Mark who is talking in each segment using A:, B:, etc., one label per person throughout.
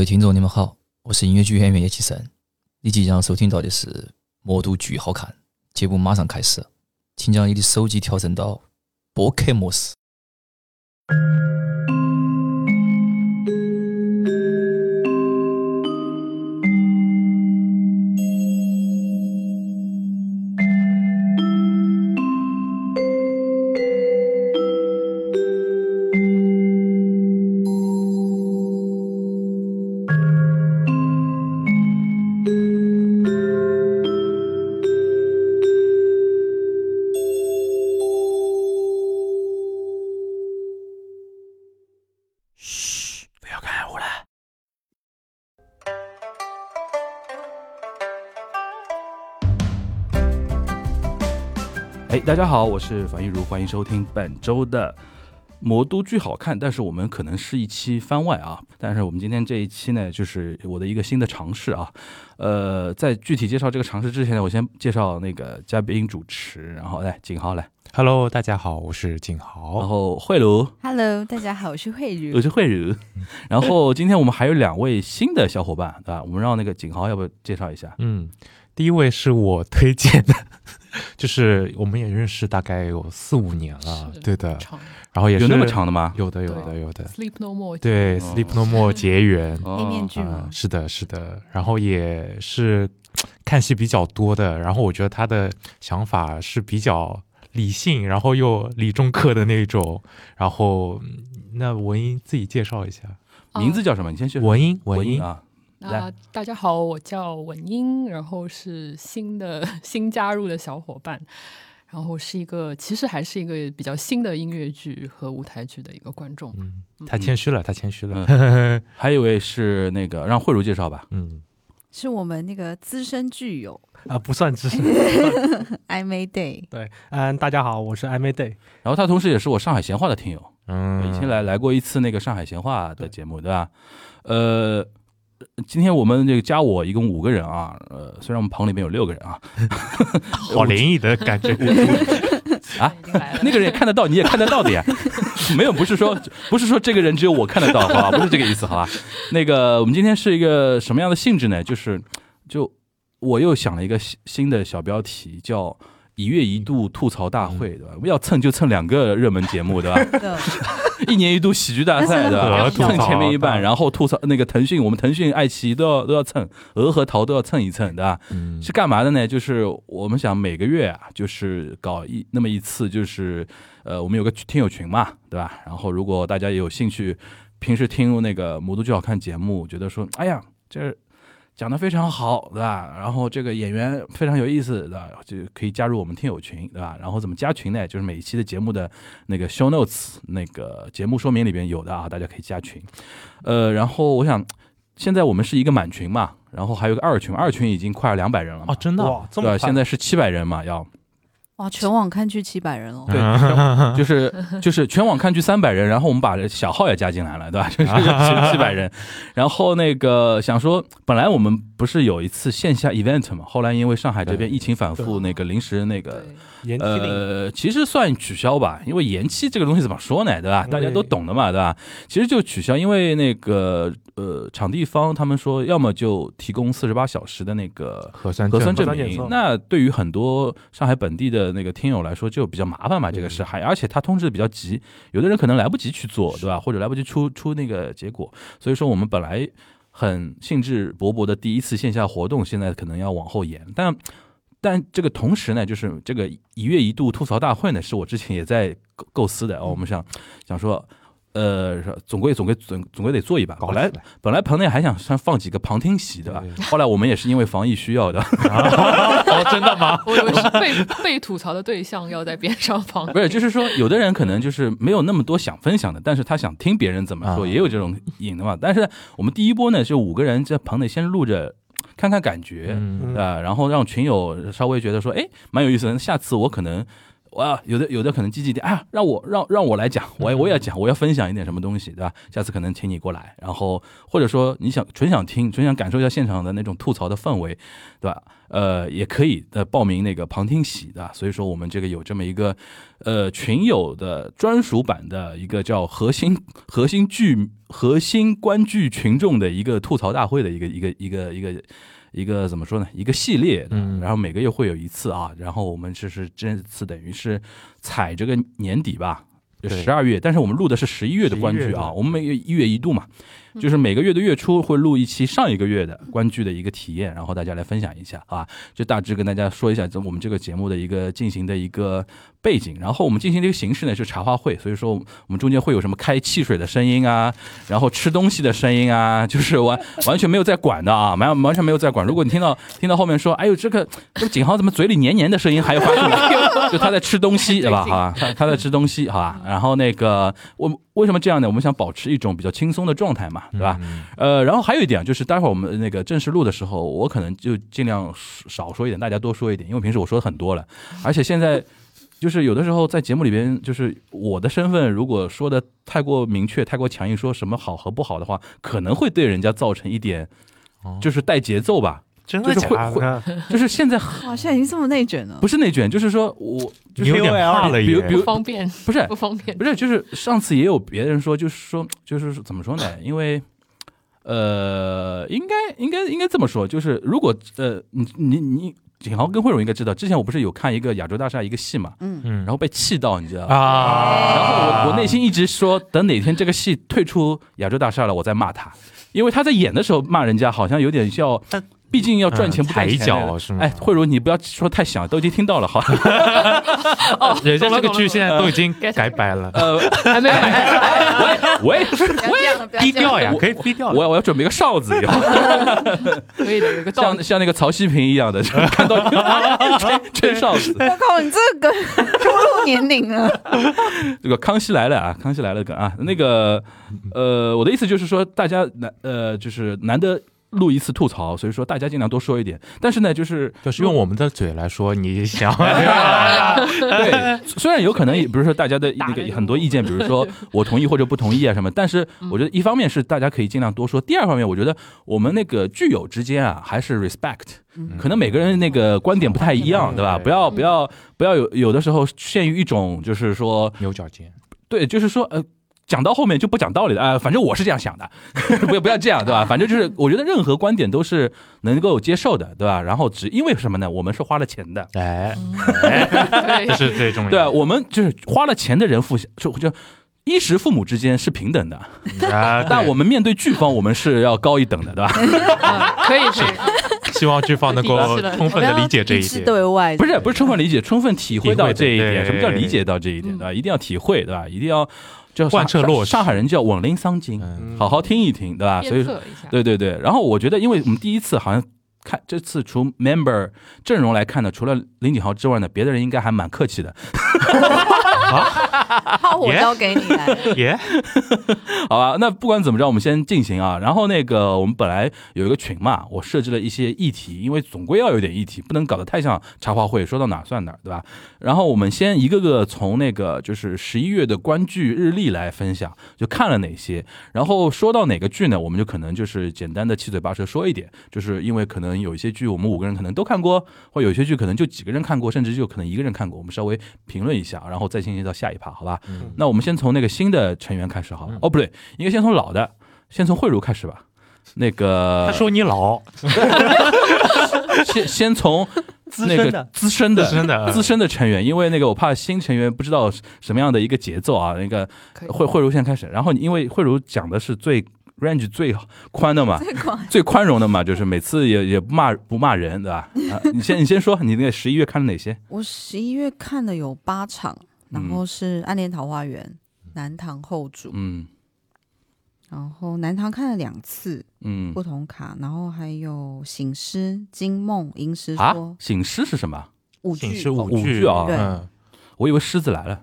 A: 各位听众，你们好，我是音乐剧演员叶启生。你即将收听到的是《魔都剧好看》节目，马上开始，请将你的手机调整到播客模式。
B: 不要看我了。哎，大家好，我是樊玉茹，欢迎收听本周的《魔都剧好看》，但是我们可能是一期番外啊。但是我们今天这一期呢，就是我的一个新的尝试啊。呃，在具体介绍这个尝试之前呢，我先介绍那个嘉宾主持，然后来景浩来，
C: Hello，大家好，我是景
B: 然
C: 豪。
B: 后慧茹，
D: Hello，大家好，我是慧
B: 我
D: 茹。
B: 是慧茹。然后今天我们还有两位新的小伙伴，对吧？我们让那个景豪要不要介绍一下？
C: 嗯，第一位是我推荐的， 就是我们也认识大概有四五年了，对的。
E: 长
C: 然后也是
B: 有那么，长的吗？
C: 有的，有的，
E: 对
C: 有的。
E: Sleep No More，
C: 对
B: 哦
C: ，Sleep No More 结缘
B: 哦
D: 黑面具
C: 啊
D: 吗，？
C: 是的，是的。然后也是看戏比较多的，然后我觉得他的想法是比较理性，然后又理中客的那种。然后嗯那文英自己介绍一下，
B: 名字叫什么？你先去。
C: 文英，文
B: 文
C: 英
B: 英，啊，
E: 那、大家好，我叫文英，然后是新的 新加入的小伙伴，然后是一个其实还是一个比较新的音乐剧和舞台剧的一个观众。
C: 嗯，他谦虚了，他谦虚
B: 嗯
C: 了。
B: 还有一位是那个让慧茹介绍吧。
C: 嗯。
D: 是我们那个资深剧友
F: 啊，不算知识。
D: I May Day，
F: 对，嗯，大家好，我是 M A Day。
B: 然后他同时也是我上海闲话的听友，
C: 嗯，
B: 以前来来过一次那个上海闲话的节目，对吧？呃，今天我们这个加我一共五个人啊，呃，虽然我们棚里面有六个人啊，
C: 好灵异的感觉。
B: 啊
E: 已经来了，
B: 那个人也看得到，你也看得到的呀。 没有，不是说不是说这个人只有我看得到，好吧？ 不是这个意思，好吧？那个我们今天是一个什么样的性质呢？就是就我又想了一个新新的小标题，叫。一月一度吐槽大会，对吧？要蹭就蹭两个热门节目，对吧？
D: 的
B: 一年一度喜剧大赛，对吧？
D: 那真的很
B: 蹭
D: 好
B: 前面
C: 吐
B: 一
C: 槽
B: 半，然后吐槽那个腾讯，我们腾讯、爱奇艺都要都要蹭，鹅和桃都要蹭一蹭，对吧？
C: 嗯
B: 是干嘛的呢？就是我们想每个月啊，就是搞一那么一次，就是呃，我们有个听友群嘛，对吧？然后如果大家也有兴趣，平时听那个《魔都剧好看》节目，觉得说，哎呀，这讲的非常好，对吧？然后这个演员非常有意思，对吧？就可以加入我们听友群，对吧？然后怎么加群呢？就是每一期的节目的那个 show notes 那个节目说明里边有的啊，大家可以加群。呃，然后我想，现在我们是一个满群嘛，然后还有一个二群，二群已经快两百人了嘛
C: 哦，，真的啊
F: 哇，这
B: 对
F: 么
B: 吧？
F: 快
B: 现在是七百人嘛，要
D: 哇，全网看剧七百人 哦，
B: 对，就是就是全网看剧三百人，然后我们把小号也加进来了，对吧？ 就是七百人，然后那个想说，本来我们不是有一次线下 event 嘛，后来因为上海这边
C: 对
B: 疫情反复，
E: 对
B: 那个临时那个
E: 对
F: 延期令，
B: 呃，其实算取消吧，因为延期这个东西怎么说呢，对吧？
F: 对
B: 大家都懂的嘛，对吧？其实就取消，因为那个呃，场地方他们说，要么就提供四十八小时的那个
C: 核酸
B: 核酸证
F: 证核酸检
B: 明
F: 测。
B: 那对于很多上海本地的那个听友来说，就比较麻烦嘛，这个事还而且他通知得比较急，有的人可能来不及去做，对吧？或者来不及出出那个结果，所以说我们本来很兴致勃勃的第一次线下活动，现在可能要往后延，但。但这个同时呢，就是这个一月一度吐槽大会呢，是我之前也在构构思的。哦、我们想想说，呃，说总归总归总总归得做一把。
C: 搞
B: 本来
C: 起来
B: 本来棚内还想上放几个旁听席，对吧？
C: 对
B: 后来我们也是因为防疫需 要的，哦啊
E: 我以为是被 被吐槽的对象要在边上放，
B: 不是，就是说有的人可能就是没有那么多想分享的，但是他想听别人怎么说，
C: 啊
B: 也有这种瘾的嘛。但是我们第一波呢，就五个人在棚内先录着，看看感觉，
C: 嗯
F: 嗯
B: 啊，然后让群友稍微觉得说，哎，蛮有意思的。下次我可能，哇，有的有的可能积极点，啊，让我让让我来讲，
C: 嗯
B: 我我也要讲，我要分享一点什么东西，对吧？下次可能请你过来，然后或者说你想纯想听，纯想感受一下现场的那种吐槽的氛围，对吧？呃，也可以呃报名那个旁听席的，所以说我们这个有这么一个呃群友的专属版的一个叫核心核心剧核心观剧群众的一个吐槽大会的一个一个一个一个一个怎么说呢？一个系列，
C: 嗯
B: 然后每个月会有一次啊，然后我们这是这次等于是踩这个年底吧，就
C: 对
B: 十二月，但是我们录的是十一月的观剧
C: 11月
B: 啊，
C: 的
B: 我们每个一月一度嘛，就是每个月的月初会录一期上一个月的观剧的一个体验，然后大家来分享一下啊，就大致跟大家说一下这我们这个节目的一个进行的一个背景，然后我们进行这个形式呢是茶话会，所以说我们中间会有什么开汽水的声音啊，然后吃东西的声音啊， 就是完完全没有在管的啊，完完全没有在管。如果你听到听到后面说，哎呦这个这个景豪怎么嘴里黏黏的声音还有发出来，就 他在吃东西对吧？
E: 对劲
B: 哈，他他在吃东西好吧。然后那个我为什么这样呢？我们想保持一种比较轻松的状态嘛，对吧？
C: 嗯
B: 呃，然后还有一点啊就是，待会儿我们那个正式录的时候，我可能就尽量少说一点，大家多说一点，因为平时我说的很多了，而且现在。就是有的时候在节目里边，就是我的身份如果说的太过明确、太过强硬，说什么好和不好的话，可能会对人家造成一点
C: 哦，
B: 就是带节奏吧。
C: 真
B: 就是会会
F: 啊
B: 就是现在很
D: 哇，现在已经这么内卷了
B: 不。是内卷，就是说我就
C: 你有
B: 是
C: 点怕了
B: 比如
C: 也，
B: 比
E: 不
B: 如哎
E: 方便，
B: 不是
E: 不方便
B: 不。是，就是上次也有别人说，就是说，就是说怎么说呢？因为，呃，应该应该应该这么说，就是如果呃，你你你，景豪跟慧荣应该知道，之前我不是有看一个亚洲大厦一个戏嘛，
D: 嗯，
C: 嗯
B: 然后被气到，你知道吧？
C: 啊，
B: 然后我我内心一直说，等哪天这个戏退出亚洲大厦了，我再骂他，因为他在演的时候骂人家，好像有点要
C: 但，
B: 毕竟要赚钱不赚
C: 抬嗯
B: 钱
C: 脚啊是吗？
B: 哎，慧茹，你不要说太响，都已经听到 了哈。
C: 人家这
E: 懂了
C: 个
E: 懂了
C: 剧现在都已经
E: get
C: 改版了，
B: 呃，
E: 哎还没有买，
B: 喂，
D: 不要这样了，不要
C: 低
D: 这样
C: 调呀，
B: 我
C: 可以低调
B: 我
C: 的。
B: 我要准备个哨子 以后。
E: 可以的，有个道
B: 像
E: 理。
B: 像那个曹希平一样的， 就是看到吹吹哨子。
D: 我靠，你这 个透露年龄了。
B: 这个《康熙来了》啊，《康熙来了》梗啊，那个呃，我的意思就是说，大家难呃，就是难得录一次吐槽，所以说大家尽量多说一点。但是呢，就是
C: 就是用我们的嘴来说， 你想
B: 对， 虽然有可能也不是说大家的那个很多意见，比如说我同意或者不同意啊什么，但是我觉得一方面是大家可以尽量多说，第二方面我觉得我们那个剧友之间啊还是 respect，
D: 嗯
B: 可能每个人那个观点不太一样，对吧？
C: 对
B: 不要不要不要有有的时候陷于一种就是说
C: 牛角尖，
B: 对，就是说呃。讲到后面就不讲道理了啊、反正我是这样想的， 不要不要这样，对吧？反正就是我觉得任何观点都是能够接受的，对吧？然后只因为什么呢？我们是花了钱的，
C: 哎，这
E: 对，
C: 是最重要
B: 对啊，
C: 的。
B: 我们就是花了钱的人付就就衣食父母之间是平等的，
C: 对啊，
B: 但我们面对剧方，我们是要高一等的，对吧？
E: 嗯可以可以，
C: 希望剧 方能够
E: 是的
C: 充分的理解这一
D: 致
C: 点。
D: 对外，
B: 不是不是充分理解，充分体会到这一点。
C: 体会对
B: 什么叫理解到这一点？对吧？一定要体会，对吧？一定要叫
C: 贯彻落实
B: 上上海人叫稳铃桑经，
C: 嗯
B: 好好听一听，对啊吧？所以
E: 鞭
B: 说，
E: 策一下。
B: 对对对。然后我觉得，因为我们第一次好像。看这次除 member 阵容来看呢，除了林景豪之外呢，别的人应该还蛮客气的。
D: 好，我交给你来。
C: 耶，
B: 好吧，那不管怎么着，我们先进行啊。然后那个，我们本来有一个群嘛，我设置了一些议题，因为总归要有点议题，不能搞得太像茶话会，说到哪儿算哪儿，对吧？然后我们先一个个从那个就是十一月的观剧日历来分享，就看了哪些，然后说到哪个剧呢，我们就可能就是简单的七嘴八舌说一点，就是因为可能有一些剧我们五个人可能都看过，或有些剧可能就几个人看过，甚至就可能一个人看过，我们稍微评论一下，然后再进行到下一趴，好吧？
C: 嗯
B: 那我们先从那个新的成员开始好了
C: 嗯。
B: 哦，不对，应该先从老的，先从慧茹开始吧。那个，
C: 他说你老，
B: 先 先从
F: 资
B: 那
F: 深
B: 个
F: 的
B: 资深的
C: 资深的
B: 资深的成员，因为那个我怕新成员不知道什么样的一个节奏啊。那个
E: 可以
B: 慧慧茹先开始，然后你因为慧茹讲的是最 range 最宽的嘛，
D: 这个
B: 最宽容的嘛，就是每次也也不骂不骂人，对吧？啊，你先你先说，你那个十一月看了哪些？
D: 我十一月看了有八场，然后是《暗恋桃花源》南唐后主》，
B: 嗯
D: 然后南唐看了两次
B: 嗯
D: 不同卡，然后还有《醒狮》《惊梦》《吟诗说》
B: 啊，醒狮是什么？
D: 五
C: 仅
D: 句
C: 是。
B: 舞
C: 舞
B: 剧啊
D: 对
C: 嗯，
B: 我以为狮子来了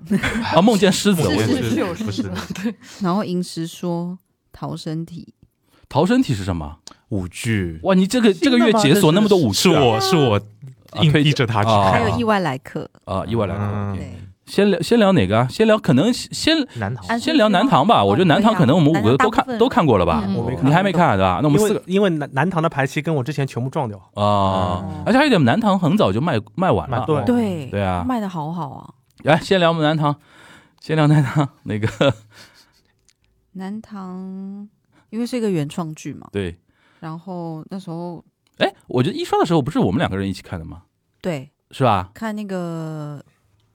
B: 啊，梦见狮子，
C: 是
B: 我以为
C: 是
E: 是有
C: 不是
E: 的， 对，
D: 然后《吟诗说》《逃生体
B: 逃生体是什么？
C: 舞剧
B: 哇，你这个这个
F: 新的
B: 月
F: 吗
B: 解锁那么多舞
C: 是
B: 曲啊、
C: 我是我
B: 啊
C: 硬
B: 推
C: 逼着他去
B: 啊》，
C: 看
D: 还有《意外来客
B: 啊，意外来了。
C: 嗯
B: OK
D: 对，
B: 先聊先聊哪个啊？先聊可能先
C: 南唐
D: 安
B: 先聊南唐吧。我觉得南唐可能我们五个都
D: 南唐大部
B: 看
D: 分
B: 都看过了吧？
E: 嗯
F: 我没看
B: 你还没看对吧？那我们
F: 因
B: 四
F: 为
B: 个
F: 因为南南唐的排期跟我之前全部撞掉，
B: 啊，
C: 哦
B: 而且还有一点，南唐很早就卖卖完了。哎
C: 蛮多
D: 嗯对
B: 对啊，
D: 卖的好好啊。
B: 来先聊我们南唐，先聊南唐那个
D: 南唐，因为是一个原创剧嘛，
B: 对，
D: 然后那时候
B: 哎，我觉得一刷的时候不是我们两个人一起看的吗？
D: 对
B: 是吧？
D: 看那个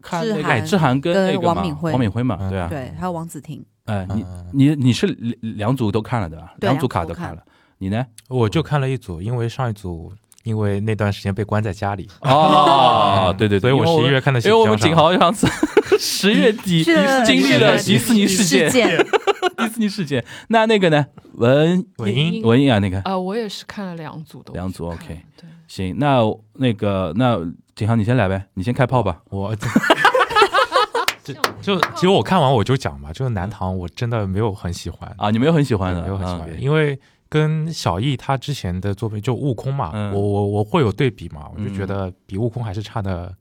B: 看
D: 志
B: 那个
D: 涵
B: 哎志涵跟那
D: 跟
B: 个
D: 王
B: 嘛
D: 敏慧
B: 王敏辉嘛，
C: 嗯
B: 对啊，
D: 对，还有王子婷，
B: 哎，你
C: 嗯
B: 你你是两两组都看了对吧？
D: 对
B: 两组卡
D: 两
B: 都
D: 组都看
B: 看了，你呢？
C: 我就看了一组，因为上一组因为那段时间被关在家里，嗯
B: 哦，对对
C: 所
B: 对，
C: 以我
B: 因为
C: 十一月看的《
B: 因为我们景豪上 次十月底
D: 去了
B: 经历了迪士尼事件
D: 事，件，
B: 迪士尼事件。那那个呢？文
C: 文英
E: 英
B: 文艺啊，那个
E: 啊、我也是看了两组的，
B: 两组
E: 我去看
B: OK
E: 了对，
B: 行，那那个那景豪你先来呗，你先开炮吧。
C: 我就就其实我看完我就讲嘛，就是南唐我真的没有很喜欢，
B: 啊，你没有很喜欢的，
C: 没有很喜欢，
B: 嗯
C: 因为跟小艺他之前的作品就《悟空》嘛，
B: 嗯
C: 我我我会有对比嘛，我就觉得比《悟空》还是差的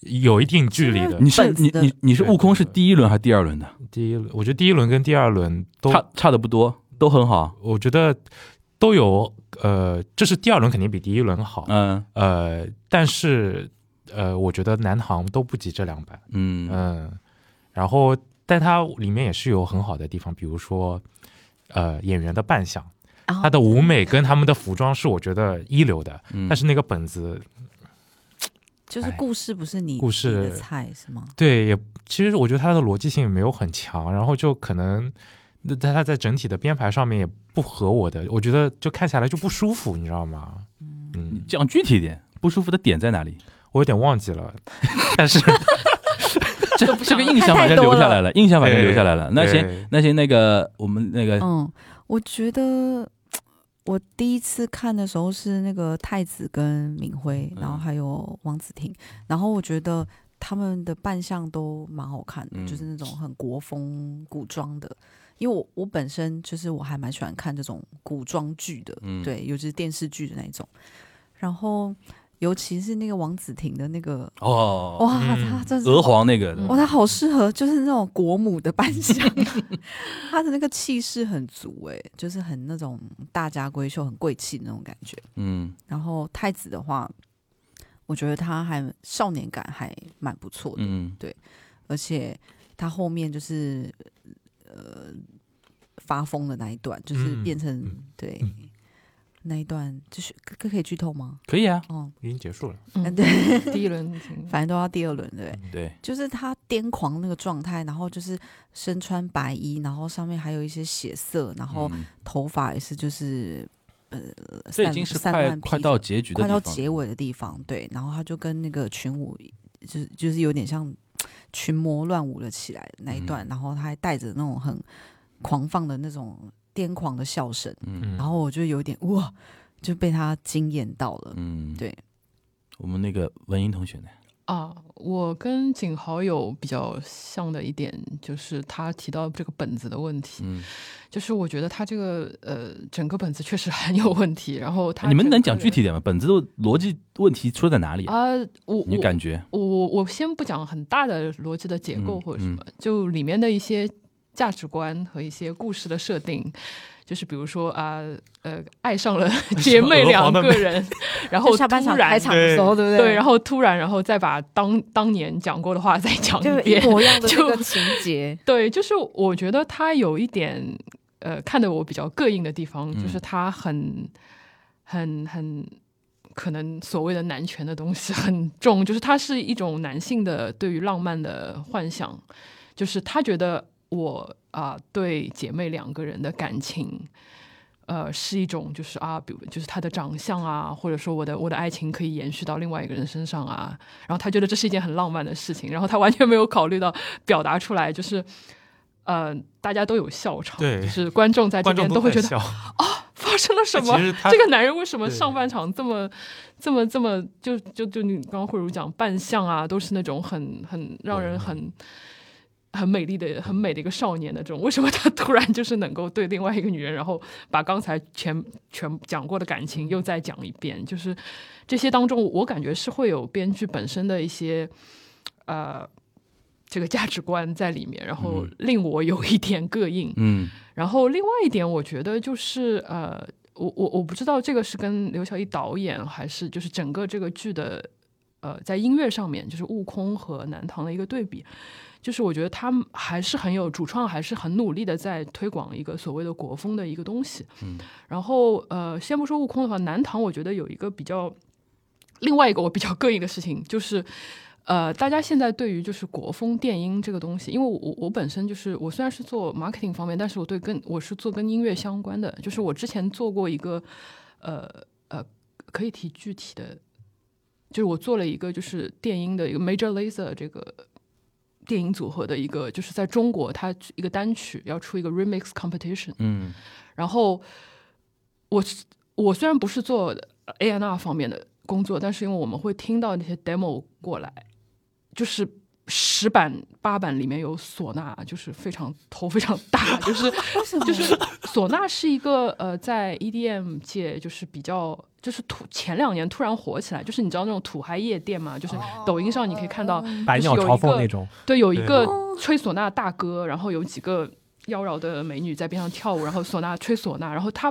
C: 有一定距离的。
B: 你是
D: 本
B: 你
D: 子的
B: 你你是
C: 对
B: 悟空是第一轮还是第二轮的？
C: 第一轮，我觉得第一轮跟第二轮都，
B: 差差的不多，都很好。
C: 我觉得都有呃，就是第二轮肯定比第一轮好，
B: 嗯
C: 呃，但是呃，我觉得南唐都不及这两版，
B: 嗯
C: 嗯，然后但它里面也是有很好的地方，比如说呃演员的扮相，
D: 然
C: 他
D: 后
C: 的舞美跟他们的服装是我觉得一流的，
B: 嗯
C: 但是那个本子
D: 就是故事不是你
C: 故事
D: 你的菜是吗？
C: 对也其实我觉得它的逻辑性没有很强，然后就可能。那但它在整体的编排上面也不合我的，我觉得就看下来就不舒服，你知道吗？
B: 你
C: 嗯，
B: 讲具体一点，不舒服的点在哪 里？
C: 我有点忘记了，但是
B: 这这个印象
D: 太
B: 反正
D: 多
B: 留下
D: 了
B: 来了，印象反正
C: 对
B: 留下来了。那行，
C: 对
B: 那行，那个我们那个
D: 嗯，我觉得我第一次看的时候是那个太子跟敏辉，
B: 嗯
D: 然后还有王子婷，然后我觉得他们的扮相都蛮好看的，
B: 嗯
D: 就是那种很国风古装的。因为我我本身就是我还蛮喜欢看这种古装剧的，
B: 嗯
D: 对，尤其是电视剧的那一种。然后尤其是那个王子婷的那个，
B: 哦，
D: 哇，
C: 嗯
D: 她真是
B: 娥皇那个的，
D: 哇，她哦好适合，就是那种国母的扮相， 她的那个气势很足、哎，就是很那种大家闺秀、很贵气的那种感觉。
B: 嗯
D: 然后太子的话，我觉得他还少年感还蛮不错的，
B: 嗯
D: 而且他后面就是呃发疯的那一段，就是
C: 嗯
D: 变成、
C: 嗯
D: 对、那一段，就是可可可以剧透吗？
B: 可以啊，
D: 哦，
C: 已经结束了。
E: 嗯
D: 对，
E: 第一轮已经
D: 反正都要第二轮对不对。
B: 对，
D: 就是他癫狂那个状态，然后就是身穿白衣，然后上面还有一些血色，然后
B: 嗯
D: 头发也是就是呃，
B: 这已
D: 散
B: 经是
D: 散
B: 快
D: 乱披
B: 快到结局的
D: 快
B: 地
D: 到
B: 方，
D: 结尾的地方，对，然后他就跟那个群舞，就是就是有点像群魔乱舞了起来的那一
B: 嗯
D: 段，然后他还带着那种很狂放的那种癫狂的笑声，
B: 嗯
D: 然后我就有点哇，就被他惊艳到了，
B: 嗯，
D: 对。
B: 我们那个文英同学呢？
E: 啊，我跟景豪有比较像的一点，就是他提到这个本子的问题，
B: 嗯，
E: 就是我觉得他这个呃整个本子确实很有问题，然后
B: 啊
E: 他
B: 哎你们
E: 整
B: 能
E: 个
B: 讲具体点吗？本子的逻辑问题出在哪里？
E: 啊、我
B: 你
E: 我
B: 感觉？
E: 我我我先不讲很大的逻辑的结构
B: 嗯
E: 或者什么，就里面的一些价值观和一些故事的设定，就是比如说啊呃爱 上了姐妹两个人，然后
D: 就下半
E: 突
D: 场
E: 然
D: 开场的时候，对不
E: 对，然
D: 后
E: 后突然然后再把当当年讲过的话再讲
D: 就一
E: 一遍，
D: 模一样的
E: 就
D: 这个情节，
E: 对，就是我觉得他有一点呃看得我比较膈应的地方，
B: 嗯
E: 就是他很很很可能所谓的男权的东西很重，就是他是一种男性的对于浪漫的幻想，就是他觉得我啊、对姐妹两个人的感情。呃，是一种就是啊，比如就是她的长相啊，或者说我的我的爱情可以延续到另外一个人身上啊，然后他觉得这是一件很浪漫的事情，然后他完全没有考虑到表达出来，就是呃，大家都有笑场，
C: 对
E: 就是观众在这
C: 观众
E: 边都会觉
C: 在
E: 得
C: 笑，哎
E: 发生了什么
C: 其？实他
E: 这个男人为什么
C: 对
E: 上半场这么、这么、这么就就就你刚刚慧茹讲扮相啊，都是那种很很让人很很美丽的、很美的一个少年的这种，为什么他突然就是能够对另外一个女人，然后把刚才全全讲过的感情又再讲一遍？就是这些当中，我感觉是会有编剧本身的一些呃。这个价值观在里面，然后
B: 嗯
E: 令我有一点膈应。
B: 嗯
E: 然后另外一点，我觉得就是呃，我我我不知道这个是跟刘晓艺导演还是就是整个这个剧的呃在音乐上面，就是悟空和南唐的一个对比，就是我觉得他们还是很有主创，还是很努力的在推广一个所谓的国风的一个东西。
B: 嗯，
E: 然后呃，先不说悟空的话，南唐我觉得有一个比较，另外一个我比较膈应的事情就是。呃，大家现在对于就是国风电音这个东西，因为我我我本身就是我虽然是做 marketing 方面，但是我对跟我是做跟音乐相关的，就是我之前做过一个，呃呃，可以提具体的，就是我做了一个就是电音的一个 Major Laser 这个电影组合的一个，就是在中国它一个单曲要出一个 remix competition，
B: 嗯
E: 然后我是我虽然不是做 A N R 方面的工作，但是因为我们会听到那些 demo 过来，就是。十版八版里面有唢呐，就是非常头非常大，就是
D: 为什么？
E: 就是 唢呐是一个呃，在 EDM 界就是比较就是土前两年突然火起来，就是你知道那种土嗨夜店嘛，就是抖音上你可以看到，
F: 百鸟朝凤那种，
E: 对，有一
C: 对
E: 个吹唢呐大哥，然后有几个妖娆的美女在边上跳舞，然后唢呐吹唢呐，然后他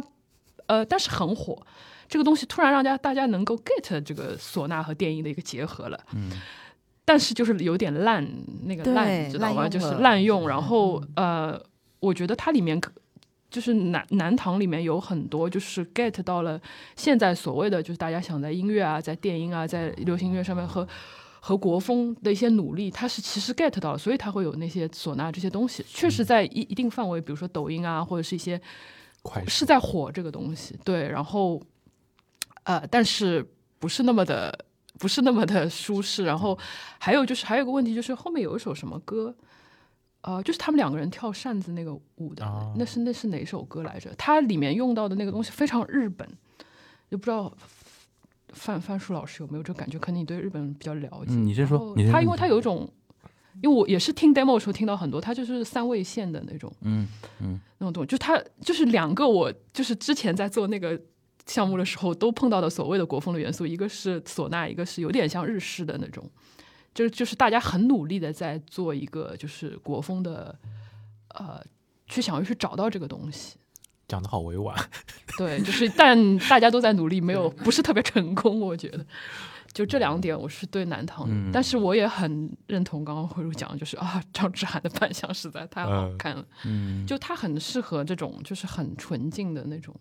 E: 呃，但是很火，这个东西突然让大家大家能够 get 这个唢呐和电音的一个结合了。
B: 嗯，
E: 但是就是有点烂，那个烂
D: 对
E: 你知道
D: 滥
E: 吗？
D: 用
E: 就是
D: 了嗯
E: 滥用。然后呃，我觉得它里面可就是南南唐里面有很多就是 get 到了现在所谓的就是大家想在音乐啊，在电音啊，在流行音乐上面和和国风的一些努力，它是其实 get 到了，所以它会有那些唢呐这些东西，确
D: 嗯
E: 实在一一定范围，比如说抖音啊，或者是一些
C: 快
E: 是在火这个东西，对，然后呃，但是不是那么的不是那么的舒适，然后还有就是还有个问题就是后面有一首什么歌，呃，就是他们两个人跳扇子那个舞的，
B: 哦
C: 啊
E: 那是那是哪首歌来着？它里面用到的那个东西非常日本，就不知道范范树老师有没有这个感觉？可能你对日本人比较了解。
B: 嗯你先
E: 然
B: 说
E: 后，
B: 你先
E: 他因
B: 说
E: 为他有一种。因为我也是听 demo 的时候听到很多，他就是三味线的那种，
B: 嗯
E: 那种东西，就它就是两个我就是之前在做那个项目的时候都碰到的所谓的国风的元素，一个是唢呐，一个是有点像日式的那种，就是就是大家很努力的在做一个就是国风的，呃，去想要去找到这个东西，
C: 讲的好委婉，
E: 对，就是但大家都在努力，没有不是特别成功，我觉得。就这两点，我是对南唐的，
B: 嗯
E: 但是我也很认同刚刚慧茹讲的，就是啊，张志涵的扮相实在太好
C: 嗯
E: 看了，
B: 嗯，
E: 就它很适合这种就是很纯净的那 种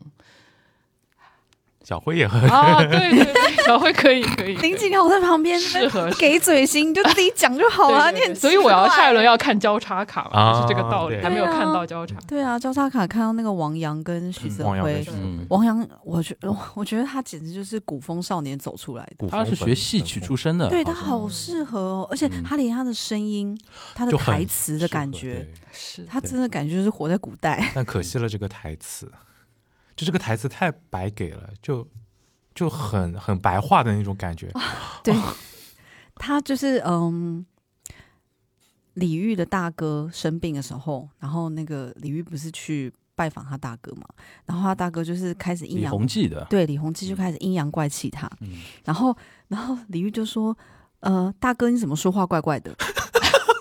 C: 小辉也很
E: 啊，对对对，小辉可以可 以，
D: 林景豪在旁边
E: 适合
D: 给嘴型，你就自己讲就好啊了。你
E: 对对对
D: 很
E: 所以我要
D: 奇怪
E: 下一轮要看交叉卡嘛，
C: 啊
E: 就是这个道理，
C: 对
E: 还没有
D: 对啊
E: 看到交叉，
D: 对啊，交叉卡看到那个王阳跟徐
B: 嗯
D: 泽
C: 汪洋
D: 辉
C: 跟徐，
E: 对
B: 嗯
D: 王阳，我觉 我我觉得他简直就是古风少年走出来的。
C: 古风
B: 他是学戏曲出身的，
D: 对他
B: 好像
D: 好适合哦，而且
B: 嗯
D: 他连他的声音、他的
C: 就很
D: 台词的感
C: 适合
D: 觉，，
C: 对
E: 是
D: 他
C: 对
D: 真的感觉就是活在古代。
C: 但可惜了这个台词，就这个台词太白给了，就就很很白话的那种感觉。
D: 啊对，他就是嗯，李煜的大哥生病的时候，然后那个李煜不是去拜访他大哥嘛，然后他大哥就是开始阴
B: 李
D: 阳
B: 弘记的，
D: 对李弘基就开始阴阳怪气他，
B: 嗯
D: 然后然后李煜就说：“呃，大哥，你怎么说话怪怪的？”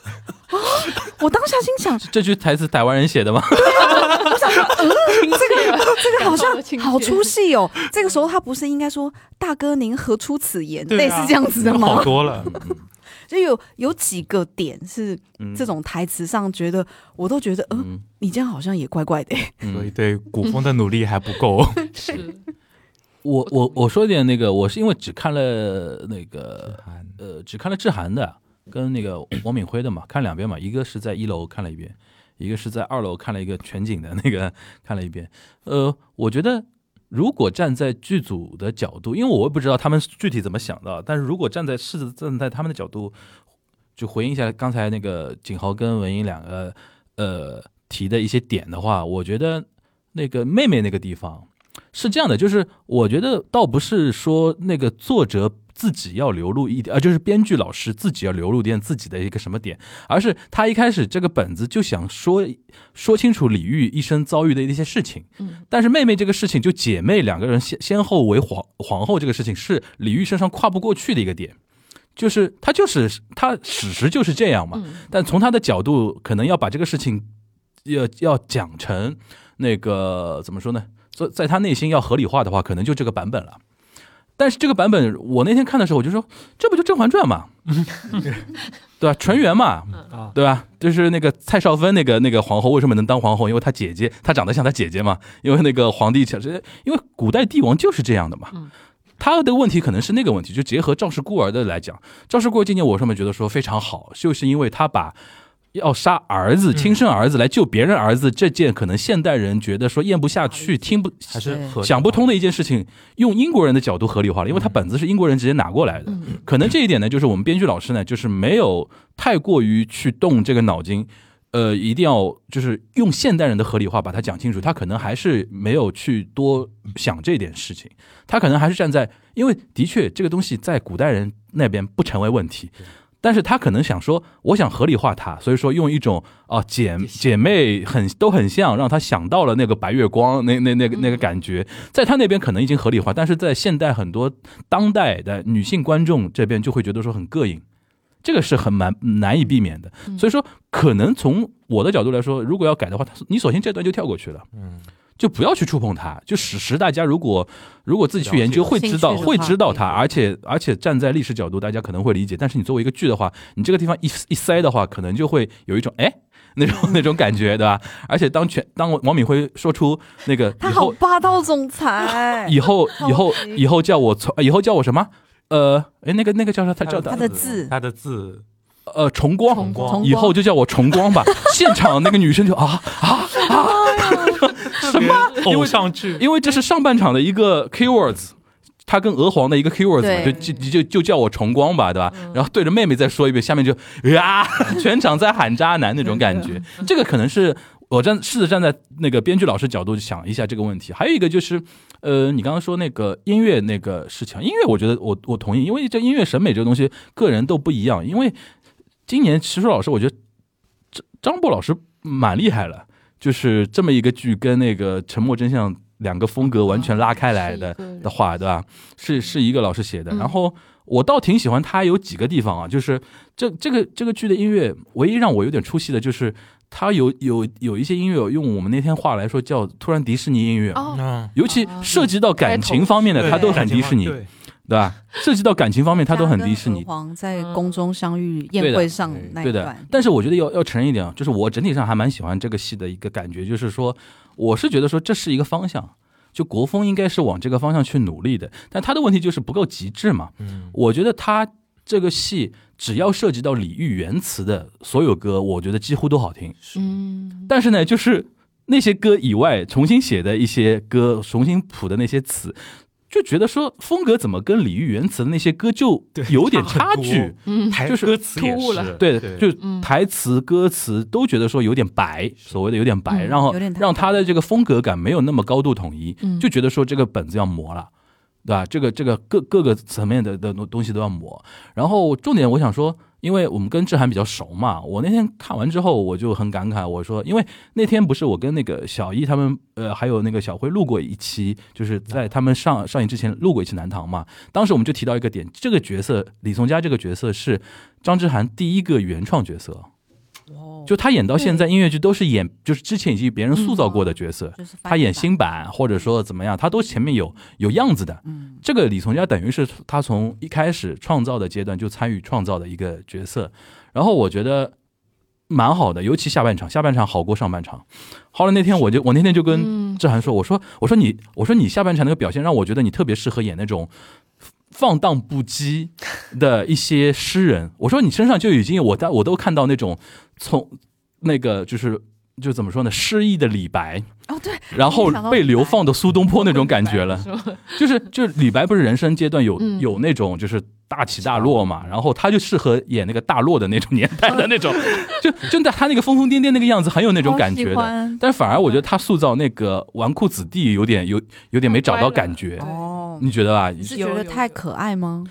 D: 啊！我当下心 想，
B: 这句台词台湾人写的吗？
D: 这个
E: 这个
D: 好
E: 感动的情
D: 像
E: 节
D: 好出戏哦。这个
B: 嗯
D: 时候他不是应该说“大哥，您何出此言”
C: 对
D: 类似
C: 啊
D: 这样子
B: 嗯
D: 的
C: 好
D: 吗？
C: 多了，
D: 就有有几个点是
B: 嗯
D: 这种台词上，觉得我都觉得，呃，
B: 嗯
D: 你这样好像也怪怪的、欸。
B: 嗯
C: 所以对古风的努力还不 够。
E: 是
B: 我我我说一点那个，我是因为只看了那个呃，只看了志涵的跟那个王敏辉的嘛，看两遍嘛，一个是在一楼看了一遍，一个是在二楼看了一个全景的那个看了一遍。呃，我觉得如果站在剧组的角度，因为我也不知道他们具体怎么想的，啊但是如果站在是站在他们的角度，就回应一下刚才那个景豪跟文英两个呃提的一些点的话，我觉得那个妹妹那个地方。是这样的，就是我觉得倒不是说那个作者自己要流露一点，呃，就是编剧老师自己要流露点自己的一个什么点，而是他一开始这个本子就想说说清楚李煜一生遭遇的一些事情。
E: 嗯，
B: 但是妹妹这个事情，就姐妹两个人先先后为皇皇后这个事情，是李煜身上跨不过去的一个点，就是他就是他史实就是这样嘛。
E: 嗯
B: 但从他的角度，可能要把这个事情要要讲成那个怎么说呢？在在他内心要合理化的话，可能就这个版本了。但是这个版本我那天看的时候，我就说这不就《甄嬛传》嘛，对吧？纯元嘛，
F: 啊，
B: 对吧？就是那个蔡少芬那个那个皇后为什么能当皇后？因为她姐姐，她长得像她姐姐嘛。因为那个皇帝其实，因为古代帝王就是这样的嘛
E: 嗯。
B: 他的问题可能是那个问题，就结合《赵氏孤儿》的来讲，《赵氏孤儿》今年我为什么觉得说非常好，就是因为他把要杀儿子、
C: 嗯
B: 亲生儿子来救别人儿子这件，可能现代人觉得说咽不下去、听不
C: 还是
D: 对
C: 合理
B: 想不通的一件事情，用英国人的角度合理化了，因为他本子是英国人直接拿过来的。
E: 嗯，
B: 可能这一点呢，就是我们编剧老师呢，就是没有太过于去动这个脑筋，呃，一定要就是用现代人的合理化把它讲清楚。他可能还是没有去多想这点事情，他可能还是站在，因为的确这个东西在古代人那边不成为问题。但是他可能想说，我想合理化它，所以说用一种啊姐姐妹很都很像，让他想到了那个白月光那那那个那个感觉，在他那边可能已经合理化，但是在现代很多当代的女性观众这边就会觉得说很膈应，这个是很难难以避免的。
E: 嗯
B: 所以说，可能从我的角度来说，如果要改的话，他你索性这段就跳过去了。
C: 嗯，
B: 就不要去触碰它，就使使大家如果如果自己去研究，
C: 了解
B: 会知道
D: 兴趣的话
B: 会知道它，而且而且站在历史角度，大家可能会理解。但是你作为一个剧的话，你这个地方一一塞的话，可能就会有一种哎 那种
D: 嗯
B: 那种感觉，对吧？而且当全当王敏辉说出那个
D: 他
B: 以
D: 好
B: 后
D: 霸道总裁，
B: 以后
D: 好
B: 以后
D: 奇
B: 以后叫我从以后叫我什么？呃，哎，那个那个叫啥？他叫
D: 他的字
C: 他的字
B: 呃崇光，
E: 崇
C: 光
D: 从
B: 以后就叫我崇光 吧。现场那个女生就啊啊啊，什么？因
C: 偶
B: 为
C: 像剧，
B: 因为这是上半场的一个 keywords。他跟娥皇的一个 keywords 嘛，就
D: 对
B: 就就就叫我崇光吧，对吧？然后对着妹妹再说一遍，下面就呀， 全场在喊渣男那种感觉。这个可能是我站试着站在那个编剧老师角度想一下这个问题。还有一个就是，呃，你刚刚说那个音乐那个事情，音乐我觉得我我同意，因为这音乐审美这个东西，个人都不一样。因为今年石树老师，我觉得张张博老师蛮厉害了，就是这么一个剧跟那个《沉默真相》两个风格完全拉开来的。
E: 是一个
B: 的话，对吧？是是一个老师写的，
E: 嗯
B: 然后我倒挺喜欢他有几个地方啊，就是这这个这个剧的音乐，唯一让我有点出戏的就是他有有有一些音乐，用我们那天话来说叫突然迪士尼音乐，
E: 哦，
C: 嗯，
B: 尤其涉及到感情方面的，
E: 对
B: 他都很迪士尼，对
F: 对
B: 吧？涉及到感情方面，他都很迪士尼
D: 嘉跟娥。皇在
E: 嗯
D: 宫中相遇
B: 对
D: 宴
B: 的哎
D: 会上嗯那
B: 对
D: 一
B: 的
D: 段，，嗯
B: 但是我觉得要要承认一点啊，就是我整体上还蛮喜欢这个戏的一个感觉，就是说，我是觉得说这是一个方向，就国风应该是往这个方向去努力的，但他的问题就是不够极致嘛。
C: 嗯，
B: 我觉得他这个戏只要涉及到李煜原词的所有歌，我觉得几乎都好听。
E: 嗯，
B: 但是呢，就是那些歌以外，重新写的一些歌，重新谱的那些词，就觉得说风格怎么跟李煜原词的那些歌就有点差距。
E: 嗯
C: 台
B: 就是
C: 歌词也
E: 突兀了
C: 是，
B: 对，就
E: 嗯
B: 台词、歌词都觉得说有点白，所谓的有点白，
E: 嗯
B: 然后
D: 有点太
B: 让他的这个风格感没有那么高度统一，
E: 嗯
B: 就觉得说这个本子要磨了，对吧？这个这个各各个层面的的东西都要磨。然后重点我想说，因为我们跟志涵比较熟嘛，我那天看完之后我就很感慨，我说，因为那天不是我跟那个小一他们，呃，还有那个小辉录过一期，就是在他们上上映之前录过一期《南唐》嘛。当时我们就提到一个点，这个角色李从嘉这个角色是张之涵第一个原创角色，
D: 哦
B: 就他演到现在音乐剧都是演，就是之前已经别人塑造过的角色，
D: 就是翻
B: 他演
D: 嗯版，
B: 新版或者说怎么样，他都前面有有样子的。
D: 嗯，
B: 这个李从嘉等于是他从一开始创造的阶段就参与创造的一个角色，然后我觉得蛮好的，尤其下半场，下半场好过上半场。后来那天我就我那天就跟
E: 嗯
B: 志涵说，我说我说你我说你下半场那个表现让我觉得你特别适合演那种放荡不羁的一些诗人。我说你身上就已经有我在我都看到那种从那个就是。就怎么说呢？诗意的李白，
D: 哦对，
B: 然后
D: 想到
B: 被
D: 李白
B: 流放的苏东坡那种感觉了。 就是就是李白不是人生阶段有、
E: 嗯
B: 有那种就是大起大落嘛，然后他就适合演那个大落的那种年代的那 种，就真的他那个疯疯癫癫那个样子很有那
D: 那
B: 种感觉的。但反而我觉得他塑造那个纨绔子弟有点有有点没找到感觉，
D: 哦，
B: 你觉得吧？
D: 你是觉得太可爱吗？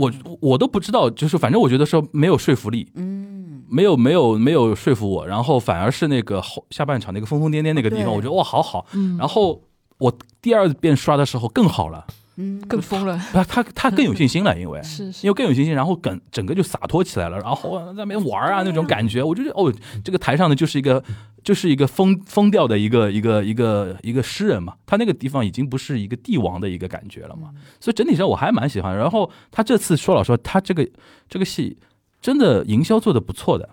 B: 我我都不知道，就是反正我觉得说没有说服力，
D: 嗯，
B: 没有没有没有说服我，然后反而是那个后下半场那个疯疯癫癫那个地方，
D: 对
B: 我觉得哇好好，
E: 嗯
B: 然后我第二遍刷的时候更好了，
D: 嗯，
E: 更疯了，
B: 他他他更有信心了，因为
E: 是是
B: 因为更有信心，然后整整个就洒脱起来了，然后
D: 嗯
B: 在那边玩啊那种感觉，我就觉得哦，这个台上的就是一个就是一个疯疯掉的一个一个一个一个诗人嘛，他那个地方已经不是一个帝王的一个感觉了
D: 嗯
B: 嘛，所以整体上我还蛮喜欢。然后他这次说老实话，他这个这个戏真的营销做的不错的。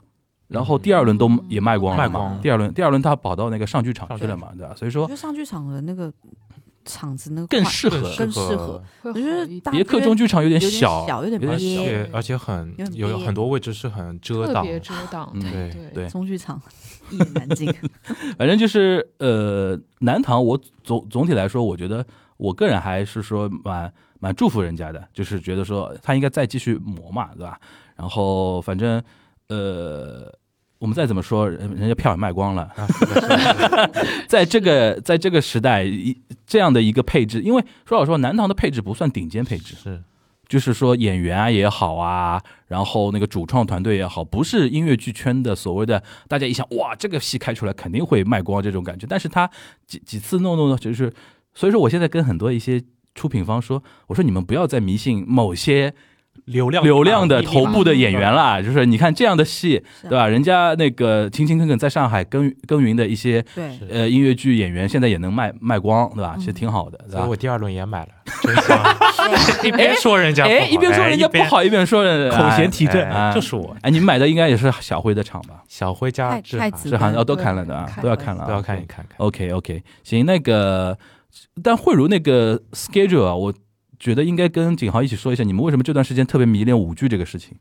B: 然
D: 嗯
B: 后第二轮都也卖光了
C: 卖光
B: 嘛
C: 了，
B: 第二轮第二轮他跑到那个上剧场去了嘛，对吧？所以
D: 我
B: 说
D: 觉得上剧场的那个场子那个
B: 更
D: 块
B: 适合，
D: 更适合，
E: 会
D: 我觉
E: 好
D: 得
E: 一点
D: 大家
B: 别克中剧场有点
D: 有点
B: 小，
D: 小有点
B: 有
C: 而
B: 点小
D: 憋
C: 且而且很
D: 有点
C: 有
D: 憋
C: 很多位置是很遮
E: 特
C: 挡，
E: 别遮挡，
B: 嗯
E: 对
C: 对
E: 对
B: 对
D: 中剧 场一言难 尽。
B: 反正就是呃，南唐我总总体来说，我觉得我个人还是说蛮蛮祝福人家的，就是觉得说他应该再继续磨嘛，对吧？然后反正呃，我们再怎么说，人人家票也卖光了，
C: 啊是的是的是的
B: 在这个在这个时代一这样的一个配置，因为说老实话，南唐的配置不算顶尖配置，
C: 是
B: 就是说演员啊也好啊，然后那个主创团队也好，不是音乐剧圈的所谓的大家一想哇，这个戏开出来肯定会卖光这种感觉。但是他几几次弄弄呢，就是所以说我现在跟很多一些出品方说，我说你们不要再迷信某些
F: 流量啊
B: 流量的
F: 大
B: 头部的演员啦，就是你看这样的戏，对吧？人家那个勤勤恳恳在上海耕耕耘的一些
D: 对，
C: 是
B: 呃音乐剧演员，现在也能卖卖光，对吧？
D: 嗯
B: 其实挺好的，对
C: 所以
B: 吧
C: 我？第二轮也买了，真香！一边说人家不好，
B: 哎，一边说人家
C: 哎
B: 不，好，一边说人
F: 口
B: 家
F: 嫌体正，
B: 哎
C: 哎就是我
B: 哎，你们买的应该也是小辉的场吧？
C: 小辉加
D: 太
C: 志
D: 太
C: 涵
D: 子
B: 是好像哦，
D: 跟
B: 都看了的啊，
E: 对
B: 都要看了啊，
C: 都要看一看看。
B: OK OK，行，那个，但慧茹那个 schedule 啊，我觉得应该跟景豪一起说一下，你们为什么这段时间特别迷恋舞剧这个事情？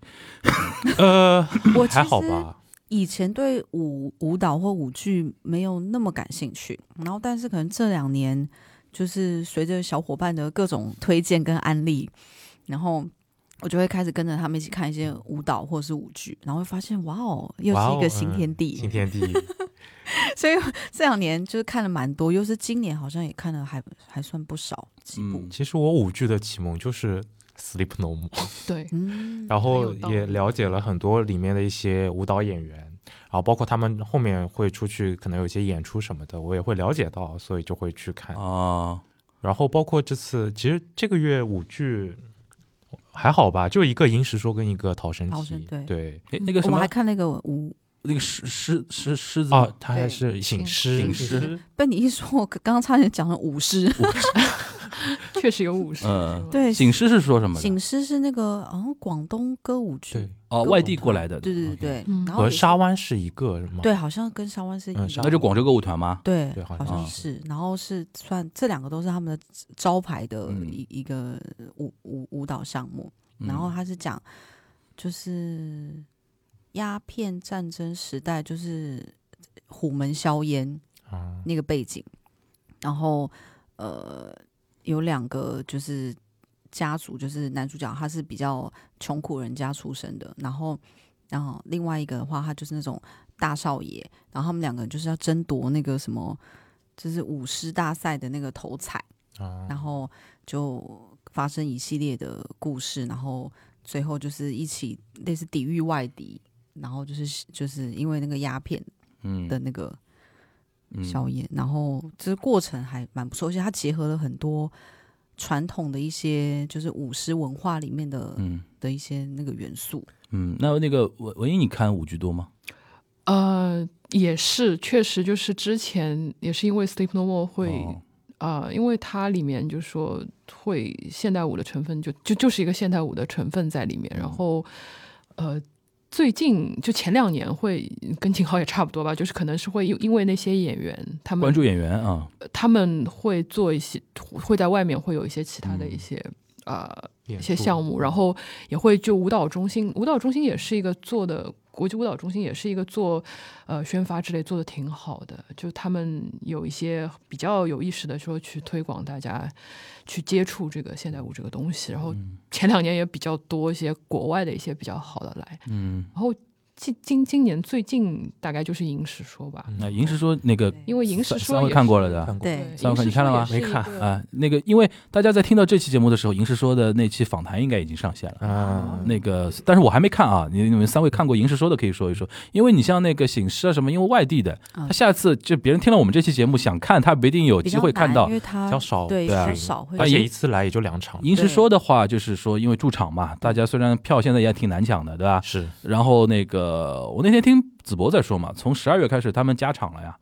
C: 呃，
D: 我
C: 还
D: 其
C: 好
D: 实
C: 吧，
D: 以前对舞舞蹈或舞剧没有那么感兴趣，然后但是可能这两年就是随着小伙伴的各种推荐跟安利，然后我就会开始跟着他们一起看一些舞蹈或是舞剧，然后会发现哇哦，又
C: 哇
D: 是
C: 哦
D: 一个
B: 嗯
D: 新天地。
C: 新天地，
D: 所以这两年就是看了蛮多，又是今年好像也看了还还算不少几部
B: 嗯。
C: 其实我舞剧的启蒙就是《Sleep No More》，
E: 对，
D: 嗯，
C: 然
E: 很
C: 后
E: 有道
C: 也
E: 理
C: 了解了很多里面的一些舞蹈演员，然后包括他们后面会出去可能有一些演出什么的，我也会了解到，所以就会去看。
B: 啊，
C: 然后包括这次，其实这个月舞剧还好吧，就一个《银石说》跟一个《逃生
D: 逃
C: 记
D: 生》对
C: 对
B: 哎，那个什
D: 我
B: 么
D: 还，看那个舞，
B: 那个狮狮狮狮子
C: 啊，他还
E: 对
C: 是醒
E: 醒
C: 狮
B: 醒狮
C: 狮，
D: 被你一说，我刚刚差点讲了舞狮。
E: 确实有五十，
B: 嗯
E: 是吧
D: 对，
B: 醒狮是说什么的？
D: 醒狮是那个好像广东歌舞剧
C: 对，，
B: 哦，外地过来的，
D: 对对对
C: OK
D: 对，
E: 嗯
D: 然后
C: 和
D: 也是
C: 沙湾是一个是吗？
D: 对，好像跟沙湾是一
C: 嗯
D: 样，
C: 沙
B: 那就广州歌舞团吗？
D: 对
C: 对好啊
D: 好
C: 像
D: 像是，然后是算这两个都是他们的招牌的
B: 嗯
D: 一一个舞舞舞蹈项目，
B: 嗯
D: 然后他是讲就是鸦片战争时代，就是虎门销烟
C: 啊，
D: 那个背景，然后呃有两个就是家族，就是男主角他是比较穷苦人家出身的，然后然后另外一个的话，他就是那种大少爷，然后他们两个就是要争夺那个什么，就是舞狮大赛的那个头彩，
C: 啊
D: 然后就发生一系列的故事，然后最后就是一起类似抵御外敌。然后就是就是因为那个鸦片
B: 嗯
D: 的那个
B: 嗯
D: 宵夜，然后这过程还蛮不错，而且它结合了很多传统的一些就是舞狮文化里面的、
B: 嗯
D: 的一些那个元素。
B: 嗯，那那个文文英，你看舞剧多吗？
E: 呃，也是，确实就是之前也是因为 Sleep No More 会
B: 哦
E: 啊、因为它里面就说会现代舞的成分就，就就是一个现代舞的成分在里面。然
B: 嗯
E: 后，呃，最近就前两年会跟秦昊也差不多吧，就是可能是会因因为那些演员他
B: 关
E: 们
B: 注演员啊，
E: 他们会做一些会在外面会有一些其他
B: 嗯
E: 的一些、呃
C: 一
E: 一些项目，然后也会就舞蹈中心，舞蹈中心也是一个做的国际舞蹈中心也是一个做呃宣发之类做的挺好的，就他们有一些比较有意识的说去推广大家去接触这个现代舞这个
B: 嗯
E: 东西，然后前两年也比较多一些国外的一些比较好的来，
B: 嗯
E: 然后今今今年最近大概就是《银石说》吧，
C: 嗯
B: 那银石说那个
E: 因为《银石
B: 嗯三
E: 说
B: 三》位
E: 也
B: 看过
E: 是
B: 了的，
C: 看过
D: 对
E: 对，
B: 三位看
E: 银石
B: 你看了
E: 说也
B: 吗
E: 是
F: 没
E: 一
F: 看
E: 个
B: 啊，那个因为大家在听到这期节目的时候，银石说的那期访谈应该已经上线了。
C: 啊，
D: 嗯
B: 那个，但是我还没看啊。你你们三位看过《银石说》的，可以说一说。因为你像那个醒狮啊什么，因为外地的，
D: 嗯
B: 他下次就别人听了我们这期节目想看，他不一定有
D: 比
B: 机
D: 较
B: 会看
D: 难
B: 到
D: 因。为它
C: 比较少
D: 对
B: 对啊
D: 是少会
C: 而
D: 去
C: 且一次来也就两场，
B: 银石说的话，就是说因为驻场嘛，大家虽然票现在也挺难抢的，对吧？
C: 是
B: 然后那个，我那天听子博在说嘛，从十二月开始他们加场了呀，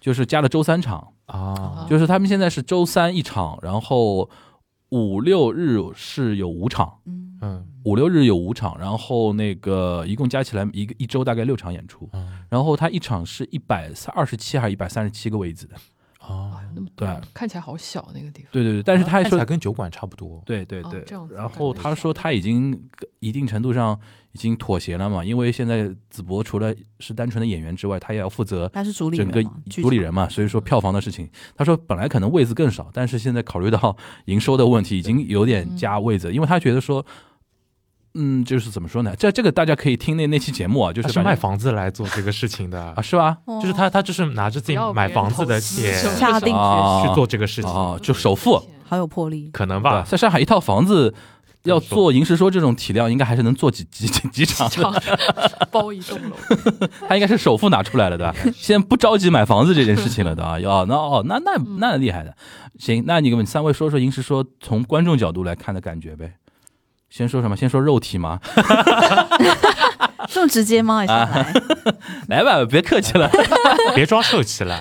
B: 就是加了周三场，
C: 啊，
D: 哦
B: 就是他们现在是周三一场，然后五六日是有五场。
D: 嗯
C: 嗯
B: 五六日有五场，然后那个一共加起来一个一周大概六场演出，
C: 嗯
B: 然后他一场是一百二十七还是一百三十七个位子的，
C: 啊
D: 哦
E: 啊，，那么
B: 对
E: 大看起来好小那个地方。
B: 对对对，但是他还
C: 看起
B: 说
C: 来，跟酒馆差不多，
B: 对对对
E: 哦这样，子
B: 然后他说
E: 感觉
B: 他已经一定程度上已经妥协了嘛，因为现在子博除了是单纯的演员之外，他也要负责
D: 它是主理
B: 整
D: 人
B: 个
D: 嘛剧
B: 主理
D: 场
B: 人嘛，所以说票房的事情，他说本来可能位子更少，但是现在考虑到营收的问题，已经有
D: 嗯
B: 点加位子，因为他觉得说，嗯，就是怎么说呢？这这个大家可以听那那期节目啊，就
C: 他
B: 是
C: 是
B: 反正
C: 卖房子来做这个事情的
B: 啊，，是吧？
C: 就是他他就是拿着自己
E: 不要
C: 买
E: 别人
C: 房子的
E: 投资
C: 钱
E: 什么
C: 去
D: 哦下定决
B: 啊
D: 心，
C: 做这个事情，
B: 哦，就首付，
D: 好有魄力。
C: 可能
B: 对吧
C: 吧，
B: 在上海一套房子要做银石说这种体量，应该还是能做几几几几场
E: 机，场包一栋 楼，
B: 他应该是首付拿出来了的，先不着急买房子这件事情了的啊，要那哦那那那厉害的，行，那你给我们三位说说银石说从观众角度来看的感觉呗。先说什么？先说肉体吗？
D: 这么直接吗？一
B: 啊
D: 上来，
B: 来吧，别客气了。
C: 别装受气 了，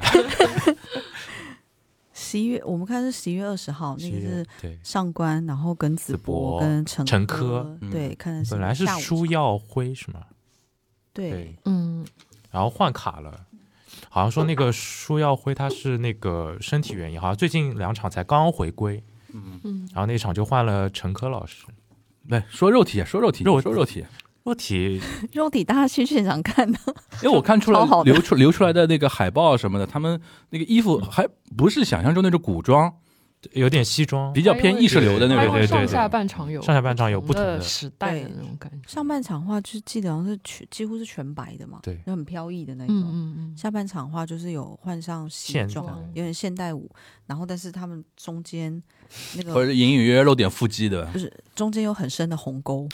D: 十一月我们看是十一月二十号，那个是
C: 对。
D: 上官，然后跟子博、
C: 博
D: 跟陈
C: 陈
D: 科
C: 科，
D: 对，看的是
C: 本来是
D: 下午
C: 舒
D: 场
C: 耀辉是吗？
D: 对，
E: 嗯，
C: 然后换卡了，好像说那个舒耀辉他是那个身体原因，好像最近两场才刚回归，嗯然后那场就换了陈科老师。
B: 来说肉体，啊说肉体，
C: 肉体
B: 说肉体。
C: 肉体
D: 肉体大家去现场看 的，
B: 因为我看出来
D: 超好的
B: 流出流出来的那个海报什么的，他们那个衣服还不是想象中那种古装，
C: 有点西装，
B: 比较偏意识流的那
E: 它
B: 种。
E: 会
C: 对对
E: 上下半场有
C: 上下半场有不同
E: 的
C: 的
E: 时代的
D: 对
E: 那种感觉。
D: 上半场的话就是记得好像是全几乎是全白的嘛，
C: 对
D: 就很飘逸的那
E: 嗯
D: 种。
E: 嗯
D: 下半场的话就是有换上西
C: 现代
D: 装，有点现代舞，然后但是他们中间那
B: 或
D: 个
B: 者隐隐约约露点腹肌的，
D: 不是中间有很深的鸿 沟，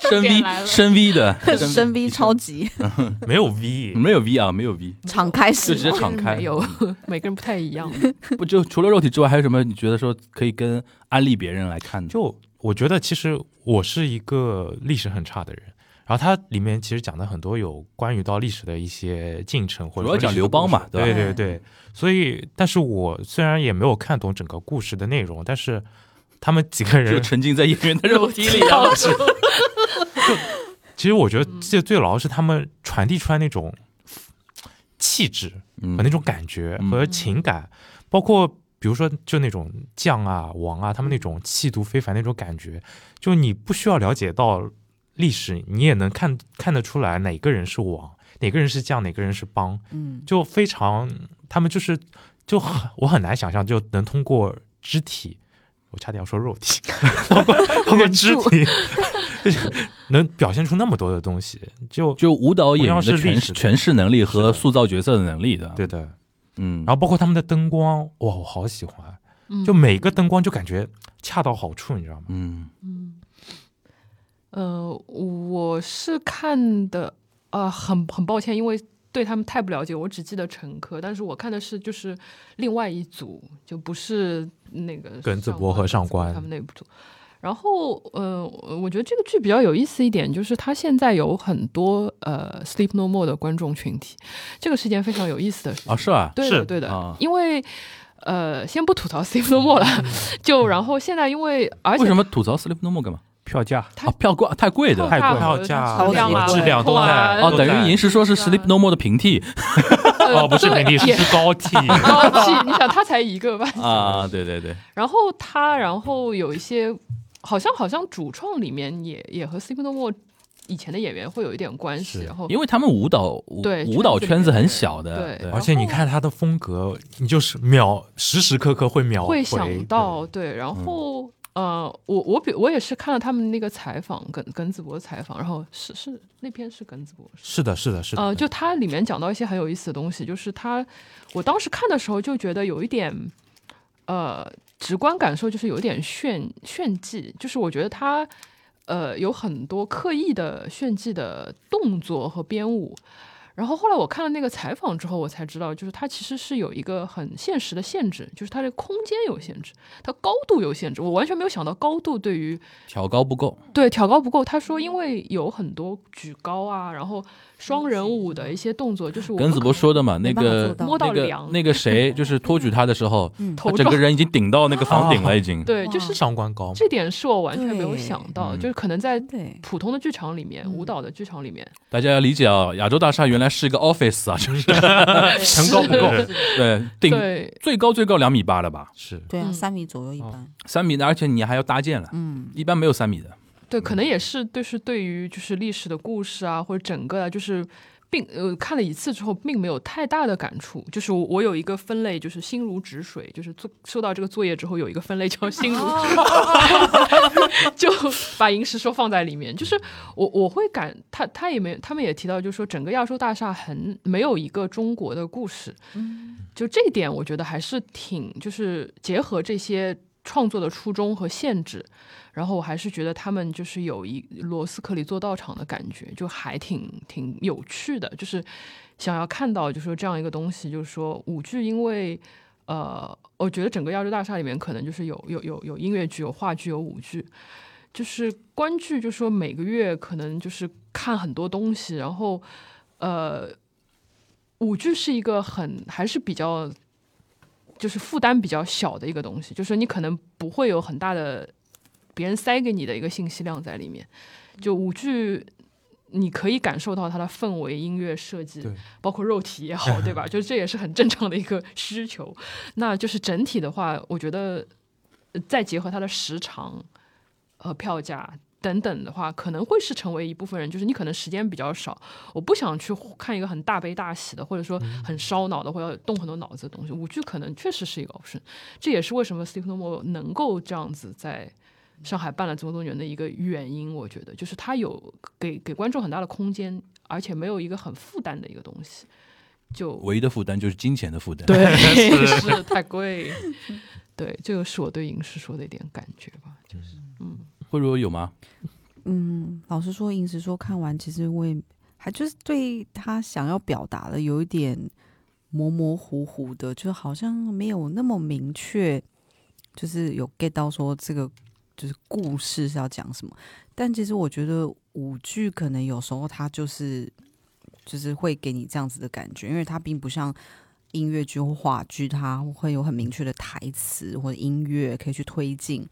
B: 深 V
E: 点来了
B: 深 V 的，
D: 深 V 超级
C: 没有 V，
B: 没有 V 啊，没有 V，
D: 敞开
B: 就
D: 式
B: 直接
D: 嘛，
B: 敞
E: 嗯，
B: 开
E: 没。有， 每个人不太一样。
B: 不就除了肉体之外，还有什么你觉得说可以跟安利别人来看的？
C: 就我觉得其实我是一个历史很差的人。然后它里面其实讲的很多有关于到历史的一些进程，或者
B: 主要
C: 说历史
B: 讲刘邦嘛
C: 故事
B: 对吧
C: 对对对。所以，但是我虽然也没有看懂整个故事的内容，但是他们几个
B: 就
C: 人
B: 沉浸在演员的肉体里啊！
C: 其实我觉得最最牢是他们传递出来那种气质
B: 嗯
C: 和那种感觉
B: 嗯
C: 和情感，包括比如说就那种将啊、王啊，他们那种气度非凡那种感觉，就你不需要了解到历史，你也能看看得出来哪个人是王，哪个人是将，哪个人是帮，
D: 嗯，
C: 就非常他们就是就很我很难想象就能通过肢体，我差点要说肉体，通过通过肢体能表现出那么多的东西，就
B: 就舞蹈演员
C: 同
B: 的
C: 样是历
B: 诠
C: 史
B: 释
C: 的
B: 诠释能力
C: 是
B: 和
C: 的
B: 塑造角色的能力的。
C: 对，的。
B: 嗯，
C: 然后包括他们的灯光，哇，我好喜欢，
E: 嗯
C: 就每个灯光就感觉恰到好处，你知道吗？
B: 嗯，
E: 嗯，呃，我是看的，呃，很很抱歉，因为对他们太不了解，我只记得陈科，但是我看的是就是另外一组，就不是那个
C: 耿直
E: 上
C: 博和
E: 官
C: 上
E: 子博
C: 官
E: 他们那部组。然后，呃，我觉得这个剧比较有意思一点，就是它现在有很多呃《Sleep No More》的观众群体，这个是一件非常有意思的事情。
B: 啊是啊，
E: 对的，
C: 是
E: 对的，
B: 啊
E: 因为呃，先不吐槽 Sleep No More 了，
C: 嗯
E: 就然后现在因为而且
B: 为什么吐槽 Sleep No More 干嘛？
F: 票价
E: 它
B: 啊，票贵太贵的
C: 泰
E: 太。大
C: 国票
E: 和
C: 价、
D: 超
E: 质量啊
D: 级
C: 质
D: 贵
C: 量都
E: 哇
C: 在
E: 呃
B: 哦，
C: 都
B: 等
C: 在
B: 于银石说是 Sleep No More 的平替
C: 哦，不是美丽，是
E: 呃也
C: 是高替。
E: 高气，你想他才一个吧？
B: 啊，对对对，
E: 然后他，然后有一些，好像好像主创里面也也和 Sleep No More 以前的演员会有一点关系，
C: 是
E: 然后
B: 因为他们舞蹈舞
E: 对
B: 舞蹈圈
E: 圈
B: 子
E: 子里面
B: 很
E: 的
B: 小的，
E: 对
B: 对
C: 而且你看他的风格，你就是秒时时刻刻会秒嗯
E: 会
C: 回
E: 想到对，然后呃，我我比我也是看了他们那个采访，耿耿子博的采访，然后是是那篇是耿子博是
G: 是的，是的，是的。
E: 呃，就它里面讲到一些很有意思的东西，就是它，我当时看的时候就觉得有一点，呃，直观感受就是有点炫炫技，就是我觉得它，呃，有很多刻意的炫技的动作和编舞。然后后来我看了那个采访之后，我才知道，就是它其实是有一个很现实的限制，就是它的空间有限制，它高度有限制。我完全没有想到高度对于
B: 调高不够，
E: 对，挑高不够。他说，
D: 嗯
E: 因为有很多举高啊，然后双人舞的一些动作，就是我
B: 耿
E: 们
B: 子博说的嘛，那
D: 没办法
B: 个
D: 做到
E: 摸到
B: 那个
E: 梁
B: 那个谁，就是托举他的时候，
D: 嗯，
E: 头
B: 他整
E: 撞
B: 个人已经顶到那个房
C: 啊
B: 顶了，已 经。
E: 对，
D: 哇
E: 就是
G: 上官高嘛，
E: 这点是我完全没有想到，
B: 对嗯
E: 就是可能在
D: 对，
E: 普通的剧场里面，
D: 嗯
E: 舞蹈的剧场里面，
B: 大家要理解啊，亚洲大厦原来是一个 office 啊， 就是
C: 层高不够，
B: 对顶
E: 对
B: 最高最高两米八了吧，
G: 是
D: 对啊，
E: 嗯
D: 三米左右一
C: 哦
D: 般，
B: 三米的，而且你还要搭建了，
D: 嗯，
B: 一般没有三米的。
E: 对，可能也是就是对于就是历史的故事啊，或者整个啊，就是。并呃看了一次之后，并没有太大的感触。就是我我有一个分类，就是心如止水，就是做收到这个作业之后有一个分类叫心如 就把银石说放在里面。就是我我会感他他也没他们也提到，就是说整个亚洲大厦很没有一个中国的故事，就这一点我觉得还是挺就是结合这些创作的初衷和限制，然后我还是觉得他们就是有一罗斯克里做道场的感觉，就还挺挺有趣的，就是想要看到就是说这样一个东西，就是说舞剧因为。呃，我觉得整个亚洲大厦里面可能就是有有有有音乐剧、有话剧、有舞剧，就是观剧，就说每个月可能就是看很多东西，然后呃，舞剧是一个很还是比较就是负担比较小的一个东西，就是你可能不会有很大的别人塞给你的一个信息量在里面，就舞剧。你可以感受到它的氛围、音乐设计
C: 对，
E: 包括肉体也好，对吧？就这也是很正常的一个需求。那就是整体的话，我觉得呃再结合它的时长和票价等等的话，可能会是成为一部分人，就是你可能时间比较少，我不想去看一个很大悲大喜的，或者说很烧脑的，或者动很多脑子的东西。舞剧可能确实是一个 option，这也是为什么 Steve Nomo 能够这样子在。上海办了这么多年的一个原因，我觉得就是它有给给观众很大的空间，而且没有一个很负担的一个东西，就
B: 唯一的负担就是金钱的负担。，
E: 对，是太贵。对，这个是我对影视说的一点感觉吧，就是嗯，
B: 慧茹有吗？
D: 嗯，老实说，银石说看完，其实我也还就是对他想要表达的有一点模模糊糊的，就好像没有那么明确，就是有 get 到说这个就是故事是要讲什么。但其实我觉得舞剧可能有时候它就是就是会给你这样子的感觉，因为它并不像。音乐剧或话剧，它会有很明确的台词或者音乐可以去推进，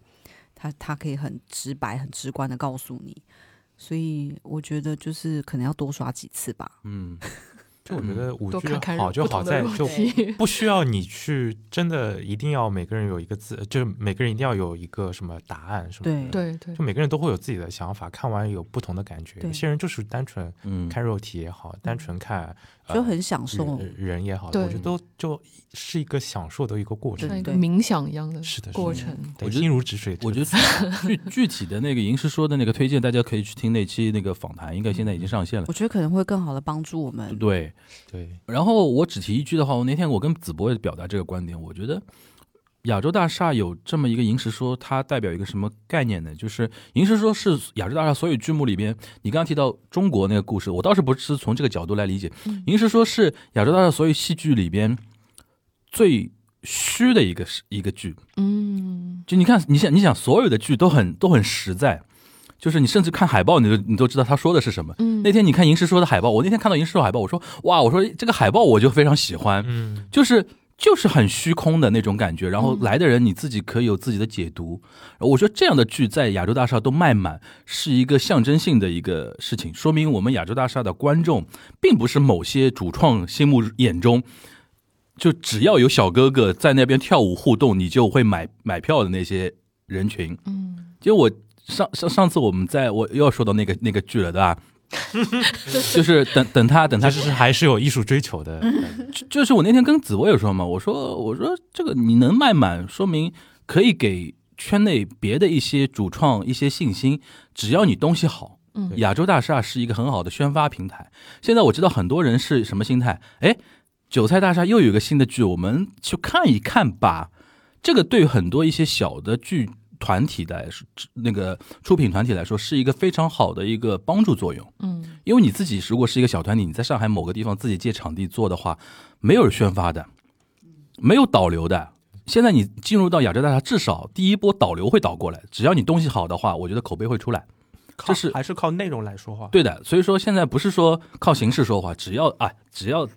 D: 它它可以很直白、很直观的告诉你，所以我觉得就是可能要多刷几次吧。
B: 嗯，
C: 就我觉得舞
E: 多
C: 剧
E: 嗯看看
C: 好就
E: 不同
C: 好
E: 的
C: 在
E: 肉
C: 就
E: 体
C: 不需要你去真的一定要每个人有一个字，就是每个人一定要有一个什么答案什么的。
E: 对对
C: 就每个人都会有自己的想法，看完有不同的感觉。
D: 对
C: 有些人就是单纯
B: 嗯，
C: 看肉体也好，单纯看呃
D: 就很享受
C: 人人也好，我
E: 对
C: 觉得都就是一个享受的一个过
E: 像
C: 程
E: 一。个
D: 对
E: 冥想一样的
C: 是的，是的
E: 过程。
C: 对
B: 我觉得
C: 心如止水这个词。
B: 我觉得具 具体的那个银石说的那个推荐，大家可以去听那期那个访谈，应该现在已经上线了
D: 我。觉得可能会更好的帮助我们。
B: 对，
C: 对，
B: 然后我只提一句的话，我那天我跟子博也表达这个观点，我觉得亚洲大厦有这么一个银石说，它代表一个什么概念呢？就是银石说是呃亚洲大厦所有剧目里边，你刚刚提到中国那个故事，我倒是不是从这个角度来理解，银石说是亚洲大厦所有戏剧里边最虚的一个一个剧，
E: 嗯，
B: 就你看，你想，你想，所有的剧都很都很实在，就是你甚至看海报，你都你都知道他说的是什么。
E: 嗯
B: 那天你看银石说的海报，我那天看到银石说海报，我说哇，我说这个海报我就非常喜欢，
C: 嗯，
B: 就是就是很虚空的那种感觉。然后
E: 嗯
B: 来的人你自己可以有自己的解读。我觉得这样的剧在亚洲大厦都卖满，是一个象征性的一个事情，说明我们亚洲大厦的观众并不是某些主创心目眼中。就只要有小哥哥在那边跳舞互动，你就会买买票的那些人群。
E: 嗯，
B: 就我上上上次我们在我又要说到那个那个剧了，对吧？就是等等他等
C: 他
B: 他
C: 是还是有艺术追求的。
D: 嗯
B: 就就是我那天跟子博也说嘛，我说我说这个你能卖满，说明可以给圈内别的一些主创、一些信心，只要你东西好，
E: 嗯
B: 亚洲大厦是一个很好的宣发平台。现在我知道很多人是什么心态，哎，韭菜大厦又有一个新的剧，我们去看一看吧。这个对很多一些小的剧团体来说，那个出品团体来说，是一个非常好的一个帮助作用。
E: 嗯
B: 因为你自己如果是一个小团体，你在上海某个地方自己借场地做的话，没有宣发的，没有导流的。现在你进入到亚洲大厦，至少第一波导流会导过来，只要你东西好的话，我觉得口碑会出来。
F: 靠
B: 是
F: 还是靠内容来说话。
B: 对的，所以说现在不是说靠形式说话，只要啊，只要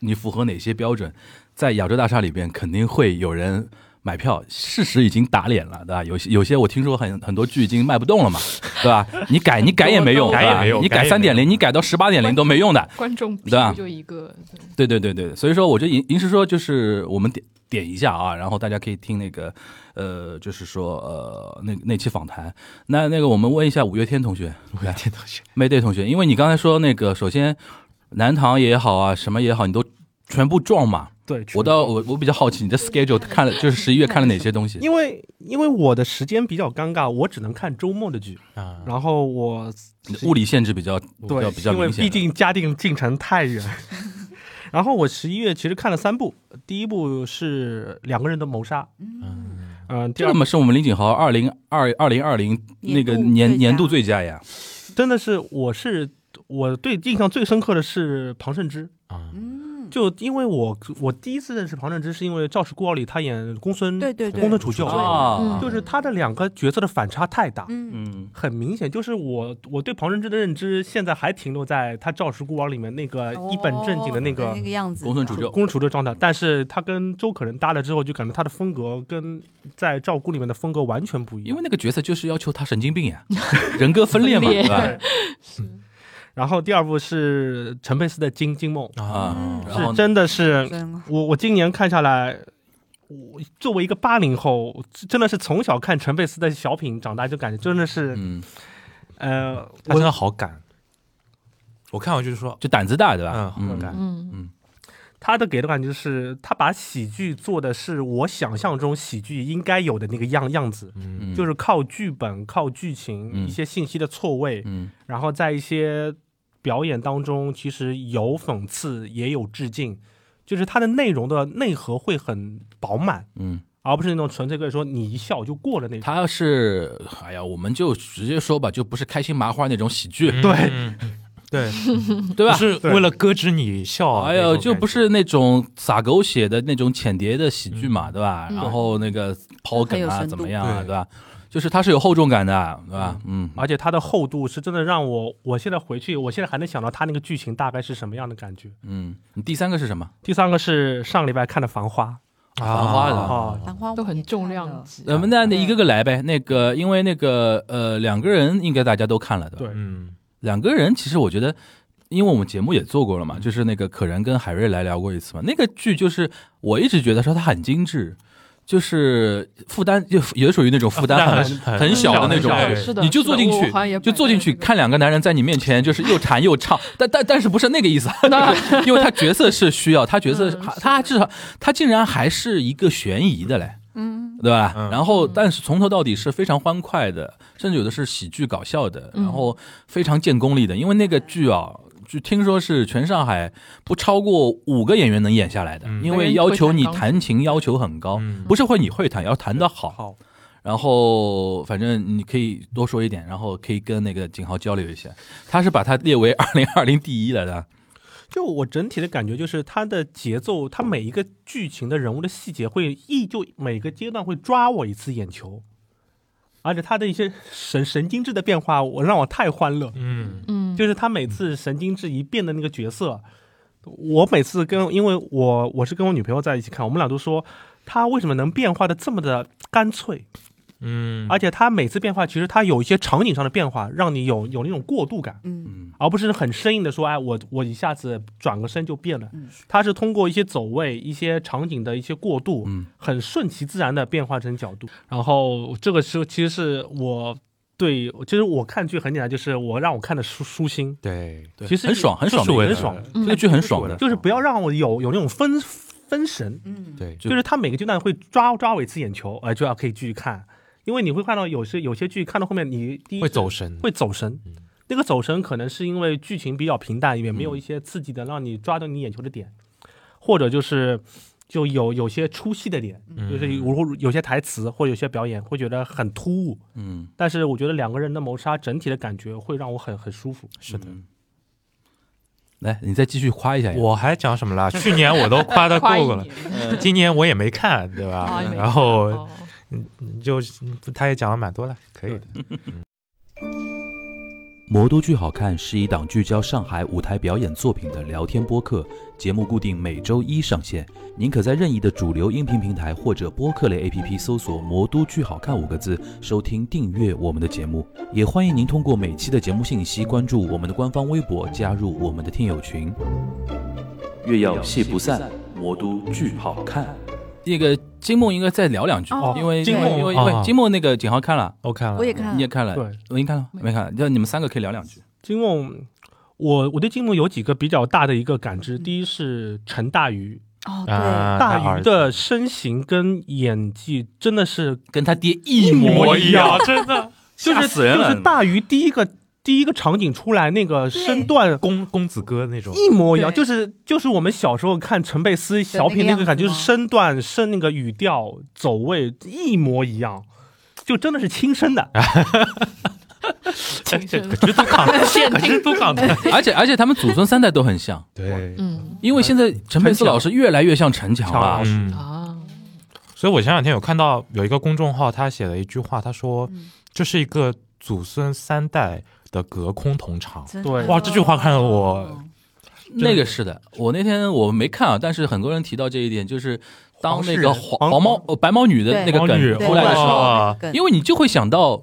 B: 你符合哪些标准，在亚洲大厦里边肯定会有人买票。事实已经打脸了，对吧？有些有些我听说很很多剧已经卖不动了嘛，对吧？你改你改也没用，
E: 改
C: 也
B: 对吧
C: 没用
B: 你
C: 改
B: 改
C: 也
B: 三
C: 没
B: 点零，你改到十八点零都没用的。
E: 观众
B: 对啊
E: 批就一个，对
B: 对对对对，所以说我觉得银银石说就是我们点点一下啊，然后大家可以听那个呃，就是说呃那那期访谈。那那个我们问一下五月天同学，
C: 我的天同学，
B: Mayday 同学，因为你刚才说那个，首先南唐也好啊，什么也好，你都全部撞嘛。
F: 对，
B: 我倒我我比较好奇你的 schedule 看了，就是十一月看了哪些东西？
F: 因为因为我的时间比较尴尬，我只能看周末的剧，
C: 啊，
F: 然后我
B: 你的物理限制比较比
F: 对
B: 较比较
F: 因为
B: 明
F: 毕
B: 显的。
F: 竟嘉定进城太远。 然后我十一月其实看了三部，第一部是《两个人的谋杀》，
C: 嗯，
F: 嗯、第
B: 这
F: 二
B: 个嘛是我们林景豪二零二二零二零那个
D: 年
B: 年
D: 度
B: 年度
D: 最
B: 最佳呀，
F: 真的是我是我对印象最深刻的是庞胜之，
C: 啊，
D: 嗯，
F: 就因为我我第一次认识庞胜之是因为《赵氏孤儿》里他演公孙，
D: 对对对
F: 公孙楚
C: 对
F: 旧，
B: 啊，
F: 就是他的两个角色的反差太大，
D: 嗯
B: 嗯，
F: 很明显，就是我我对庞胜之的认知现在还停留在他《赵氏孤儿》里面那个一本正经的那个
D: 哦那个样子，
B: 公孙楚旧
F: 公主的
B: 嗯
F: 状态，但是他跟周可人搭了之后，就感觉他的风格跟在《赵姑》里面的风格完全不一
B: 因
F: 样
B: 为。那个角色就是要求他神经病呀， 人格分裂嘛，
E: 分裂
B: 对 吧？
F: 嗯然后第二部是陈佩斯的《金金梦
B: 啊，然》，后
F: 是真的是
D: 真
C: 啊
D: 好，
F: 我我今年看下来，我作为一个八零后，真的是从小看陈佩斯的小品长大，就感觉真的是，
B: 嗯，
F: 呃，
D: 哦
C: 他真
F: 我
C: 的好敢。我看完就是说，
B: 就胆子大，对
C: 嗯
B: 吧？
C: 好
B: 嗯
C: 敢
E: 嗯
F: 他的给的感觉是，他把喜剧做的是我想象中喜剧应该有的那个样样子，
C: 嗯，
B: 嗯，
F: 就是靠剧本、靠剧情、
B: 嗯
F: 一些信息的错位，
B: 嗯
F: 然后在一些表演当中，其实有讽刺也有致敬，就是它的内容的内核会很饱满，
B: 嗯。
F: 而不是那种纯粹可以说你一笑就过了那种。
B: 他要是，哎呀，我们就直接说吧，就不是开心麻花那种喜剧，
C: 对
B: 嗯
F: 对，
B: 对
C: 不
B: 吧？
C: 是哦
F: 对
C: 为了搁置你笑，
B: 哎呦，就不是那种撒狗血的那种浅碟的喜剧嘛，对吧？然后那个抛梗
D: 嗯它很有
B: 啊，
D: 深度
B: 怎么样啊，
C: 对
B: 对吧？就是它是有厚重感的，对吧？嗯，
F: 而且它的厚度是真的让我，我现在回去，我现在还能想到它那个剧情大概是什么样的感觉。
B: 嗯，你第三个是什么？
F: 第三个是上礼拜看的《繁花
B: 繁花的》
F: 啊，
D: 兰花
E: 都很重量级，
B: 我们呃那那一个个来呗。那个，因为那个呃，两个人应该大家都看了的。
F: 对
C: 嗯，
B: 两个人其实我觉得，因为我们节目也做过了嘛，就是那个可然跟海瑞来聊过一次嘛。那个剧就是我一直觉得说它很精致，就是负担就也属于 那种负担很
C: 很
B: 很小的那种
C: 很小
E: 对
C: 对
E: 是的，
B: 你就坐进
E: 是的
B: 去
E: 我好像也，
B: 就坐进去
E: 摆在
B: 看两个男人在你面前，就是又缠又唱，但但但是不是那个意思啊？ 因为他角色是需要，他角色是
E: 嗯
B: 他他至
E: 是的
B: 少他竟然还是一个悬疑的嘞，嗯，对吧？
C: 嗯
B: 然后但是从头到底是非常欢快的，甚至有的是喜剧搞笑的，
E: 嗯
B: 然后非常见功力的，因为那个剧啊。就听说是全上海不超过五个演员能演下来的，
C: 嗯
B: 因为要求你
E: 每个人会弹钢
B: 弹琴要求很高，
C: 嗯
B: 不是会你会弹，要弹得好。
F: 好，
B: 然后反正你可以多说一点，然后可以跟那个景豪交流一下。他是把它列为 二零二零第一了的，
F: 就我整体的感觉就是它的节奏，它每一个剧情的人物的细节会依就每个阶段会抓我一次眼球，而且它的一些神神经质的变化，我让我太欢乐。
C: 嗯
E: 嗯，
F: 就是他每次神经质一变的那个角色，我每次跟因为我我是跟我女朋友在一起看，我们俩都说他为什么能变化的这么的干脆，
C: 嗯，
F: 而且他每次变化其实他有一些场景上的变化，让你有有那种过渡感。
D: 嗯，
B: 嗯，
F: 而不是很生硬的说，哎，我我一下子转个身就变了
D: 嗯。
F: 他是通过一些走位、一些场景的一些过渡，
B: 嗯
F: 很顺其自然的变化成角度。然后这个是其实是我对，其实我看剧很简单，就是我让我看的舒舒心，
C: 对，
B: 对，
F: 其实
B: 很爽，很爽的
F: 这是
B: 一
F: 我
B: 个
F: 的
B: 剧，
F: 很爽，
E: 嗯
B: 这个剧很爽的，
F: 就是不要让我有有那种分分神，
D: 嗯，
C: 对，
B: 就
F: 就是他每个阶段会抓抓我一次眼球，哎、就要可以继续看。因为你会看到有些有些剧看到后面，你第一
C: 会走神，
F: 会走神
C: 嗯，
F: 那个走神可能是因为剧情比较平淡，也没有
B: 嗯
F: 一些刺激的让你抓到你眼球的点，或者就是就有有些出戏的点，
C: 嗯
F: 就是有有些台词或者有些表演会觉得很突兀，
B: 嗯，
F: 但是我觉得两个人的谋杀整体的感觉会让我很很舒服。
C: 是的。
B: 嗯来，你再继续夸一哎下呀。
C: 我还讲什么啦？去年我都夸的
E: 夸一
C: 够了，
E: 年
C: 今年我也没看，对
E: 啊
C: 吧？
E: 你没
C: 然后
E: 哦
C: 就他也讲了蛮多了，可以的。
B: 《魔都剧好看》是一档聚焦上海舞台表演作品的聊天播客，节目固定每周一上线。您可在任意的主流音频平台或者播客类 APP 搜索“魔都剧好看”五个字，收听订阅我们的节目。也欢迎您通过每期的节目信息关注我们的官方微博，加入我们的听友群。月要戏不散，魔都剧好看。那个金梦应该再聊两句，
E: 哦
B: 因为
E: 金
B: 因为
E: 梦嗯
B: 因为
C: 啊
B: 因为金梦那个景豪看了，
C: 我看了，
D: 我也看
B: 你也
D: 了，
B: 看了，
F: 对，
B: 我你看了吗
E: 没
B: 没看？就你们三个可以聊两句。
F: 金梦，我我对金梦有几个比较大的一个感知，第一是陈大鱼，
D: 哦
C: 啊
D: 对，
F: 大鱼的身形跟演技真的是
B: 跟他爹一
C: 模
B: 一
C: 一样，，真的
F: 就
B: 吓
F: 是
B: 死人了
F: 就是大鱼第一个第一个场景出来那个身段
C: 公公子哥那种，
F: 一模一样，
E: 对
F: 就是就是我们小时候看陈佩斯小品
D: 那
F: 那
D: 个
F: 个感觉，就
D: 样子吗
F: 是身段、身那个语调、走位一模一样，就真的是亲生
B: 哎
F: 的。
E: 亲身
C: 可是都 港，
E: 现
C: 可是
E: 听，
C: 都港台。
B: 而且而且他们祖孙三代都很 像，
C: 对，
E: 嗯
B: 因为现在陈佩斯老师越来越像陈强了
F: 强。
C: 嗯，
E: 啊，
C: 所以我前两天有看到有一个公众号，他写了一句话，他说
D: 嗯
C: 这是一个祖孙三代的隔空同场。
D: 真
F: 对
D: 的
C: 哇，这句话看得我
B: 那个是的，我那天我没看啊，但是很多人提到这一点，就是当那个
F: 黄世仁
B: 黄黄毛呃白毛女的
D: 对
B: 那个
C: 黄
B: 梗
C: 女
D: 对
B: 出来的时候，
C: 哇
D: 梗
B: 因为你就会想到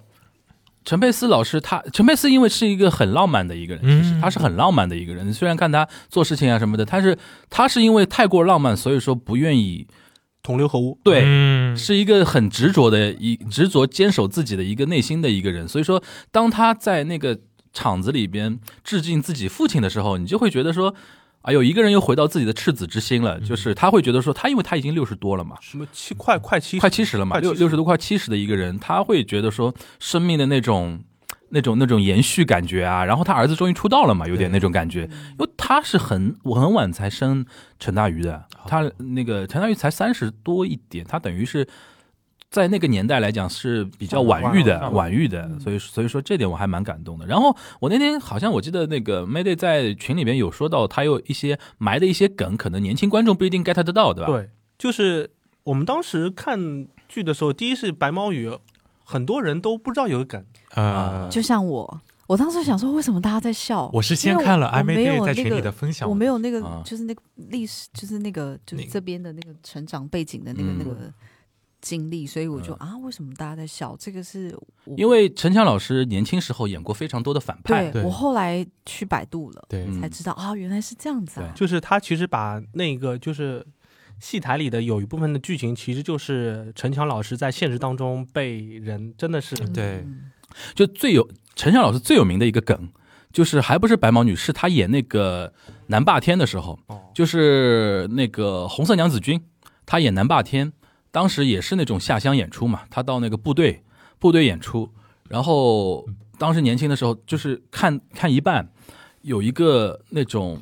B: 陈佩斯老师他，陈佩斯因为是一个很浪漫的一个人，
C: 嗯
B: 其实他是很浪漫的一个人。虽然看他做事情啊什么的，但是他是因为太过浪漫，所以说不愿意
F: 同流合污，
B: 对、
C: 嗯
B: 是一个很执着的一执着坚守自己的一个内心的一个人，所以说当他在那个厂子里边致敬自己父亲的时候，你就会觉得说。哎呦，一个人又回到自己的赤子之心了，就是他会觉得说，他因为他已经六十多了嘛，
F: 什么七快快七
B: 快七十了嘛，
F: 快
B: 六
F: 70
B: 六十多快七十的一个人，他会觉得说生命的那种。那种那种延续感觉啊，然后他儿子终于出道了嘛，有点那种感觉，因为他是很我很晚才生陈大愚的，他那个陈大愚才三十多一点，他等于是在那个年代来讲是比较晚嗯育的，
C: 晚
B: 晚育的，所以所以说这点我还蛮感动的。然后我那天好像我记得那个 Mayday 在群里边有说到，他有一些埋的一些梗，可能年轻观众不一定 get 得到，对吧？
F: 对，就是我们当时看剧的时候，第一是白毛羽，很多人都不知道有个梗，
C: 呃，
D: 啊就像我，我当时想说，为什么大家在笑？
C: 我是先看了
D: 因为我
C: I
D: 我
C: m a
D: 没有
C: Day 在
D: 那
C: 群
D: 个
C: 里的分享，
D: 我没有那个
B: 啊，
D: 就是那个历史，就是那个，就是
C: 那
D: 这边的那个成长背景的那个
B: 嗯
D: 那个经历，所以我就啊，为什么大家在笑？这个是我
B: 因为陈强老师年轻时候演过非常多的反派，
C: 对
D: 对我后来去百度了
C: 对
B: 嗯
D: 才知道啊，原来是这样子啊。
F: 就是他其实把那个就是。戏台里的有一部分的剧情，其实就是陈强老师在现实当中被人真的是
D: 嗯
C: 对
B: 就最有陈强老师最有名的一个梗，就是还不是白毛女，是他演那个南霸天的时候，
F: 哦
B: 就是那个红色娘子军，他演南霸天，当时也是那种下乡演出嘛，他到那个部队部队演出，然后当时年轻的时候就是看看一半，有一个那种。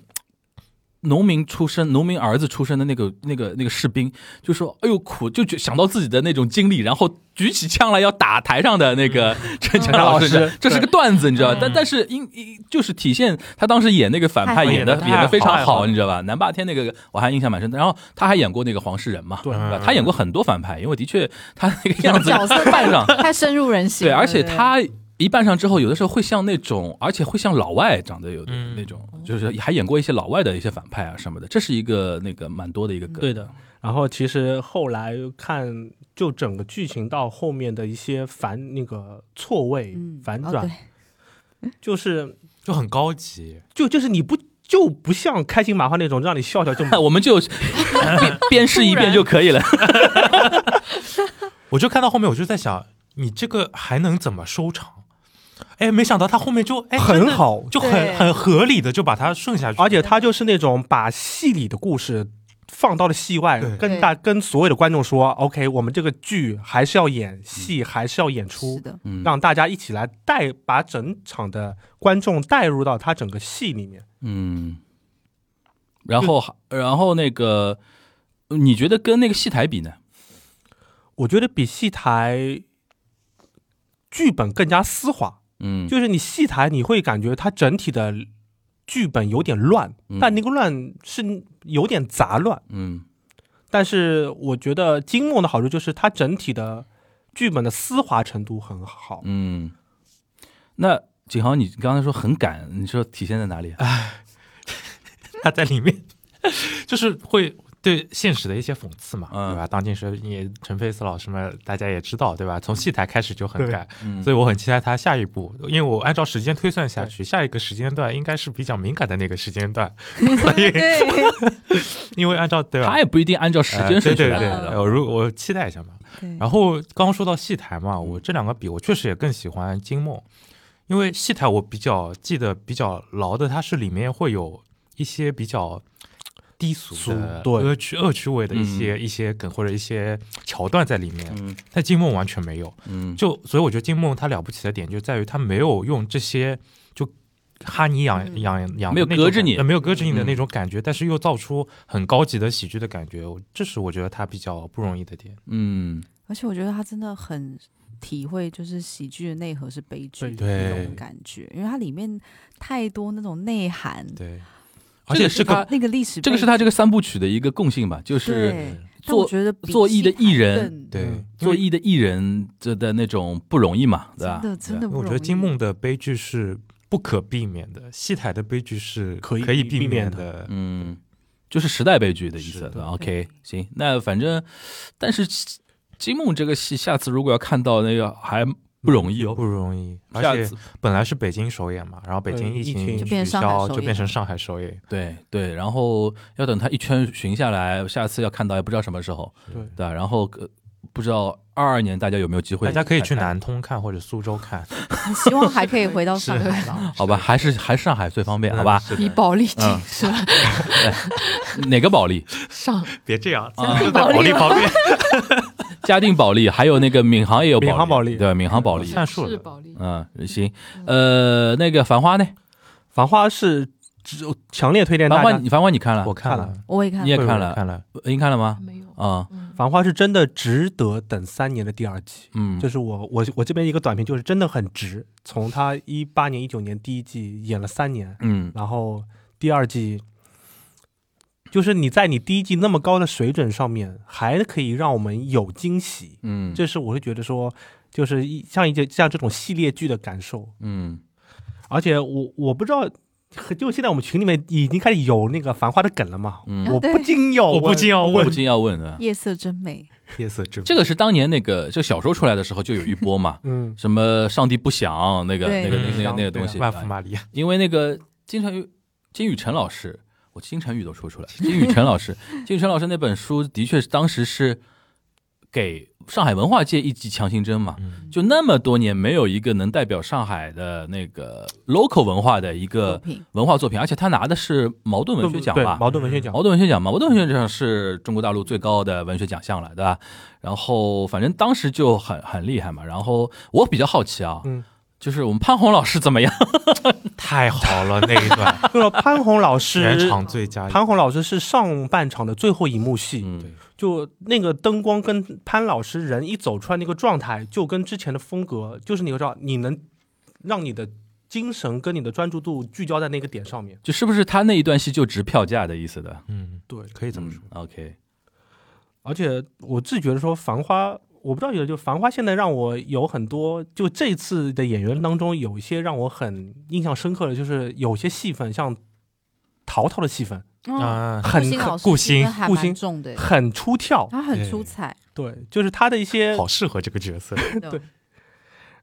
B: 农民出身，农民儿子出身的那个、那个、那个士兵，就说：“哎呦苦！”就就想到自己的那种经历，然后举起枪来要打台上的那个 陈强老
F: 陈老
B: 师
F: 师，
B: 这是个段子，你知道吧？
E: 嗯
B: 但但是因因就是体现他当时演那个反派
D: 太好
B: 演的
C: 了
B: 演的非
C: 太
B: 常
C: 好了
B: 好，你知道吧？南霸天那个我还印象蛮深的，然后他还演过那个黄世仁嘛，
F: 对
B: 吧他演过很多反派，因为的确他那个样子
D: 角色
B: 扮上，
D: 太深入人心
B: 对，
D: 了。
B: 而且
D: 对
B: 他一扮上之后，有的时候会像那种，而且会像老外长得有的
C: 嗯
B: 那种，就是还演过一些老外的一些反派啊什么的，这是一个那个蛮多的一个梗。
F: 对的，然后其实后来看，就整个剧情到后面的一些反那个错位、
D: 嗯
F: 反
D: 哦
F: 转，
D: 对
F: 就是
C: 就很高级，
F: 就就是你不就不像开心麻花那种让你笑笑就 没
B: 我们就 辨辨识一遍就可以了。
C: 我就看到后面我就在想，你这个还能怎么收场？哎，没想到他后面就哎真
F: 很
C: 的
F: 好，
C: 就很
D: 对
C: 很合理的就把它顺下去，
F: 而且它就是那种把戏里的故事放到了戏外，跟大跟所有的观众说，OK，我们这个剧还是要演，戏还是要演
D: 是
F: 出，
D: 的，
B: 嗯，
F: 让大家一起来带把整场的观众带入到他整个戏里面。
B: 嗯，然后还然后那个，你觉得跟那个戏台比呢？
F: 我觉得比戏台剧本更加丝滑，
B: 嗯，
F: 就是你戏台你会感觉它整体的剧本有点乱，
B: 嗯
F: 但那个乱是有点杂乱。
B: 嗯
F: 但是我觉得金梦的好处就是它整体的剧本的丝滑程度很好。
B: 嗯，那景豪，你刚才说很赶，你说体现在哪里？
C: 他在里面， 就是会对现实的一些讽刺嘛，
B: 嗯
C: 对吧？当今是也陈佩斯老师们，大家也知道，对吧？从戏台开始就很
F: 对
C: 赶，
B: 嗯
C: 所以我很期待他下一步，因为我按照时间推算下去，下一个时间段应该是比较敏感的那个时间段，
D: 对
C: 因为按照对吧
B: 他？也不一定按照时
C: 呃
B: 间顺序
C: 对对
B: 来
C: 对，
B: 的
C: 呃如我期待一下嘛。
D: 对，
C: 然后刚刚说到戏台嘛，我这两个比，我确实也更喜欢金梦，因为戏台我比较记得比较牢的，它是里面会有一些比较低俗的
F: 俗对
C: 恶趣恶趣味的一些、一些梗或者一些桥段在里面，
B: 嗯
C: 但金梦完全没有。
B: 嗯，
C: 就所以我觉得金梦它了不起的点就在于它没有用这些就哈你痒
D: 嗯
C: 痒痒，
B: 没有隔着你
C: 没有隔着你的那种感觉，但是又造出很高级的喜剧的感觉，我这是我觉得它比较不容易的点。
B: 嗯
D: 而且我觉得他真的很体会，就是喜剧的内核是悲剧的
C: 对
D: 那种感觉，因为它里面太多那种内涵，
C: 对，
B: 这
C: 而
B: 个
C: 且
B: 是
C: 是
B: 他
C: 个
D: 那个历史背景，
B: 这个是他这个三部曲的一个共性吧，就是
D: 对，但
B: 做
D: 我觉得比
B: 做艺的艺人
D: 更
C: 对
F: 嗯，
B: 做艺的艺人这的那种不容易嘛，对啊吧
D: 真？的真的
C: 因
D: 不
C: 为
D: 容
C: 我
D: 易，
C: 觉得金 梦的悲剧是不可避免的，戏台的悲剧是
F: 可以
C: 可以
F: 避免
C: 免
F: 的
C: 的。
B: 嗯，就是时代悲剧的意
C: 是
B: 思。对吧
C: 的
B: OK，行，那反正，但是金梦这个戏，下次如果要看到那个还不容易哦
C: 不。容易，而
B: 下
C: 且
B: 次
C: 本来是北京首演嘛，然后北
F: 嗯
C: 京疫
F: 疫
C: 情
F: 情
C: 取
F: 就
D: 变上海
C: 消，
D: 首
C: 就变
D: 演
C: 成上海首演。
B: 对对，然后要等他一圈巡下来，下次要看到也不知道什么时候，
F: 对
B: 对吧？然后、呃、不知道二二年大家有没有机会，
C: 大家可以去，南通看或者苏州看，
D: 很希望还可以回到上海吧。
B: 好吧？还是还是上海最方便，好吧？
C: 嗯是的
E: 比保利精
B: 嗯
E: 神
B: 哪个保利？
E: 上
C: 别这样，
B: 啊
C: 就在保利旁边。
B: 嘉定保利，还有那个闵行也有
F: 闵行保利
B: 对，闵行保利。
C: 算数
E: 是
C: 了，
E: 保利，
B: 嗯，行，呃，那个繁花呢？
C: 哎
F: 繁花是只强烈推荐
B: 繁
F: 大
B: 花，
F: 家，
B: 你繁花你看 了
C: 我？看
F: 看
C: 了，
D: 我也看
B: 你也
C: 对
B: 看
C: 我
B: 了
C: 看了，
B: 您看了吗？
E: 没有，
B: 啊，
E: 嗯，
F: 繁花是真的值得等三年的第二季。
B: 嗯，
F: 就是我我我这边一个短评，就是真的很值。从他一八年、一九年第一季演了三年，
B: 嗯
F: 然后第二季，就是你在你第一季那么高的水准上面，还可以让我们有惊喜，
B: 嗯，
F: 这是我会觉得说，就是一像一些像这种系列剧的感受。
B: 嗯
F: 而且我我不知道，就现在我们群里面已经开始有那个《繁花》的梗了嘛，
B: 嗯，
F: 我
D: 对
F: 不禁有，，
C: 我不禁要
B: 我
C: 问
B: 不禁要问啊，
D: 夜色真美，
C: 夜色之
B: 这个是当年那个就小说出来的时候就有一波嘛
F: 嗯，
B: 什么上帝不响那个
D: 对
B: 那个那个那个
F: 嗯
B: 那个东西，
C: 万福玛利亚，
B: 因为那个金晨宇金宇澄老师，我金晨宇都 说出来，金宇澄老师，金宇澄老师那本书的确是当时是给上海文化界一剂强心针嘛，
C: 嗯
B: 就那么多年没有一个能代表上海的那个 local 文化的一
D: 作
B: 个
D: 品
B: 文化作品，而且他拿的是茅盾文学奖
F: 嗯对
B: 吧？
F: 矛盾文 学奖，
B: 茅盾文学奖嘛，茅盾文学奖是中国大陆最高的文学奖项了，对吧？然后反正当时就很很厉害嘛。然后我比较好奇啊，
F: 嗯
B: 就是我们潘虹老师怎么样？
C: 太好了那一段，
F: 就是潘虹老
C: 全
F: 师。
C: 场最佳。
F: 潘虹老师是上半场的最后一幕戏，
B: 嗯
F: 就那个灯光跟潘老师人一走出来那个状态，就跟之前的风格，就是你知道，你能让你的精神跟你的专注度聚焦在那个点上面。
B: 就是不是他那一段戏就值票价的意思的？
C: 嗯，
F: 对，
C: 可以这么说。
B: 嗯？OK，
F: 而且我自己觉得说《繁花》，我不知道有就《繁花》现在让我有很多，就这次的演员当中有一些让我很印象深刻的，就是有些戏份，像陶陶的戏份
D: 嗯，
C: 啊，
F: 很
D: 顾欣老师
C: 顾欣
D: 戏份还
F: 顾
D: 蛮
F: 欣
D: 重的，嗯
F: 很出跳，
D: 他很出彩，
F: 对，就是他的一些
C: 好适合这个角色。
D: 对，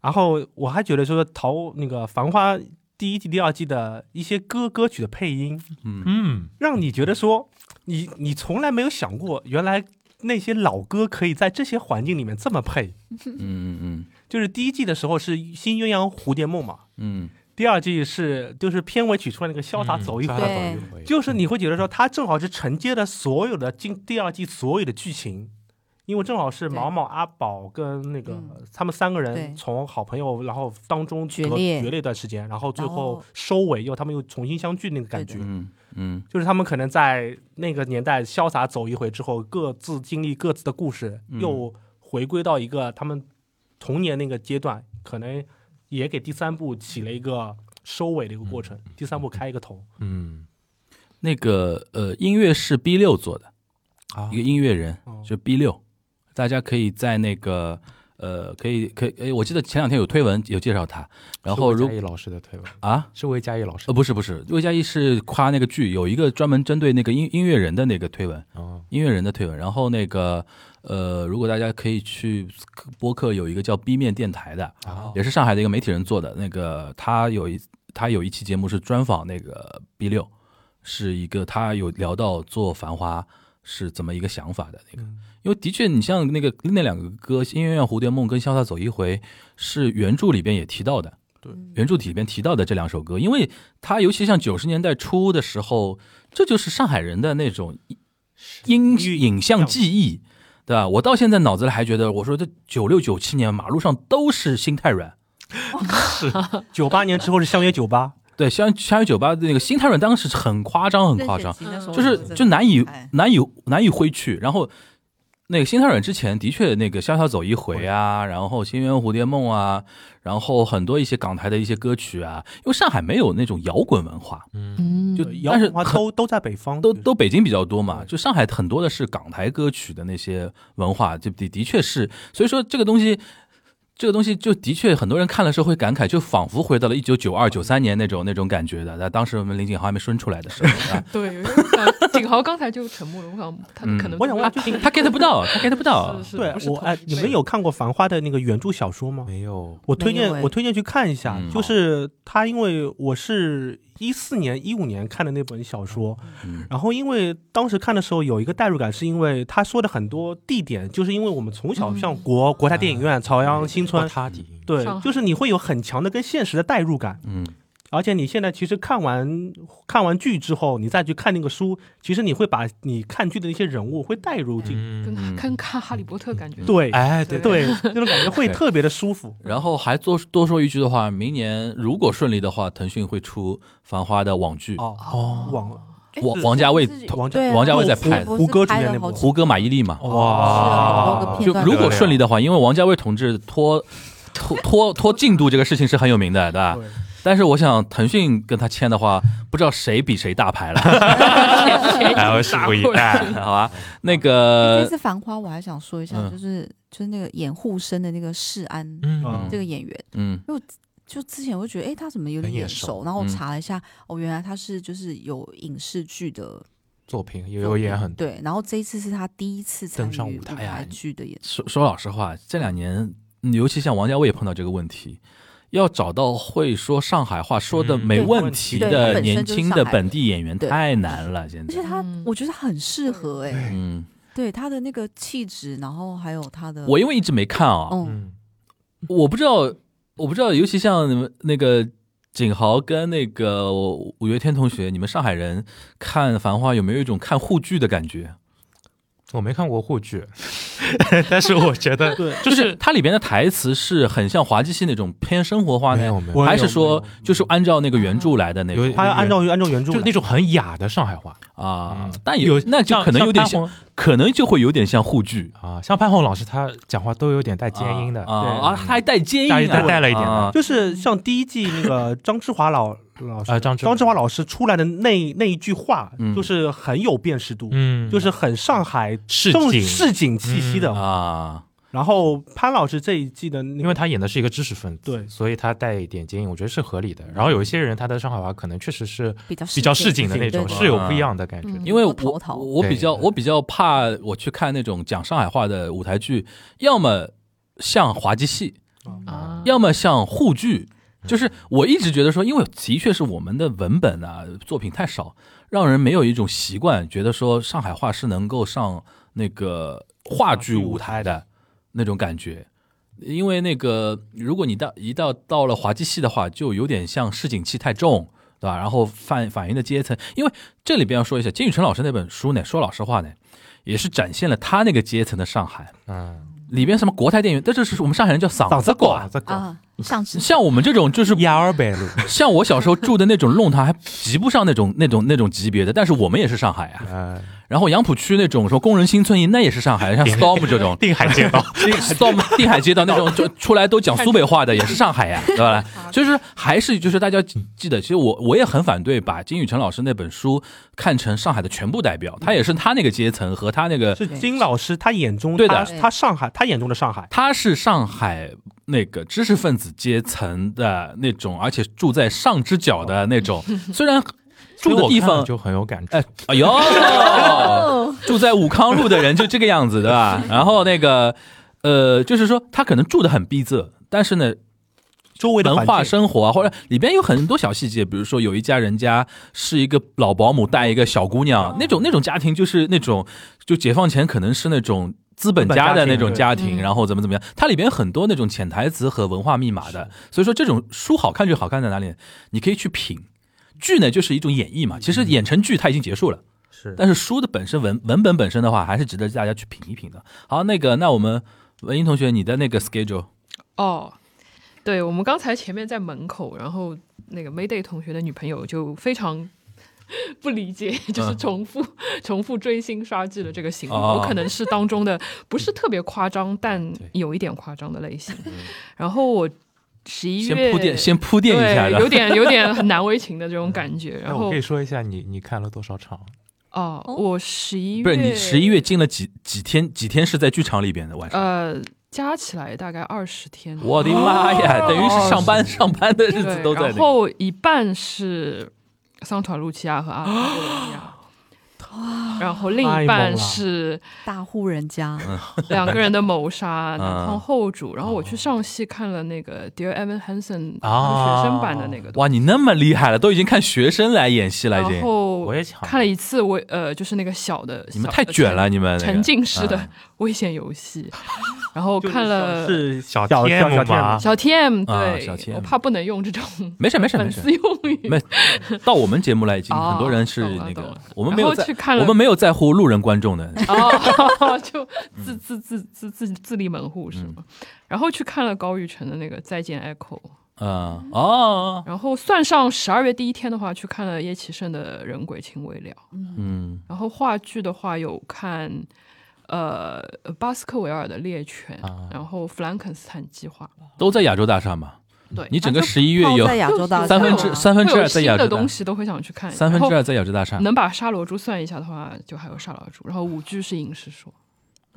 F: 然后我还觉得说陶那个《繁花》第一季、第二季的一些歌歌曲的配音，
B: 嗯
C: 嗯，
F: 让你觉得说你你从来没有想过，原来那些老歌可以在这些环境里面这么配。
B: 嗯嗯嗯
F: 就是第一季的时候是《新鸳鸯蝴蝶梦》嘛，
B: 嗯
F: 第二季是就是片尾曲出来那个潇洒
C: 嗯
F: 走一
C: 潇
F: 回
C: 洒，走
D: 对
C: 一回
F: 就是你会觉得说它正好是承接了所有的今第二季所有的剧情，因为正好是
D: 对
F: 毛毛、阿宝跟那个
D: 嗯
F: 他们三个
D: 对
F: 人从好朋友，然后当中
D: 决
F: 隔
D: 裂
F: 决裂一段时间，然后最
D: 然
F: 后
D: 后
F: 收尾又他们又重新相聚那个感
D: 对
F: 觉
D: 的。
B: 嗯嗯
F: 就是他们可能在那个年代潇洒走一回之后，各自经历各自的故事，
B: 嗯
F: 又回归到一个他们童年那个阶段，可能也给第三部起了一个收尾的一个过程。第三部开一个头，
C: 嗯
B: 那个呃，音乐是 B 六做的，
C: 啊
B: 一个音乐人
F: 哦
B: 就 B 六，大家可以在那个呃，可以可以，诶我记得前两天有推文有介绍他，然后
C: 是
B: 如
C: 魏佳艺老师的推文
B: 啊。
C: 是魏佳艺老师
B: 呃，
C: 的
B: 不是不是，魏佳艺是夸那个剧，有一个专门针对那个音音乐人的那个推文，
C: 哦
B: 音乐人的推文。然后那个呃，如果大家可以去播客，有一个叫 B 面电台的，
C: 啊
B: 也是上海的一个媒体人做的。那个他有一他有一期节目是专访那个 B 六，是一个他有聊到做《繁花》是怎么一个想法的那个。因为的确，你像那个那两个歌《音乐院蝴蝶梦》跟《潇洒走一回》，是原著里边也提到的。
D: 嗯
B: 原著体里边提到的这两首歌，因为它尤其像九十年代初的时候，这就是上海人的那种音影像记忆，对吧？我到现在脑子里还觉得，我说这九六九七年马路上都是心太软，
F: 九八年之后是相约九八，
B: 对，香香约酒吧的那个心太软当时很夸张，很夸张，
E: 嗯
B: 就是就难以难以难以挥去。然后那个心太软之前的确那个潇潇走一回啊，然后新源蝴蝶梦啊，然后很多一些港台的一些歌曲啊，因为上海没有那种摇滚文化，
E: 嗯，
B: 就
F: 摇
B: 但是
F: 滚文化
B: 很
F: 都都在北方，
B: 都
F: 对
B: 都北京比较多嘛，
F: 对
B: 就上海很多的是港台歌曲的那些文化，就的的确是，所以说这个东西，这个东西就的确很多人看了时候会感慨，就仿佛回到了一九九二九三年那种那种感觉的。那当时我们林景豪还没生出来的时候，啊
E: 对，呃景豪刚才就沉默了，我想他
B: 嗯
E: 可能
F: 我想问
E: 啊
F: 就是
B: 他 get 不到，他 get 不到
E: 是。是
F: 对
E: 不是
F: 我
E: 同
F: 哎
E: 一，
F: 你
E: 辈
F: 们有看过《繁花》的那个原著小说吗？
C: 没有
F: 我推荐
D: 没有哎
F: 我推荐去看一下
B: 嗯，
F: 就是他，因为我是一四年一五年看的那本小说，
B: 嗯
F: 然后因为当时看的时候有一个代入感，是因为他说的很多地点，就是因为我们从小
E: 嗯
F: 像国国家电影
B: 嗯
F: 院、朝阳新
B: 哦
F: 村，
C: 他底
F: 对
E: 上海，
F: 就是你会有很强的跟现实的代入感，
B: 嗯，
F: 而且你现在其实看完看完剧之后，你再去看那个书，其实你会把你看剧的那些人物会带入进，
C: 嗯
E: 跟
B: 嗯
E: 跟看哈利波特感觉
F: 对
C: 哎
E: 对
F: 对，那种感觉 会特别的舒服。
B: 然后还多多说一句的话，明年如果顺利的话，腾讯会出《繁花》的网剧，
F: 哦
C: 哦
F: 网
D: 哎
B: 王王家卫
F: 王家
D: 对啊
B: 王家卫在
F: 胡
B: 拍的
F: 胡歌主演那
D: 不是拍了好
F: 部
D: 几
B: 胡歌马伊琍嘛。
D: 哇是啊好多个片
B: 就
D: 段
B: 如果顺利的话，因为王家卫同志拖拖拖拖进度这个事情是很有名的，对吧？
F: 对
B: 但是我想腾讯跟他签的话，不知道谁比谁大牌了，
C: 哎我拭目 以待
B: 好吧？那
D: 这
B: 个
D: 次《哎繁花》，我还想说一下，
B: 呃嗯
D: 就是就是那个演护生的那个世安
C: 嗯
D: 这个演员，
B: 嗯
D: 就之前我就觉得，哎，他怎么有
C: 很
D: 点
C: 眼
D: 眼
C: 熟
D: 熟？然后我
B: 嗯
D: 查了一下，哦，原来他是就是有影视剧的
C: 作品也
D: 作品，
C: 有演很多
D: 对。然后这一次是他第一次参
C: 登上
D: 与
C: 舞
D: 舞
C: 台
B: 呀
D: 台剧的演出
B: 说，说老实话，这两年，嗯尤其像王家卫碰到这个问题，要找到会说上海话说的没问题
D: 对对
B: 的
D: 本身
B: 年
D: 就是
B: 轻
D: 上
B: 的
D: 海
B: 本地演员
D: 对
B: 太难了，现
D: 而且
B: 在。
D: 他
E: 嗯
D: 我觉得很适合哎、
B: 嗯，
D: 对他的那个气质，然后还有他的，
B: 我因为一直没看啊，
D: 嗯，
C: 嗯
B: 我不知道，我不知道，尤其像你们那个景豪跟那个五月天同学，你们上海人看《繁花》有没有一种看沪剧的感觉？
C: 我没看过沪剧， 但是我觉得
F: 对，
B: 就是它里边的台词是很像滑稽戏那种偏生活 化
C: 没
B: 的，
C: 有没有，
F: 我
B: 还是说
F: 没有
B: 就是按照那个原著来的那
C: 有
B: 种
F: 他要按照按照原
C: 就
F: 著来，
C: 是那种很雅的上海话，
B: 啊
C: 嗯？
B: 但有那就可能有点
C: 像
B: 像，可能就会有点像沪剧
C: 啊，像潘虹老师他讲话都有点带尖音的
B: 啊
F: 对
B: 啊，啊还带尖音
C: 带
B: 啊，
C: 带带了一点的
B: 啊
F: 就是像第一季那个张志华老老师，
C: 啊张志
F: 张志华老师出来的那那一句话
B: 嗯，
F: 就是很有辨识度，
C: 嗯，
F: 就是很上海
C: 市
F: 正
C: 井，嗯
F: 市井气息的。
B: 啊。
F: 然后潘老师这一季的那
C: 因
F: 个
C: 为他演的是一个知识分子，
F: 对
C: 所以他带一点尖音，我觉得是合理的。然后有一些人他的上海话可能确实是
D: 比较
C: 比较市
D: 市
C: 井的那种，
D: 对
C: 是有不一样的感觉的。
E: 嗯
B: 因为我
D: 多淘淘
B: 我
C: 对
B: 比较我比较怕我去看那种讲上海话的舞台剧，要么像滑稽戏，
E: 啊，
B: 要么像沪剧。就是我一直觉得说，因为的确是我们的文本啊作品太少，让人没有一种习惯，觉得说上海话是能够上那个话剧舞台的那种感觉。因为那个，如果你到一到到了滑稽戏的话，就有点像市井气太重，对吧？然后反反映的阶层，因为这里边要说一下，金宇澄老师那本书呢，说老实话呢，也是展现了他那个阶层的上海。
C: 嗯，
B: 里边什么国泰电影，但这是我们上海人叫嗓子狗啊。
C: 这个
D: 啊，上次
B: 像我们这种，就是
C: 压二百路，
B: 像我小时候住的那种弄堂，还及不上那种那种那种级别的。但是我们也是上海啊。
C: 嗯，
B: 然后杨浦区那种说工人新村一，那也是上海，像 Storm 这种，
C: 定海街道，
B: Storm 定海街道那种就出来都讲苏北话的，也是上 海呀，对吧？就是还是就是大家记得，其实我我也很反对把金宇澄老师那本书看成上海的全部代表，他也是他那个阶层和他那个
F: 是金老师他眼中
B: 对
F: 他
B: 的
F: 他上海他眼中的上海，
B: 他是上海那个知识分子阶层的那种，而且住在上只角的那 种，虽然住的地方。
C: 就很有感触
B: 哎，哎 呦，
E: 哦
D: 哦
B: 住在武康路的人就这个样子，对吧？然后那个，呃，就是说他可能住的很逼仄，但是呢，
F: 周围的
B: 文
F: 环
B: 化
F: 境
B: 生活啊，或者里边有很多小细节，比如说有一家人家是一个老保姆带一个小姑
E: 哦
B: 娘，那种那种家庭就是那种就解放前可能是那种。资本家的那种家庭，
E: 嗯
B: 然后怎么怎么样，它里边很多那种潜台词和文化密码
E: 嗯
B: 的，所以说这种书好看就好看在哪里？你可以去品，剧呢就是一种演
E: 嗯
B: 绎嘛。其实演成剧它已经结束了，
F: 是
B: 但是书的本身文文本本身的话，还是值得大家去品一品的。好，那个那我们文英同学，你的那个 schedule
E: 哦，对，我们刚才前面在门口，然后那个 Mayday 同学的女朋友就非常 不理解，就是
B: 嗯
E: 重复、重复追星刷剧的这个行为，
B: 哦
E: 我可能是当中的不是特别夸张，但
B: 对
E: 有一点夸张的类型。然后我十一月
B: 先铺垫先铺垫一下嗯
E: 对，
B: 的，
E: 有点有点很难为情的这种感觉。
C: 那
E: 然
C: 哎我
B: 哦
E: 后
C: 可以说一下你你看了多少场？
E: 哦，
D: 哦
E: 我十一月
B: 不是你十一月进了几几天？几天是在剧场里边的晚上？
E: 呃加起来大概二十天，
B: 我的妈呀，等于是上班上班的日子
E: 对
B: 都在
E: 然
B: 那个。
E: 后一半是桑塔露琪亚和阿尔巴罗尼亚。
B: 啊
E: 然后另
F: 太
E: 一
F: 猛
E: 半
F: 了
E: 是
D: 大户人家，
E: 两个人的谋杀，
B: 嗯哦
E: 南方后主。然后我去上戏看了那个 Dear Evan Hansen
C: 啊
E: 学生版的那个东西，
B: 哇，你那么厉害了，都已经看学生来演戏了，已
E: 然
B: 经。
E: 后
C: 我也想
E: 看了一次，我呃就是那个小的，
B: 你们
E: 小
B: 太卷了，你们那个
E: 沉浸式的
B: 嗯
E: 危险游戏， 然后
F: 就是
E: 看了
F: 是
C: 小
F: 小
C: TM
F: 小
C: 嘛
F: TM
E: 小 TM，
B: 啊
E: 对，
B: 小 TM
E: 我怕不能用这种
B: 没事没事没
E: 粉
B: 事
E: 丝，用语，
B: 没到我们节目来已经
E: 哦
B: 很多人是
E: 懂了
B: 那
E: 懂
B: 个
E: 了，
B: 我们没有
E: 然后
B: 在
E: 去看了
B: 我们没有在乎路人观众的，
E: 哦，就
B: 嗯
E: 自自自自自自立门户是吗？然后去看了高玉成的那个《再见 Echo》，
B: 嗯哦，
E: 然后算上十二月第一天的话，去看了叶启胜的《人鬼情未了》，
B: 嗯
E: 然后话剧的话有看。呃，巴斯克维尔的《猎犬》
C: 啊
E: 然后《弗兰肯斯坦计划
B: 都在亚洲大厦嘛，》，
E: 对，
B: 你整个
D: 啊就
B: 十一月
D: 泡
B: 有
D: 在亚洲大
B: 三分
D: 厦
B: 之
D: 啊
B: 三分之
E: 会有
B: 二在
E: 新
B: 亚洲
E: 的
B: 大
E: 东，西都会想去看，
B: 三分
E: 然后
B: 之二在亚洲大
F: 嗯
B: 厦
E: 能把沙罗珠算一下的话，就还有沙罗珠，然后五句是影视说。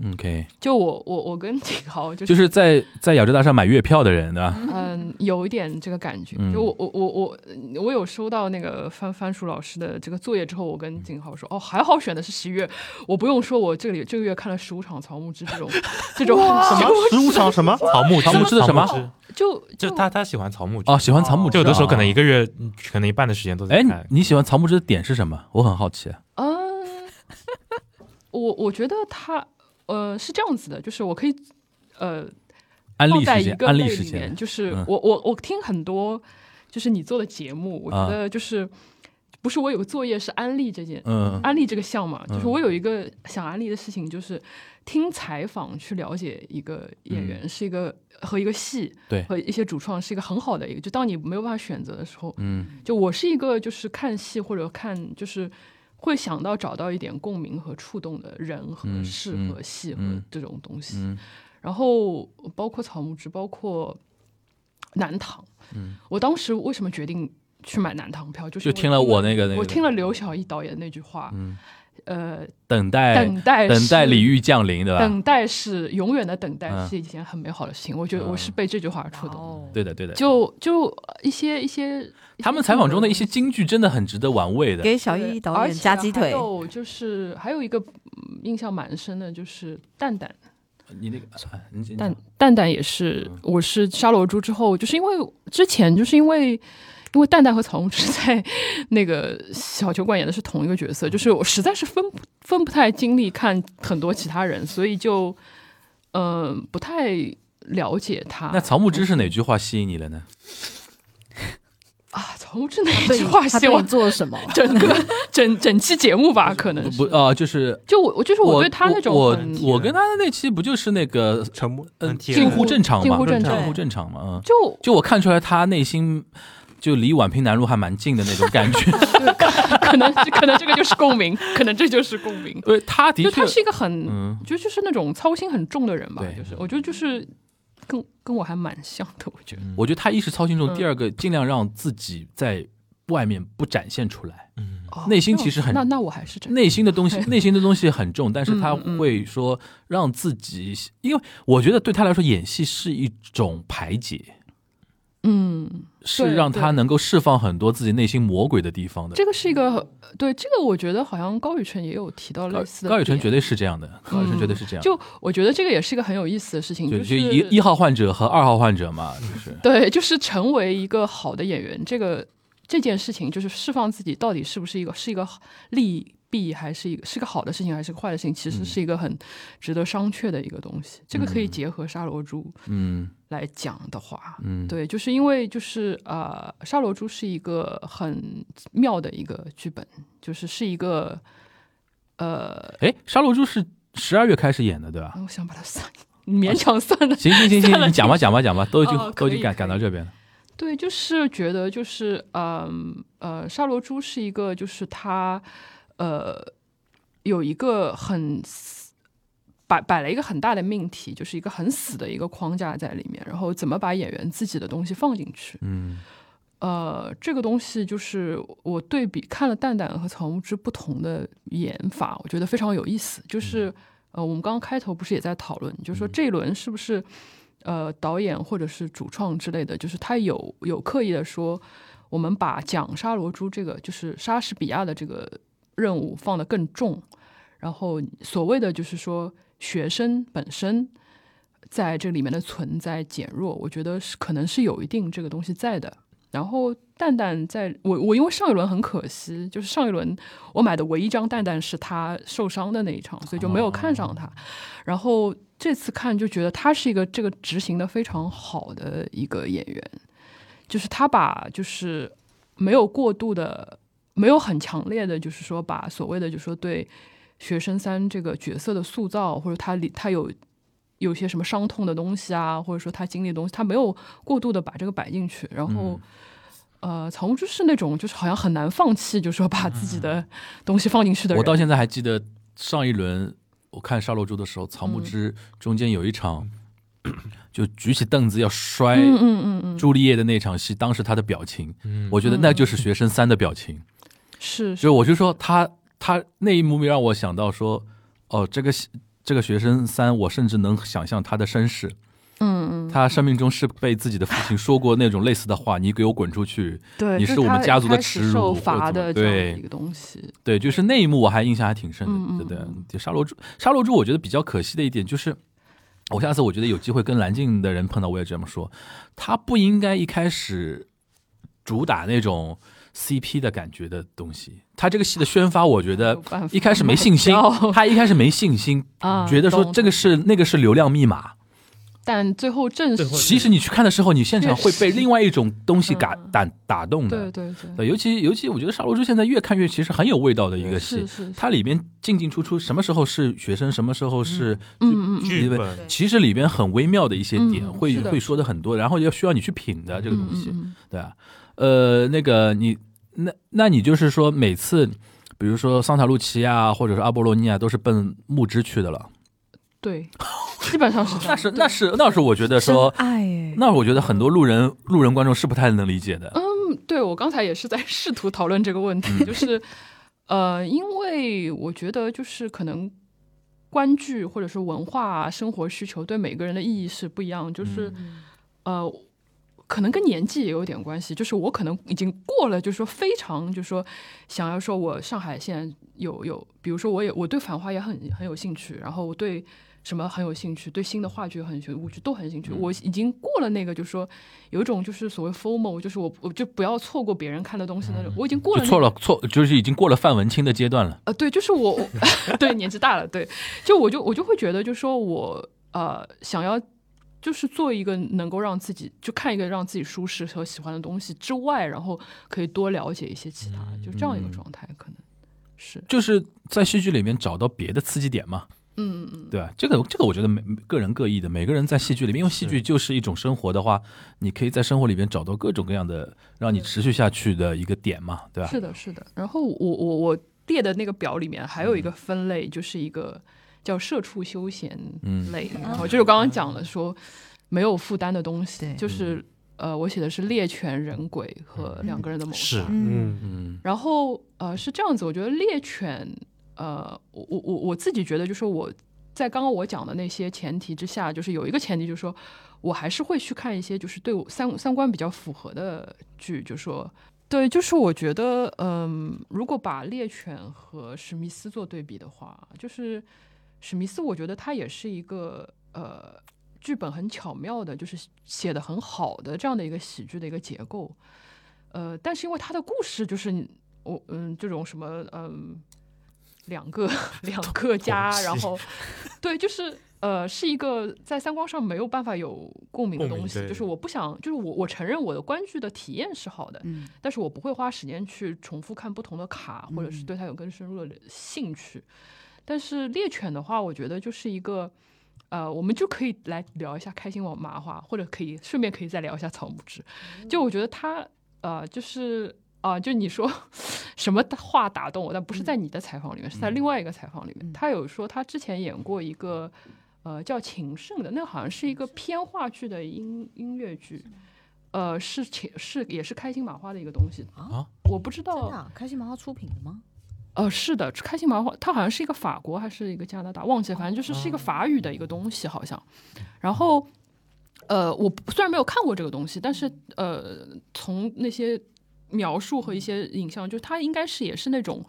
B: 嗯，OK，
E: 就我我我跟景豪就是、
B: 就是在在亚洲大厦买月票的人对吧？
E: 嗯有一点这个感觉，
B: 嗯
E: 就我我我我我有收到那个番番薯老师的这个作业之后，我跟景豪说哦还好选的是十一月，我不用说我这里这个月看了十五场草木之这 种这种
F: 什么十五场什么
E: 嗯
C: 草木
B: 草木
C: 枝
B: 枝的什么
C: 草木枝
E: 就
C: 就他他喜欢草木枝
B: 哦，，喜欢草木枝，
C: 就有的时候可能
B: 一。
C: 一个月嗯可能一半的时间都在
B: 哎，你
C: 看。
B: 你喜欢草木枝的点是什么？我很好奇。
E: 嗯，我我觉得他呃是这样子的，就是我可以呃
B: 安
E: 放
B: 利
E: 在
B: 事
E: 一
B: 件，
E: 个
B: 安
E: 类
B: 利事
E: 里面，
B: 件，
E: 就是
B: 嗯
E: 我我我听很多，就是你做的节目，我
B: 啊
E: 觉得就是、不是我有个作业是安利这件、
B: 嗯，
E: 安利这个项嘛，就是
B: 嗯
E: 我有一个想安利的事情，就是听采访去了解一个演员、是一个和一个戏
B: 嗯对
E: 和一些主创是一个很好的一个，就当你没有办法选择的时候，
B: 嗯
E: 就我是一个就是看戏或者看就是。会想到找到一点共鸣和触动的人和
B: 嗯
E: 事
B: 嗯
E: 和戏和
B: 嗯
E: 这种东西，
B: 嗯
E: 然后包括草木枝，包括南唐。
B: 嗯，
E: 我当时为什么决定去买南唐票，就是
B: 就
E: 因为
B: 听了我那个那个，
E: 我听了刘晓毅导演的那句话，
B: 嗯
E: 呃，
B: 等待
E: 等待
B: 等待
E: 是
B: 李煜降临，对吧？
E: 等待是永远的等待，
B: 嗯
E: 是一件很美好的事情。我觉得
B: 嗯
E: 我是被这句话触动。
D: 哦
B: 对的对的，
E: 就就呃一些一些，
B: 他们采访中的一些金句真的很值得玩味的。
D: 给小
E: 对
D: 易导
E: 而
D: 演
E: 且
D: 加鸡
E: 还
D: 腿，
E: 有就是还有一个嗯印象蛮深的，就是蛋蛋。
B: 你那个，啊你你
E: 蛋蛋蛋也是，
B: 嗯
E: 我是沙罗珠之后，就是因为之前就是因为。因为蛋蛋和草木枝在那个小酒馆演的是同一个角
B: 嗯
E: 色，就是我实在是分不分不太精力看很多其他人，所以就嗯、呃不太了解他。
B: 那草木知是哪句话吸引你了呢？
E: 啊，从这哪
D: 对
E: 句话
D: 他
E: 希
D: 对
E: 望
D: 你做了什 么？
E: 整个整整期节目吧，可能
B: 不
E: 是。
B: 啊、就是
E: 就我，我就是
B: 我
E: 对他那种
B: 我
E: 很
B: 我跟他的那期不就是那个
F: 沉默，
B: 嗯
C: 很铁
B: 近
E: 近
B: 乎
E: 乎
B: 正常嘛，
E: 近乎正
D: 常
B: 乎正常嘛，嗯，
E: 就
B: 就我看出来他内心就离宛平南路还蛮近的那种感觉，
E: 可能 可能这个就是共鸣，可能这就是共鸣。
B: 对，他的
E: 就
B: 确
E: 他，是一个很，
B: 嗯
E: 我觉得就是那种操心很重的人吧
B: 对，
E: 就是我觉得就是跟跟我还蛮像的，我觉得。
B: 我觉得他一是操心重，
E: 嗯
B: 第二个尽量让自己在外面不展现出来，
C: 嗯，
E: 哦
B: 内心其实很
E: 那那我还是这样，
B: 内心的东 西，内心的东西很重，但是他
E: 嗯嗯
B: 会说让自己，因为我觉得对他来说，演戏是一种排解，
E: 嗯，
B: 是
E: 对
B: 让他
E: 对
B: 能够释放很多自己内心魔鬼的地方的。
E: 这个是一个对这个，我觉得好像高宇晨也有提到类似的
B: 嗯高
E: 点。嗯
B: 宇晨绝对是这样的，高宇晨绝对是这样的。
E: 就我觉得这个也是一个很有意思的事情，
B: 就是一一号患者和二号患者嘛，就是
E: 对，就是成为一个好的演员，这个这件事情，就是释放自己到底是不是一个是一个利弊，还是一个是个好的事情，还是个坏的事情，其实
B: 嗯
E: 是一个很值得商榷的一个东西。这个可以
B: 嗯
E: 结合沙罗珠
B: 嗯
E: 来讲的话，
B: 嗯，
E: 对，就是因为就是呃，沙罗珠是一个很妙的一个剧本，就是是一个呃，
B: 哎，沙漏珠是十二月开始演的，对吧？
E: 我想把它算，勉强算了
B: 行行行行，你讲吧讲吧讲吧，都已经、
E: 哦
B: 都已
E: 可
B: 经
E: 以
B: 赶
E: 可以
B: 赶到这边了。嗯
E: 对，就是觉得就是嗯呃，沙罗珠是一个，就是他呃有一个很死摆摆了一个很大的命题，就是一个很死的一个框架在里面，然后怎么把演员自己的东西放进去。
B: 嗯
E: 呃，这个东西就是我对比看了蛋蛋和草木之不同的演法，我觉得非常有意思。就是、呃，我们刚刚开头不是也在讨论，就是说这一轮是不是呃导演或者是主创之类的，就是他有有刻意的说，我们把讲沙罗珠这个就是莎士比亚的这个任务放得更重，然后所谓的就是说学生本身。在这里面的存在减弱，我觉得是可能是有一定这个东西在的，然后蛋蛋在我我因为上一轮很可惜，就是上一轮我买的唯一一张蛋蛋是他受伤的那一场，所以就没有看上他。然后这次看就觉得他是一个这个执行的非常好的一个演员，就是他把就是没有过度的，没有很强烈的，就是说把所谓的就是说对学生三这个角色的塑造，或者他里他有有些什么伤痛的东西啊，或者说他经历的东西，他没有过度的把这个摆进去。然
B: 嗯
E: 后，呃，草木之是那种就是好像很难放弃，就是说把自己的东西放进去的
B: 嗯
E: 人。
B: 我到现在还记得上一轮我看沙漏珠的时候，草
E: 嗯
B: 木之中间有一场、就举起凳子要摔
E: 嗯嗯嗯嗯，
B: 朱丽叶的那场戏，当时他的表情，
C: 嗯
B: 我觉得那就是学生三的表情。
E: 是
B: 就是我就说他他那一幕没让我想到说，哦，这个这个学生三，我甚至能想象他的身世。
E: 嗯嗯，
B: 他生命中是被自己的父亲说过那种类似的话：“你给我滚出去
E: 对，
B: 你
E: 就是
B: 我们
E: 他
B: 家族的
E: 开始
B: 耻辱
E: 受
B: 或者
E: 罚
B: 怎么
E: 的这样
B: 对
E: 的一个东西。！”
B: 对，就是那一幕我还印象还挺深
E: 嗯
B: 的。
E: 嗯
B: 对对
E: 嗯，
B: 就沙罗珠，沙罗珠，我觉得比较可惜的一点就是，我下次我觉得有机会跟蓝静的人碰到，我也这么说，他不应该一开始主打那种 CP 的感觉的东西。他这个戏的宣发，我觉得
E: 有办法
B: 一开始没信心
E: 卖掉，
B: 他一开始没信心，
E: 啊，
B: 觉得说
E: 懂
B: 这个是那个是流量密码。
E: 但最后证实
F: 最后，
B: 其实你去看的时候，你现场会被
E: 确实
B: 另外一种东西打
E: 嗯
B: 打打动
E: 对
B: 的。
E: 对对，
B: 对，呃尤其尤其我觉得《沙罗珠》现在越看越其实很有味道的一个
E: 是
B: 戏，
E: 是，
B: 它里边进进出出，什么时候是学生，什么时候是
E: 嗯嗯嗯，
C: 剧
B: 因为
C: 本
B: 其实里边很微妙的一些点，
E: 嗯
B: 会
E: 是的
B: 会说的很多，然后要需要你去品的这个东
E: 嗯
B: 西，
E: 嗯
B: 对啊，呃，那个你那那你就是说每次，比如说桑塔露琪啊，或者是阿波罗尼亚，都是奔木之去
E: 哦
B: 的了，
E: 对，基本上是 这
B: 那
E: 样
B: 是那是那是我觉得
D: 真
B: 说，
D: 爱耶，
B: 那我觉得很多路人路人观众是不太能理解的，
E: 哦对我刚才也是在试图讨论这个问题，就是呃，因为我觉得就是可能观剧或者说文化啊、生活需求对每个人的意义是不一样，
D: 嗯
E: 就是、呃。可能跟年纪也有点关系，就是我可能已经过了，就是说非常，就是说想要说我上海现在有有，比如说我也我对繁花也很很有兴趣，然后我对什么很有兴趣，对新的话剧很有兴趣，舞剧都很有兴趣。
B: 嗯
E: 我已经过了那个，就是说有一种就是所谓 formal，就是我我就不要错过别人看的东西那种。我已经过了、
B: 嗯就
E: 那
B: 错
E: 个
B: 了错，就是已经过了范文清的阶段了。
E: 呃，对，就是我， 我对年纪大了，对，就我就我就会觉得，就说我呃想要就是做一个能够让自己就看一个让自己舒适和喜欢的东西之外，然后可以多了解一些其他，就这样一个
B: 嗯
E: 状态，可能是
B: 就是在戏剧里面找到别的刺激点嘛，
E: 嗯嗯嗯，
B: 对吧？这个这个我觉得每个人各异的，每个人在戏剧里面，因为戏剧就是一种生活的话，你可以在生活里面找到各种各样的让你持续下去的一个点嘛，对吧？
E: 嗯是的，是的。然后我我我列的那个表里面还有一个分类，就是一个叫社畜休闲
B: 嗯
E: 类，然后就是我刚刚讲了说没有负担的东西
D: 对，
E: 就是
B: 嗯
E: 呃，我写的是猎犬人鬼和两个人的谋杀
C: 是，
D: 嗯，
F: 嗯
B: 嗯
E: 然后呃是这样子，我觉得猎犬，呃，我我我我自己觉得就是我在刚刚我讲的那些前提之下，就是有一个前提就是说我还是会去看一些就是对我三三观比较符合的剧，就说。对，就是我觉得，嗯，如果把猎犬和史密斯做对比的话，就是史密斯，我觉得他也是一个呃，剧本很巧妙的，就是写的很好的这样的一个喜剧的一个结构。呃，但是因为他的故事就是你我嗯这种什么嗯两个两个家，然后 对，就是呃是一个在三观上没有办法有共鸣的
C: 共鸣
E: 东西，
C: 对
E: 就是我不想，就是我我承认我的观剧的体验是好的，
D: 嗯
E: 但是我不会花时间去重复看不同的卡，或者是
D: 嗯
E: 对它有更深入的兴趣。但是猎犬的话，我觉得就是一个，呃，我们就可以来聊一下开心网麻花，或者可以顺便可以再聊一下草木志。就我觉得他，呃，就是啊、就你说 什么话打动我，但不是在你的采访里面，是在另外一个采访里面，
D: 嗯
E: 他有说他之前演过一个。呃，叫《情圣》的，那好像是一个偏话剧的音音乐剧，呃，是情是也是开心麻花的一个东西
C: 啊，
E: 我不知
D: 真的
E: 道，
D: 啊，开心麻花出品的吗？
E: 呃，是的，开心麻花，它好像是一个法国还是一个加拿大，忘记了，反正就是是一个法语的一个东西，好像。然后，呃，我虽然没有看过这个东西，但是呃，从那些描述和一些影像，就是它应该是也是那种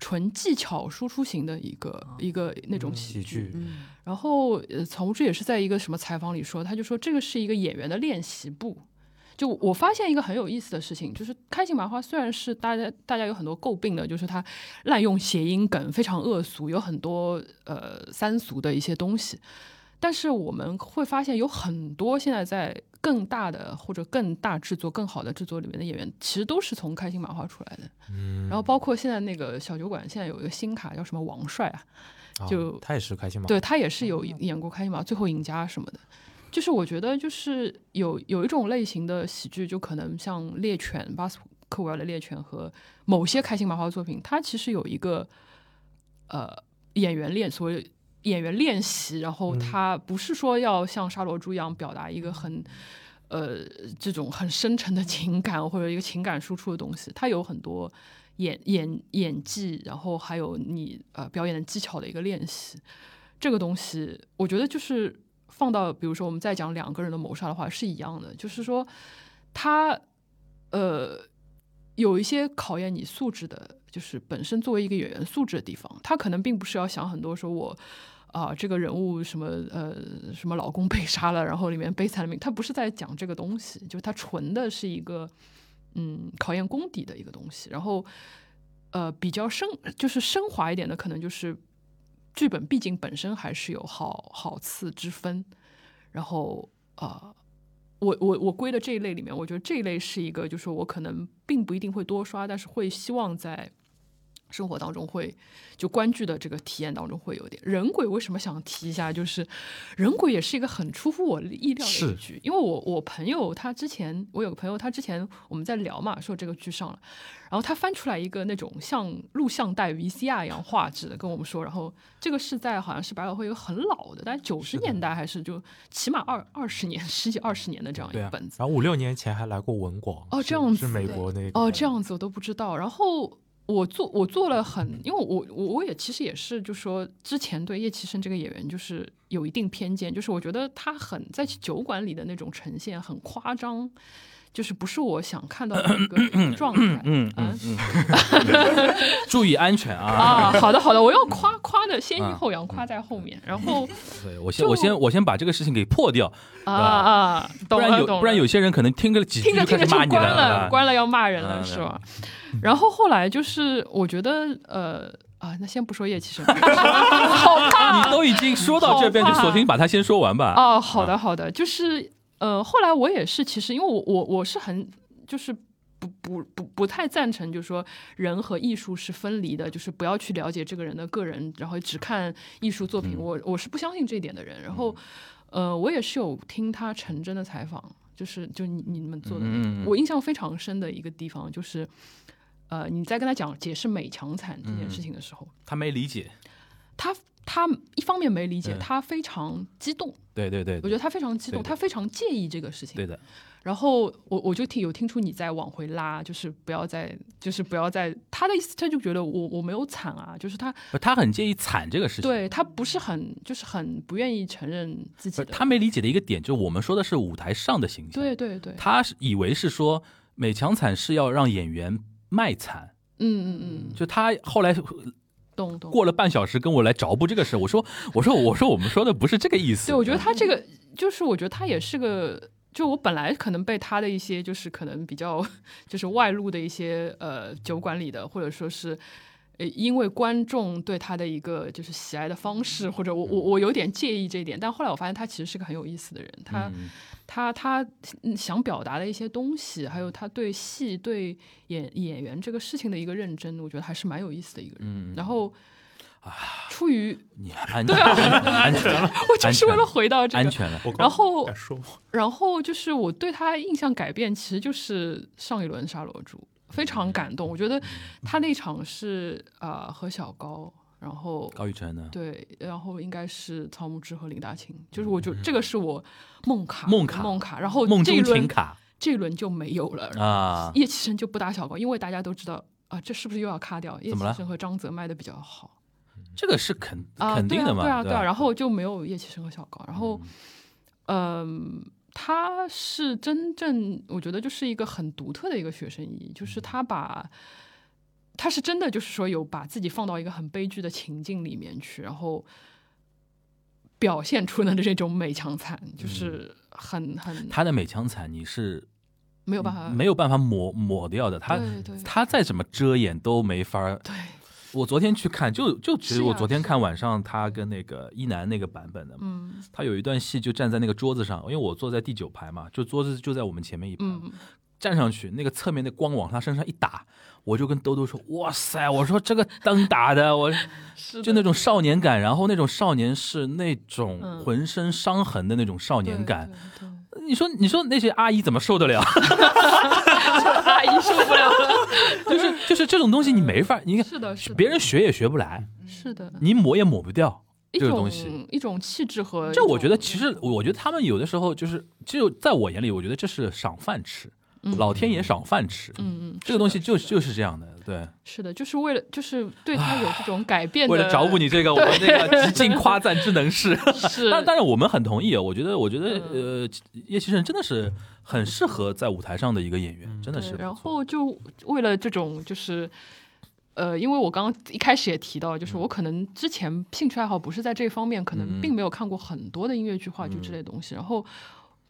E: 纯技巧输出型的一个一个那种啊喜
C: 喜
E: 剧。
C: 剧，
D: 嗯，
E: 然后，呃，曹志也是在一个什么采访里说，他就说这个是一个演员的练习部。就我发现一个很有意思的事情，就是开心麻花虽然是大家大家有很多诟病的，就是它滥用谐音梗，非常恶俗，有很多呃三俗的一些东西，但是我们会发现有很多现在在更大的或者更大制作、更好的制作里面的演员，其实都是从开心麻花出来的。
C: 嗯，
E: 然后包括现在那个小酒馆，现在有一个新卡叫什么王帅啊，
C: 啊
E: 就
C: 他也是开心麻花，
E: 对他也是有演过《开心麻花》最后赢家什么的。就是我觉得，就是有有一种类型的喜剧，就可能像《猎犬》巴斯克维尔的《猎犬》和某些开心麻花作品，它其实有一个呃演员练所谓演员练习，然后他不是说要像沙罗珠一样表达一个很呃这种很深沉的情感或者一个情感输出的东西，它有很多演演演技，然后还有你呃表演的技巧的一个练习。这个东西，我觉得就是放到比如说我们再讲两个人的谋杀的话是一样的，就是说他呃有一些考验你素质的，就是本身作为一个演员素质的地方，他可能并不是要想很多说我。啊，这个人物什么呃什么老公被杀了，然后里面悲惨的命，他不是在讲这个东西，就是他纯的是一个嗯考验功底的一个东西。然后呃比较升就是升华一点的，可能就是剧本毕竟本身还是有好好次之分，然后呃，我我我归的这一类里面，我觉得这一类是一个，就是我可能并不一定会多刷，但是会希望在生活当中会就观剧的这个体验当中会有点。人鬼为什么想提一下？就是人鬼也是一个很出乎我意料的
C: 是
E: 一剧，因为我我朋友他之前我有个朋友他之前我们在聊嘛，说这个剧上了，然后他翻出来一个那种像录像带 VCR 一样画质的跟我们说，然后这个是在好像是百老汇一个很老的，但九十年代还是就起码二二十年十几二十年的这样一
B: 对
E: 个
B: 啊
E: 本子。
C: 然后五六年前还来过文广
E: 哦
C: 是
E: 这样
C: 是
E: 子
C: 美国那个
E: 哦，这样子我都不知道。然后我做我做了很，因为我我我也其实也是，就说之前对叶启生这个演员就是有一定偏见，就是我觉得他很在酒馆里的那种呈现很夸张，就是不是我想看到的一 个状态。
B: 嗯嗯嗯，注意安全啊！
E: 啊，好的好的，我要夸夸的先抑
B: 啊
E: 后扬，夸在后
B: 嗯
E: 面，然 后
B: 对我先我先我先把这个事情给破掉，
E: 啊啊，
B: 不
E: 懂
B: 然
E: 了
B: 有
E: 懂了，
B: 不然有些人可能听个几句
E: 听着
B: 就
E: 听
B: 开
E: 着
B: 始
E: 就
B: 骂你
E: 关了，
B: 了，
E: 关了要骂人了、
B: 嗯
E: 是吧？然后后来就是我觉得呃。啊，那先不说 夜骑神兵，好怕
B: 你都已经说到这边，就索性把它先说完吧。
E: 哦，好的，好的，就是呃，后来我也是，其实因为我我我是很就是不不不不太赞成，就是说人和艺术是分离的，就是不要去了解这个人的个人，然后只看艺术作品。
B: 嗯
E: 我我是不相信这一点的人。然后呃，我也是有听他陈真的采访，就是就你你们做的那个，
B: 嗯嗯嗯
E: 我印象非常深的一个地方就是。呃，你在跟他讲解释美强惨这
B: 嗯
E: 件事情的时候，
B: 他没理解，
E: 他他一方面没理解，
B: 嗯
E: 他非常激动，
B: 对对对，
E: 我觉得他非常激动，
B: 对对
E: 他非常介意这个事情。
B: 对的，
E: 然后我我就听有听出你在往回拉，就是不要再，就是不要再。他的意思，他就觉得我我没有惨啊，就是他
B: 不他很介意惨这个事情。
E: 对他不是很就是很不愿意承认自
B: 不
E: 己
B: 是
E: 的。
B: 他没理解的一个点，就是我们说的是舞台上的形象，
E: 对对对，
B: 他是以为是说美强惨是要让演员卖惨，
E: 嗯嗯嗯，
B: 就他后来
E: 懂懂。
B: 过了半小时跟我来着补这个事，我说我说我说我们说的不是这个意思。嗯
E: 对，我觉得他这个就是，我觉得他也是个，就我本来可能被他的一些就是可能比较就是外露的一些呃酒馆里的，或者说是。呃，因为观众对他的一个就是喜爱的方式，或者
B: 嗯
E: 我我我有点介意这一点，但后来我发现他其实是个很有意思的人，他、
B: 嗯
E: 他他嗯想表达的一些东西，还有他对戏对演演员这个事情的一个认真，我觉得还是蛮有意思的一个人。
B: 嗯，
E: 然后出于
B: 你安
E: 对
B: 全
E: 啊
B: 安全了，
E: 我就是为了回到这个
B: 安全了。
F: 我
E: 然后
F: 敢说
E: 然后就是我对他印象改变，其实就是上一轮《沙罗珠》，非常感动。我觉得他那场是呃何小高，然后
B: 高宇辰呢？
E: 对，然后应该是草木之和林大清，就是我就这个是我梦卡
B: 嗯梦卡
E: 梦卡，然后
B: 梦
E: 这一
B: 中情
E: 轮呃
B: 卡
E: 这一轮就没有了，
B: 啊，
E: 叶启辰就不打小高，因为大家都知道。啊，这是不是又要卡掉？叶
B: 怎么了
E: 启辰和张泽卖的比较好
B: 这个是肯
E: 啊，
B: 肯定的嘛，
E: 对啊，对啊，
B: 对
E: 对啊。
B: 吧
E: 然后就没有叶启辰和小高，然后嗯，他是真正我觉得就是一个很独特的一个学生意义，
B: 嗯
E: 就是他把他是真的就是说有把自己放到一个很悲剧的情境里面去，然后表现出了这种美强惨，就是很很
B: 嗯他的美强惨你是
E: 没有办法，
B: 没有办法抹抹掉的，他
E: 对对
B: 他再怎么遮掩都没法儿
E: 对
B: 我昨天去看，就就其
E: 是
B: 实
E: 呀
B: 我昨天
E: 是呀
B: 看晚上他跟那个一男那个版本的嘛，
E: 嗯
B: 他有一段戏就站在那个桌子上，因为我坐在第九排嘛，就桌子就在我们前面一排，
E: 嗯，
B: 站上去那个侧面的光往他身上一打，我就跟兜兜说：“哇塞！”我说这个灯打的，我
E: 是
B: 就那种少年感，然后那种少年是那种
E: 嗯
B: 浑身伤痕的那种少
E: 少
B: 年感。，
E: 对
B: 你说你说那些阿姨怎么受得了？
E: 对阿姨啊受不了了，
B: 就是就是这种东西你没法，你看
E: 是的，是的
B: 别人学也学不来，
E: 是的，
B: 你抹也抹不掉。
E: 一
B: 这个
E: 种
B: 东西
E: 一种气质和
B: 这
E: 一
B: 我觉得
E: 种
B: 其实，我觉得他们有的时候就是，就在我眼里，我觉得这是赏饭吃，
E: 嗯
B: 老天爷赏饭吃，
E: 嗯嗯，
B: 这个东西
E: 是的
B: 就是
E: 的
B: 就是这样的，对。
E: 是的，就是为了就是对他有这种改变的，
B: 为了找补你 这个，我们那个极尽夸赞之能事。
E: 是，
B: 但但是我们很同意，啊我觉得我觉得
E: 嗯
B: 呃，叶启胜真的是很适合在舞台上的一个演员，真的
E: 对
B: 是不错。
E: 然后就为了这种就是。呃，因为我刚刚一开始也提到，就是我可能之前兴趣爱好不是在这方面，可
B: 嗯
E: 能并没有看过很多的音乐剧、话剧之类的东西。然后，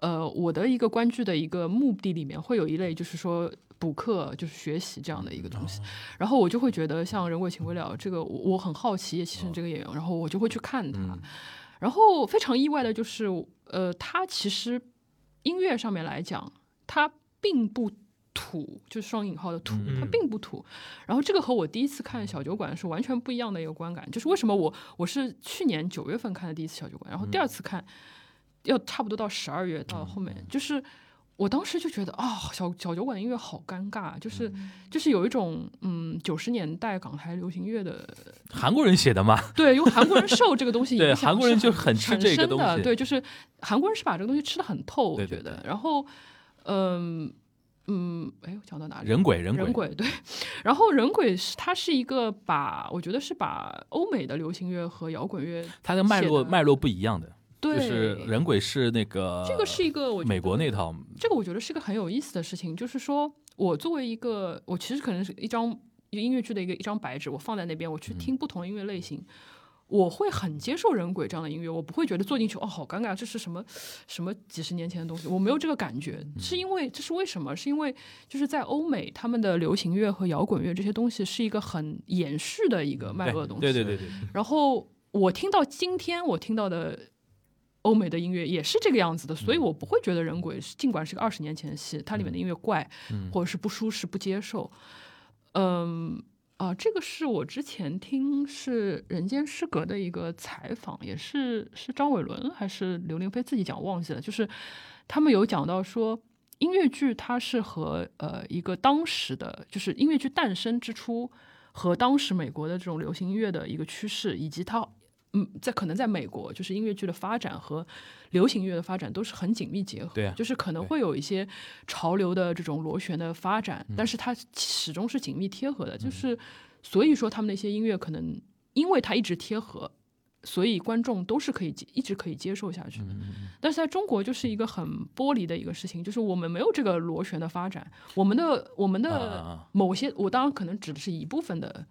E: 呃，我的一个观剧的一个目的里面会有一类就是说补课，就是学习这样的一个
B: 哦
E: 东西。然后我就会觉得像任贵情未了这个，我我很好奇叶启胜这个演员，然后我就会去看他。
B: 哦嗯
E: 然后非常意外的就是，呃，他其实音乐上面来讲，他并不土，就是双引号的土，
B: 嗯
E: 他并不土。然后这个和我第一次看小酒馆是完全不一样的一个观感，就是为什么我我是去年九月份看的第一次小酒馆，然后
B: 嗯
E: 第二次看、要差不多到十二月到后面，就是我当时就觉得啊、小小酒馆的音乐好尴尬，啊就是、
B: 嗯
E: 就是有一种嗯九十年代港台流行乐的
B: 韩国人写的 嘛，
E: 对，因为韩国人受这个 东西影
B: 对
E: 响，
B: 韩国人就很吃
E: 很
B: 这个
E: 深
B: 东
E: 的，
B: 西。
E: 对，就是韩国人是把这个东西吃的很透，我
B: 对
E: 觉
B: 对
E: 得
B: 对。
E: 然后，嗯嗯，哎，我讲到哪里？
B: 人鬼人
E: 人
B: 鬼，
E: 鬼对，然后人鬼是它是一个把我觉得是把欧美的流行乐和摇滚乐
B: 它的脉络
E: 写的
B: 脉络不一样的，
E: 对
B: 就是人鬼是那个
E: 这个是一个我觉
B: 美国
E: 得
B: 那套
E: 这个我觉得是个很有意思的事情，就是说我作为一个，
B: 嗯
E: 我其实可能是一张音乐剧的一个一张白纸，我放在那边，我去听不同的音乐类型，我会很接受人鬼这样的音乐，我不会觉得坐进去哦好尴尬，这是什么什么几十年前的东西，我没有这个感觉，
B: 嗯
E: 是因为这是为什么？是因为就是在欧美，他们的流行乐和摇滚乐这些东西是一个很延续的一个脉络的东西，
B: 嗯对对对对，
E: 然后我听到今天我听到的欧美的音乐也是这个样子的，所以我不会觉得《人鬼》尽管是个二十年前的戏，它里面的音乐怪、或者是不舒适、不接受。嗯啊，这个是我之前听是《人间失格》的一个采访，也是是张伟伦还是刘玲飞自己讲，忘记了。就是他们有讲到说，音乐剧它是和呃一个当时的，就是音乐剧诞生之初和当时美国的这种流行音乐的一个趋势，以及它嗯，在可能在美国，就是音乐剧的发展和流行音乐的发展都是很紧密结合。
B: 对啊
E: 就是可能
B: 对
E: 会有一些潮流的这种螺旋的发展，
B: 嗯
E: 但是它始终是紧密贴合的。就是所以说，他们那些音乐可能因为它一直贴合，所以观众都是可以接一直可以接受下去
B: 嗯
E: 的。但是在中国就是一个很剥离的一个事情，就是我们没有这个螺旋的发展，我们的我们
B: 啊啊
E: 的
B: 啊
E: 某些，我当然可能指的是一部分的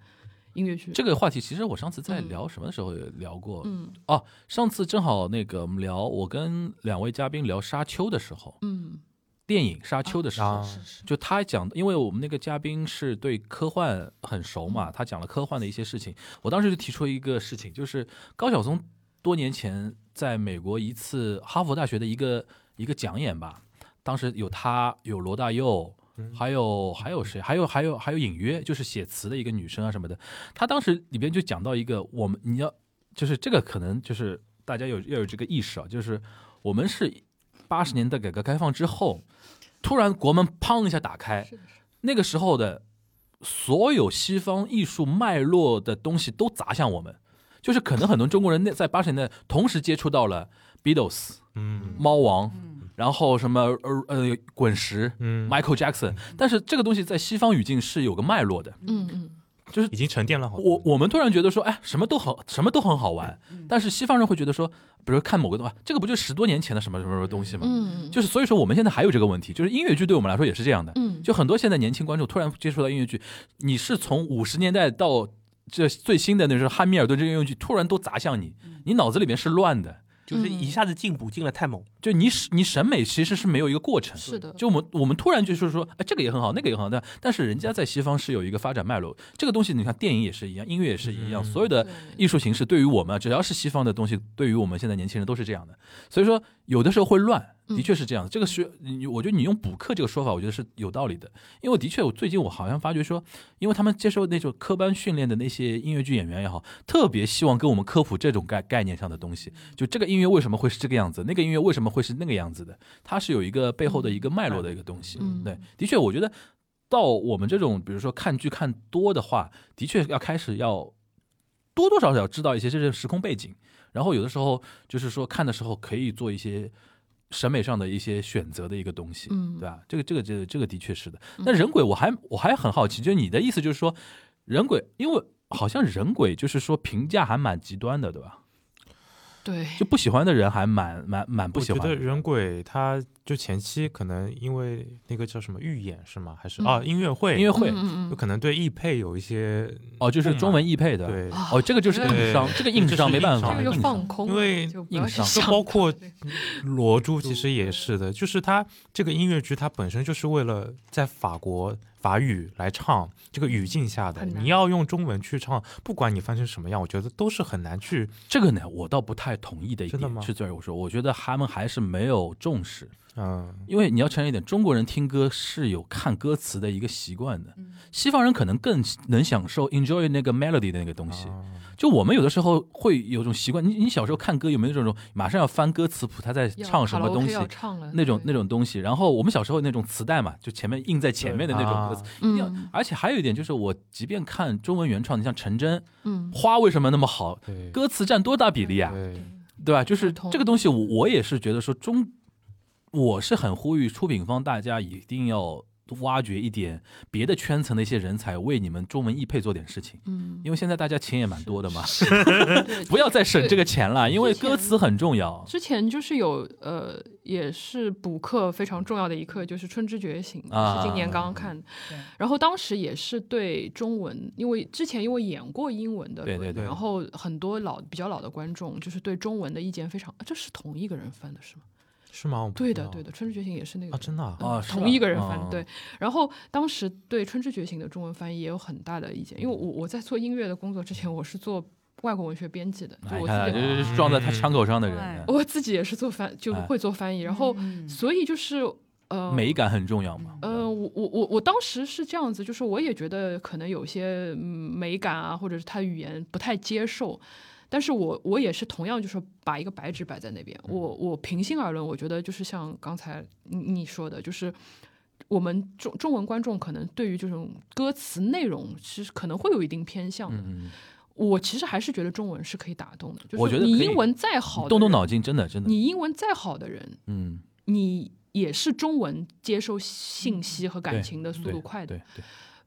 E: 音乐剧。
B: 这个话题其实我上次在
E: 嗯
B: 聊什么的时候也聊过，
E: 嗯
B: 哦、上次正好那个我们聊，我跟两位嘉宾聊《沙丘》的时候，
E: 嗯，
B: 电影《沙丘》的时候，
C: 啊
E: 是是。
B: 就他讲，因为我们那个嘉宾是对科幻很熟嘛，他讲了科幻的一些事情。我当时就提出一个事情，就是高晓松多年前在美国一次哈佛大学的一个一个讲演吧，当时有他，有罗大佑，还有还有谁，还有还有还有隐约，就是写词的一个女生啊什么的。他当时里边就讲到一个，我们你要就是这个可能就是大家有要有这个意识啊，就是我们是八十年代改革开放之后，突然国门砰一下打开，那个时候的所有西方艺术脉络的东西都砸向我们，就是可能很多中国人那在八十年代同时接触到了 Beatles、
C: 嗯
B: 猫王，然后什么呃呃滚石、
C: 嗯，
B: Michael Jackson，但是这个东西在西方语境是有个脉络的，
E: 嗯嗯，
C: 已经沉淀了好多
B: 我我们突然觉得说，哎，什么都好，什么都很好玩，但是西方人会觉得说，比如看某个东西，啊这个不就十多年前的什么什么什么东西吗？
E: 嗯
B: 就是所以说我们现在还有这个问题，就是音乐剧对我们来说也是这样的，
E: 嗯
B: 就很多现在年轻观众突然接触到音乐剧，你是从五十年代到这最新的那时候汉密尔顿这个音乐剧，突然都砸向你，
E: 嗯
B: 你脑子里面是乱的，
F: 就是一下子进补进了太猛，
B: 就你审你审美其实是没有一个过程，
E: 是的
B: 就我们我们突然就是说，哎，这个也很好，那个也很好，但但是人家在西方是有一个发展脉络，这个东西你看电影也是一样，音乐也是一样，
C: 嗯
B: 所有的艺术形式对于我们，只要是西方的东西，对于我们现在年轻人都是这样的。所以说，有的时候会乱，的确是这样。这个是，你我觉得你用补课这个说法，我觉得是有道理的。因为我的确，我最近我好像发觉说，因为他们接受那种科班训练的那些音乐剧演员也好，特别希望跟我们科普这种概概念上的东西，就这个音乐为什么会是这个样子，那个音乐为什么会是那个样子的，它是有一个背后的一个脉络的一个东西。
E: 嗯
B: 对，的确，我觉得到我们这种，比如说看剧看多的话，的确要开始要多多少少要知道一些这些时空背景，然后有的时候就是说看的时候可以做一些审美上的一些选择的一个东西，
E: 嗯
B: 对吧？这个这个这个这个的确是的。那人鬼我还我还很好奇，就是你的意思就是说人鬼，因为好像人鬼就是说评价还蛮极端的，对吧？
E: 对，
B: 就不喜欢的人还蛮蛮蛮不
C: 我
B: 喜
C: 觉
B: 欢的
C: 得人鬼他就前期可能因为那个叫什么预演是吗？还是、
E: 嗯
C: 啊音乐会？
B: 音乐会
E: 嗯
C: 就可能对译配有一些
B: 哦，就是中文译配的，
C: 对，
E: 啊
B: 哦，这个就是
E: 对
B: 硬伤，这个硬伤没办法，
E: 这个
C: 这
E: 就
B: 硬伤
E: 放空，
C: 因为
E: 就不要
C: 硬
E: 去
C: 伤，
E: 想
C: 就包括罗 珠其实也是的，就是它这个音乐剧它本身就是为了在法国法语来唱这个语境下的，
E: 很难
C: 你要用中文去唱，不管你翻成什么样，我觉得都是很难 去
B: 这个呢，我倒不太同意的一
C: 真的
B: 点
C: 吗
B: 是在于我说，我觉得他们还是没有重视，
C: 嗯
B: 因为你要承认一点，中国人听歌是有看歌词的一个习惯的，西方人可能更能享受 enjoy 那个 melody 的那个东西。
C: 哦啊
B: 就我们有的时候会有种习惯，你你小时候看歌有没有这种马上要翻歌词谱，他在
E: 要
B: 唱什么
E: 卡拉 OK
B: 东西
E: 要？唱了
B: 那种那
E: 种，
B: 种东西，然后我们小时候那种磁带嘛，就前面印在前面的那种歌词，一定要
E: 嗯。
B: 而且还有一点就是，我即便看中文原创，你像陈真
E: 嗯，
B: 花为什么那么好，
C: 对
B: 歌词占多大比例啊？
C: 对
B: 对吧？就是
E: 同
B: 这个东西我，我也是觉得说中，我是很呼吁出品方大家一定要挖掘一点别的圈层的一些人才，为你们中文译配做点事情。
E: 嗯，
B: 因为现在大家钱也蛮多的嘛，
E: 对
B: 不要再省这个钱了，因为歌词很重要
E: 之前就是有呃，也是补课非常重要的一课，就是《春之觉醒》，
B: 啊
E: 是今年刚刚看的
D: 对。
E: 然后当时也是对中文，因为之前因为演过英文的，
B: 对对对
E: 然后很多老比较老的观众就是对中文的意见非常，啊这是同一个人翻的是吗？
C: 是吗？我不
E: 对
C: 知
E: 的
C: 道
E: 对的，《春之觉醒》也是那个
C: 啊，真的啊
E: 嗯
B: 哦啊是吧
E: 同一个人翻、
B: 嗯
E: 对。然后当时对《春之觉醒》的中文翻译也有很大的意见，因为我我在做音乐的工作之前，我是做外国文学编辑的，哎
B: 哎
E: 就
B: 你
E: 我自
B: 看，
E: 己、
B: 这是撞在他枪口上的人
D: 嗯，
E: 我自己也是做翻，就是
B: 哎
E: 会做翻译，然后
D: 嗯
E: 所以就是呃，
B: 美感很重要嘛。嗯
E: 呃，我我我我当时是这样子，就是我也觉得可能有些嗯美感啊，或者是他语言不太接受，但是我我也是同样就是把一个白纸摆在那边，
B: 嗯
E: 我我平心而论，我觉得就是像刚才你你说的，就是。我们中中文观众可能对于这种歌词内容其实可能会有一定偏向的。
B: 嗯，
E: 我其实还是觉得中文是可以打动的，就是
B: 我觉得
E: 你
B: 可以
E: 英文再好的人，
B: 动动脑筋，真的真的，
E: 你英文再好的人，
B: 嗯，
E: 你也是中文接收信息和感情的速度
B: 对
E: 快的
B: 对。对，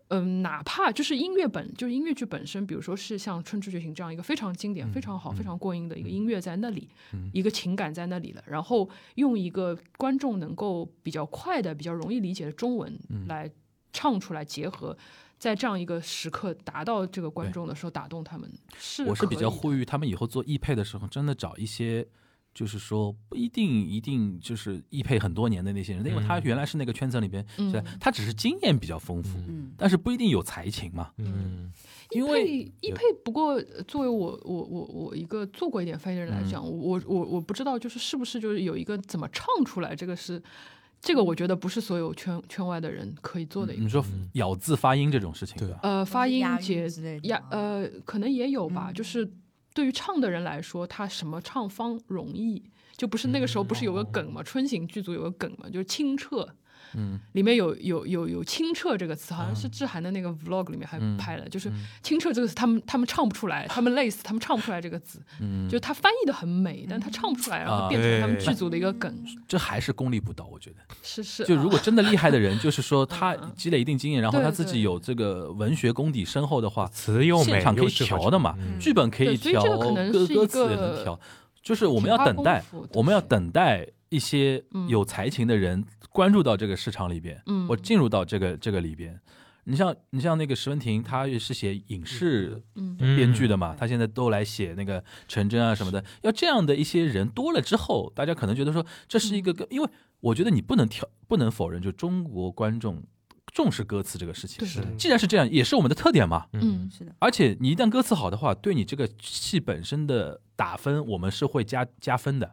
E: 嗯，哪怕就是音乐本，就是音乐剧本身，比如说是像《春之觉醒》这样一个非常经典、
B: 嗯
E: 非常好、非常过硬的一个音乐在那里，一个情感在那里了，然后用一个观众能够比较快的、比较容易理解的中文
B: 嗯
E: 来唱出来，结合。在这样一个时刻达到这个观众的时候，打动他们是
B: 我是比较
E: 嗯可以的
B: 呼吁他们以后做易配的时候，真的找一些。就是说，不一定一定就是易配很多年的那些人，因为
C: 嗯
B: 他原来是那个圈层里边，
E: 嗯
B: 是吧他只是经验比较丰富，
D: 嗯
B: 但是不一定有才情嘛。
C: 嗯，
E: 易
B: 因为
E: E 配易配，不过呃作为我我我我一个做过一点翻译人
B: 嗯
E: 来讲，我我我不知道就是是不是就是有一个怎么唱出来，这个是这个我
B: 嗯
E: 觉得不是所有圈圈外的人可以做的一个、
B: 你说咬字发音这种事情，
C: 嗯对
B: 吧？
E: 呃发音
D: 嗯押韵
E: 节
D: 之类的
E: 呀
B: 啊
D: 吗
E: 呃可能也有吧，
D: 嗯
E: 就是对于唱的人来说，他什么唱方容易，就不是那个时候不是有个
B: 哦
E: 梗嘛，春行剧组有个梗嘛，就是清澈。
B: 嗯，
E: 里面有有有有“清澈”这个词，好像是志涵的那个 vlog 里面还
B: 嗯
E: 拍了，就是“清澈”这个词，他们他们唱不出来，他们累死，他们唱不出来这个字，
B: 嗯啊
E: 就他翻译的很美，但他唱不出来，然后变成他们剧组的一个 梗，
B: 这还是功力不到，我觉得。
E: 是是，
B: 就如果真的厉害的 人，就是说他
E: 嗯嗯
B: 积累一定经验，然后
E: 对
B: 他自己
E: 对
B: 有这个文学功底深厚的话，
C: 词又美
B: 现场可以
C: 又适合
B: 调的嘛，
C: 嗯
B: 剧本可以
E: 对所以这
B: 调，
E: 个可能
B: 歌
E: 是一
B: 歌词也
E: 个
B: 能调，就是我们要等待
E: 啊挺花功夫的，
B: 我们要等待一些
E: 嗯
B: 有才情的人关注到这个市场里边，
E: 嗯
B: 我进入到这个这个里边。你像你像那个石文婷，她也是写影视
E: 嗯
C: 嗯
B: 编剧的嘛，她现在都来写那个陈真啊什么的。要这样的一些人多了之后，大家可能觉得说这是一
E: 嗯
B: 个，因为我觉得你不能挑，不能否认，就中国观众重视歌词这个事情
E: 对。
C: 是
B: 既然是这样，也是我们的特点嘛。
E: 嗯
D: 是的，
B: 而且你一旦歌词好的话，对你这个戏本身的打分，我们是会加加分的。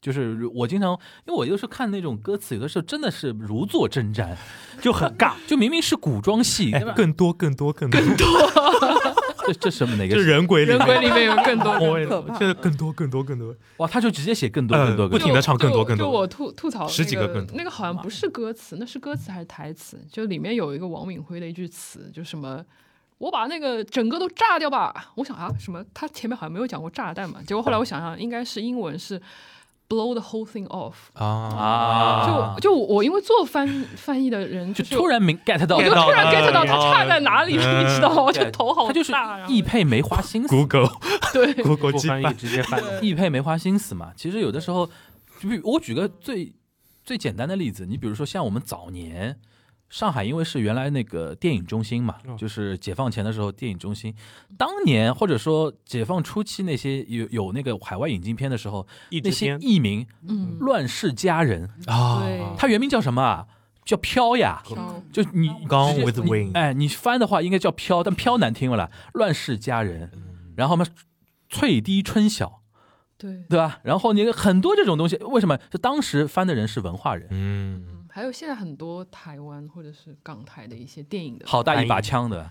B: 就是如我经常，因为我有时候看那种歌词，有的时候真的是如坐针毡， 就很尬。就明明是古装戏，
C: 哎
B: 对吧
C: 更多更多更多，
B: 这这什么哪个
C: 这？人鬼里
E: 人
C: 面
E: 鬼里面有更多
C: 我也
E: 人
D: 可怕
C: 现在更多更多更多，
B: 哇，他就直接写更多更多
C: 呃不
B: 更
E: 就
B: 多。
C: 停地唱更多
E: 就
C: 更多
E: 就我吐吐槽
C: 十几
E: 那
C: 个更多
E: 那个好像不是歌词，那是歌词还是台词？就里面有一个王敏辉的一句词，就什么。我把那个整个都炸掉吧！我想啊，什么？他前面好像没有讲过炸弹嘛。结果后来我想想，应该是英文是 blow the whole thing off。
B: 啊
E: 就就我因为做翻翻译的人，
B: 就是突然明 get 到
E: 我就
B: 了，
E: 突然 get 到
C: 了
E: 他差在哪里
C: 嗯
E: 了，你知道吗？我就头好
B: 他就是
E: 大，然后
B: 易配没花心思，
C: Google
E: 对
C: Google
F: 不
C: 击
F: 翻
C: 败
F: 译直接翻，
B: 易配没花心思嘛。其实有的时候，就比如我举个最最简单的例子，你比如说像我们早年上海，因为是原来那个电影中心
E: 哦
B: 嘛，就是解放前的时候电影中心，当年或者说解放初期那些有有那个海外引进片的时候，
F: 一
B: 那
F: 直
B: 些
F: 偏
B: 艺名
E: 嗯
B: 《乱世佳人》，
E: 对
C: 啊，
B: 它原名叫什么啊？叫飘呀。
E: 飘
B: 就你
C: 刚
B: 直接
C: with
B: 你
C: wing
B: 哎，你翻的话应该叫飘，但飘难听了啦，乱世佳人，
E: 嗯
B: 然后嘛，翠堤春晓，
E: 对，
B: 对吧？然后你很多这种东西，为什么？就当时翻的人是文化人，
C: 嗯，
E: 还有现在很多台湾或者是港台的一些电影的，
B: 好大一把枪的，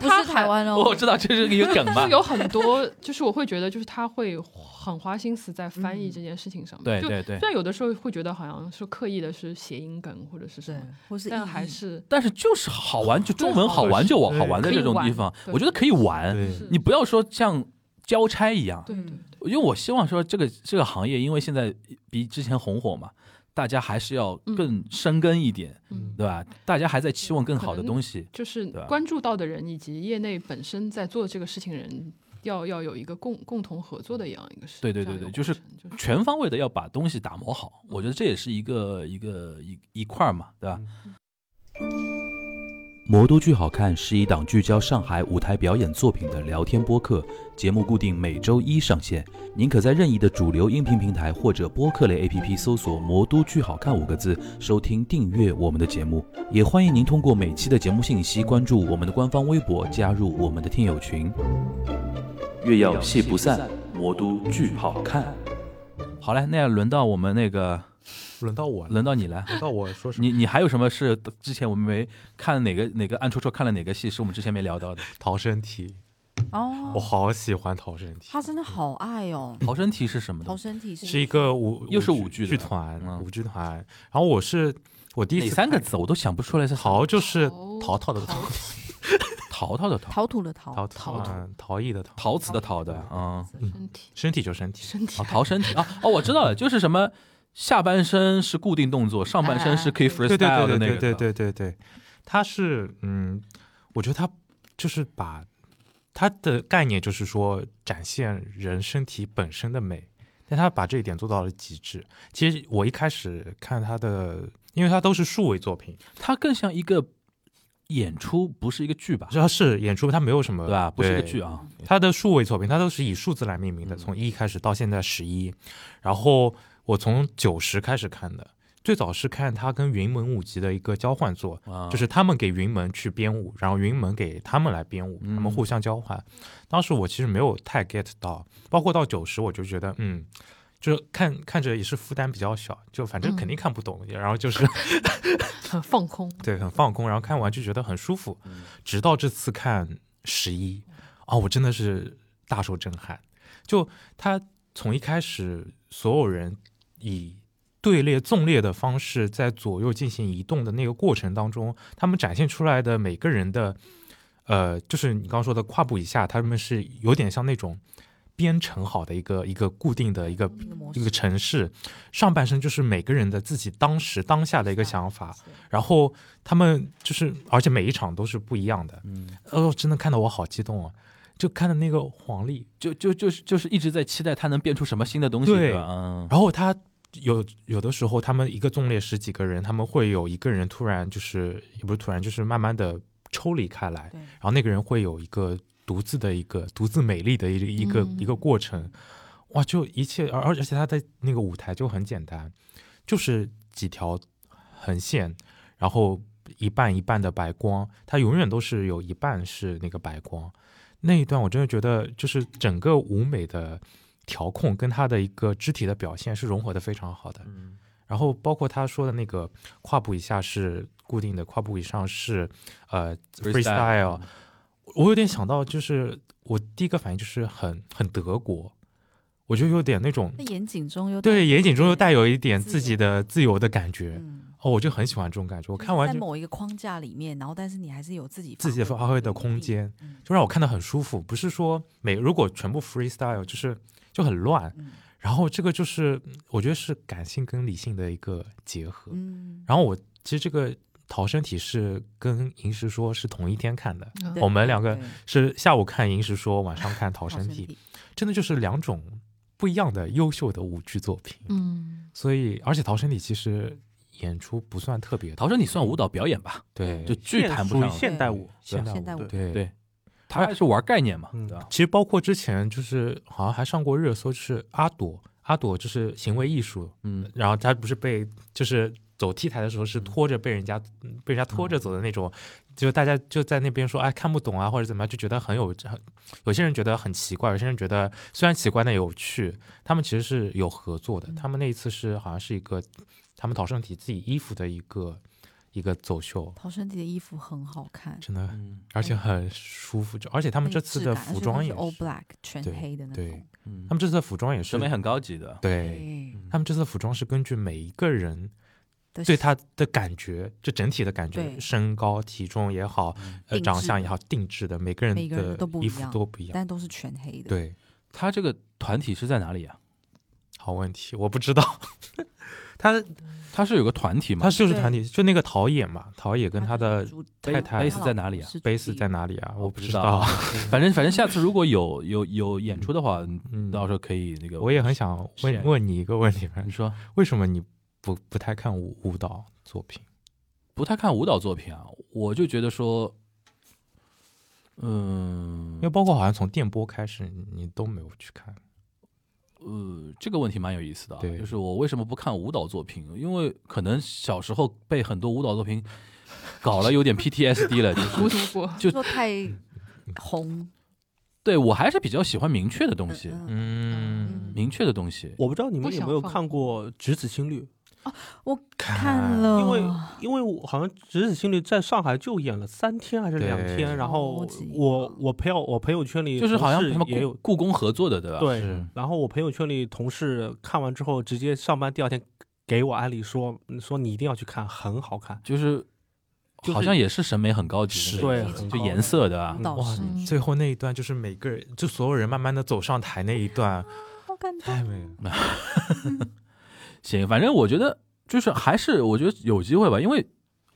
D: 不是台湾哦，
B: 我知道这是一个梗吧
E: 就？有很多，就是我会觉得，就是他会很花心思在翻
D: 嗯
E: 译这件事情上 面。
B: 对
E: 就
B: 对对
E: 虽然有的时候会觉得好像是刻意的是谐音梗或者是什
D: 对
E: 么，，
D: 或是
E: 但
D: 意
E: 还
D: 义
E: 是
B: 但是就是好玩，就中文好玩就往
C: 对
B: 好玩的这种地方
E: 可以，玩
B: 我觉得可以玩，
C: 对，
E: 是
B: 你不要说像交差一样，
E: 对对
D: 嗯
E: 对
B: 因为我希望说这个这个行业，因为现在比之前红火嘛，大家还是要
E: 嗯
B: 更深耕一点，
E: 嗯
B: 对吧？大家还在期望更好的
E: 可能
B: 东西，
E: 就是
B: 对吧啊
E: 关注到的人以及业内本身在做这个事情的人，要要有一个共共同合作的这样一个事。
B: 对对
E: 这样
B: 对对
E: 一个
B: 就是
E: 过程就是
B: 全方位的要把东西打磨好。
D: 嗯
B: 我觉得这也是一个一个一一块儿嘛，对吧？
D: 嗯
B: 魔都剧好看是一档聚焦上海舞台表演作品的聊天播客，节目固定每周一上线。您可在任意的主流音频平台或者播客类 APP 搜索“魔都剧好看”五个字，收听订阅我们的节目。也欢迎您通过每期的节目信息关注我们的官方微博，加入我们的听友群。月要戏不散，魔都剧好看。好嘞，那轮到我们那个，
C: 轮到我了，
B: 轮到你来。
C: 轮到我说什么？
B: 你你还有什么是之前我们没看哪个哪个暗戳戳看了哪个戏是我们之前没聊 到的？
C: 逃生梯，我
D: 哦，
C: 好喜欢逃生梯。
D: 他真的好爱哦，
B: 逃生题是什么
D: 逃
B: 的？
D: 生体
C: 是一个舞，
B: 又是舞剧
C: 剧
B: 的
C: 剧团，
B: 嗯
C: 舞剧团。然后我是我第一
B: 哪
C: 次
B: 三个
C: 看
B: 字我都想不出来是
C: 逃，就是
E: 逃
C: 淘淘的淘，
B: 淘淘的淘，
D: 陶土的陶，
C: 淘
E: 淘
C: 嗯陶艺的陶，
B: 陶瓷的陶的啊，
E: 身体
C: 身体就身体，
E: 身体
B: 哦逃生题啊哦，我知道了，就是什么下半身是固定动作，上半身是可以
C: 对对
B: freestyle 的
C: 对对
B: 那个
C: 对
B: 啊
C: 对
B: 的。
C: 对对对，他是嗯，我觉得他就是把他的概念就是说展现人身体本身的美，但他把这一点做到了极致。其实我一开始看他的，因为他都是数位作品，
B: 它更像一个演出，不是一个剧吧？
C: 主要是演出，他没有什么
B: 对吧？不是一个
C: 对
B: 剧啊。
C: 它的数位作品，它都是以数字来命名的，
B: 嗯
C: 从一开始到现在十一。然后我从九十开始看的，最早是看它跟云门舞集的一个交换作，
B: 啊
C: 就是他们给云门去编舞，然后云门给他们来编舞，
B: 嗯
C: 他们互相交换。当时我其实没有太 get 到，包括到九十，我就觉得嗯。就是看看着也是负担比较小，就反正
E: 嗯
C: 肯定看不懂，然后就是
E: 很放空，
C: 对，很放空，然后看完就觉得很舒服。
B: 嗯
C: 直到这次看十一，啊，我真的是大受震撼。就他从一开始，所有人以队列、纵列的方式在左右进行移动的那个过程当中，他们展现出来的每个人的，呃，就是你刚刚说的跨步以下，他们是有点像那种编程好的一个一个固定的一个
D: 嗯一个模
C: 一
D: 式
C: 个城市，上半身就是每个人的自己当时当下的一个
D: 啊
C: 想法，然后他们就是，而且每一场都是不一样的。
B: 嗯，
C: 哦，真的看得我好激动啊！就看的那个黄历，
B: 就就就是就是一直在期待它能变出什么新的东西，
C: 对
B: 对吧？嗯，
C: 然后他有有的时候他们一个纵列十几个人，他们会有一个人突然就是也不是突然，就是慢慢的抽离开来，
D: 对
C: 然后那个人会有一个独自的一个独自美丽的一一个、
E: 嗯
C: 一个过程，哇，就一切，而而且他在那个舞台就很简单，就是几条横线，然后一半一半的白光，它永远都是有一半是那个白光。那一段我真的觉得，就是整个舞美的调控跟他的一个肢体的表现是融合的非常好的。然后包括他说的那个跨步以下是固定的，跨步以上是呃 freestyle，我有点想到，就是我第一个反应就是很很德国，我就有点那种
D: 那严谨中又
C: 对严谨中又带有一点
D: 自由
C: 自己的自由的感觉。
D: 嗯，
C: 哦，我就很喜欢这种感觉。我
D: 我
C: 看完
D: 在
C: 就
D: 某一个框架里面，然后但是你还是有自己
C: 自己发挥的空
D: 余地，
C: 间，
D: 嗯
C: 就让我看得很舒服。不是说每如果全部 freestyle 就是就很乱，
D: 嗯
C: 然后这个就是我觉得是感性跟理性的一个结合。
D: 嗯，
C: 然后我其实这个逃生体是跟银石说是同一天看的，
E: 嗯
D: 对
C: 我们两个
D: 对
C: 是下午看银石说，晚上看逃
D: 逃
C: 生
D: 生
C: 体，
D: 体，
C: 真的就是两种不一样的优秀的舞剧作品。
E: 嗯，
C: 所以，而且逃生体其实演出不算特别的，
B: 陶生，你算舞蹈表演吧，
C: 对
B: 就剧谈不
F: 属于
B: 上。
F: 现代舞，
C: 嗯现
D: 现代
C: 舞
D: 舞
C: 对
B: 对，他还是玩概念嘛，
F: 嗯
B: 对吧？
C: 其实包括之前就是好像还上过热搜，就是阿朵，阿朵就是行为艺术，
B: 嗯，
C: 然后她不是被就是走 T 台的时候是拖着被人家、嗯被人家拖着走的那种，就大家就在那边说哎看不懂啊或者怎么样，就觉得很有很有些人觉得很奇怪，有些人觉得虽然奇怪但有趣，他们其实是有合作的，他们那一次是好像是一个他们讨生体自己衣服的一个一个走秀，
D: 逃生体的衣服很好看，
C: 真
B: 嗯
C: 的而且很舒服，就而且他
D: 他
C: 们这次的服装也
D: all
C: 是
D: black 全
C: 对
D: 黑的那
C: 对
D: 种，
B: 嗯
C: 他们这次的服装也是
B: 审美很高级的，
C: 对，
D: 对
B: 嗯
C: 他们这次的服装是根据每一个人
D: 的
C: 对他的感觉，就整体的感觉，
D: 对嗯
C: 身高、体重也好，呃，
D: 定制
C: 长相也好，定制的，每个人
D: 每个人
C: 的
D: 都不
C: 衣
D: 一
C: 服
D: 样
C: 都不一样。
D: 但都是全黑的，
C: 对，
B: 他这个团体是在哪里啊？
C: 好问题，我不知道。
F: 他
B: 他是有个团体嘛？
C: 他就是
D: 对啊
C: 团体，就那个陶冶嘛，陶冶跟他的
D: 主
C: 太太
B: 贝斯在哪里啊？
C: 贝斯在？哪里啊？我
B: 不
C: 不
B: 知
C: 知
B: 道
C: 道，
B: 反正反正下次如果有有有演出的话，
C: 嗯，
B: 到时候可以那个。
C: 我也很想
B: 是嗯
C: 问问你一个问题，
B: 你说
C: 为什么你不不太看舞舞蹈作品？
B: 不太看舞蹈作品啊，我就觉得说，嗯
C: 因为，包括好像从电波开始，你你都没有去看。
B: 呃，这个问题蛮有意思的啊，
C: 对
B: 就是我为什么不看舞蹈作品？因为可能小时候被很多舞蹈作品搞了有点 PTSD 了，就是
E: 糊涂嗯过。
B: 就
D: 说太红，
B: 对我还是比较喜欢明确的东西，
D: 嗯嗯
C: 嗯
B: 明确的东西。
F: 我不知道你们有没有
E: 不想放
F: 看过《只此青绿》，
D: 我看了，
F: 因为因为我好像《只此青绿》在上海就演了三天还是两
C: 对
F: 天，然后
D: 超级
F: 我我朋友我朋友圈里
B: 就是好像
F: 同事
B: 他们
F: 也有
B: 故故宫合作的，对吧？
F: 对
C: 是，
F: 然后我朋友圈里同事看完之后，直接上班第二天给我安利说嗯说你一定要去看，很好看。
B: 就是
F: 就是
B: 好像也是审美很高级的那
F: 对
B: 种，
F: 很
B: 就
F: 高
B: 颜色的啊
D: 舞，蹈
C: 哇
D: 是
E: 嗯
C: 最后那一段就是每个人，就所有人慢慢的走上台那一段，
D: 好感
C: 太
D: 动，
C: 美了。
B: 行，反正我觉得就是还是我觉得有机会吧，因为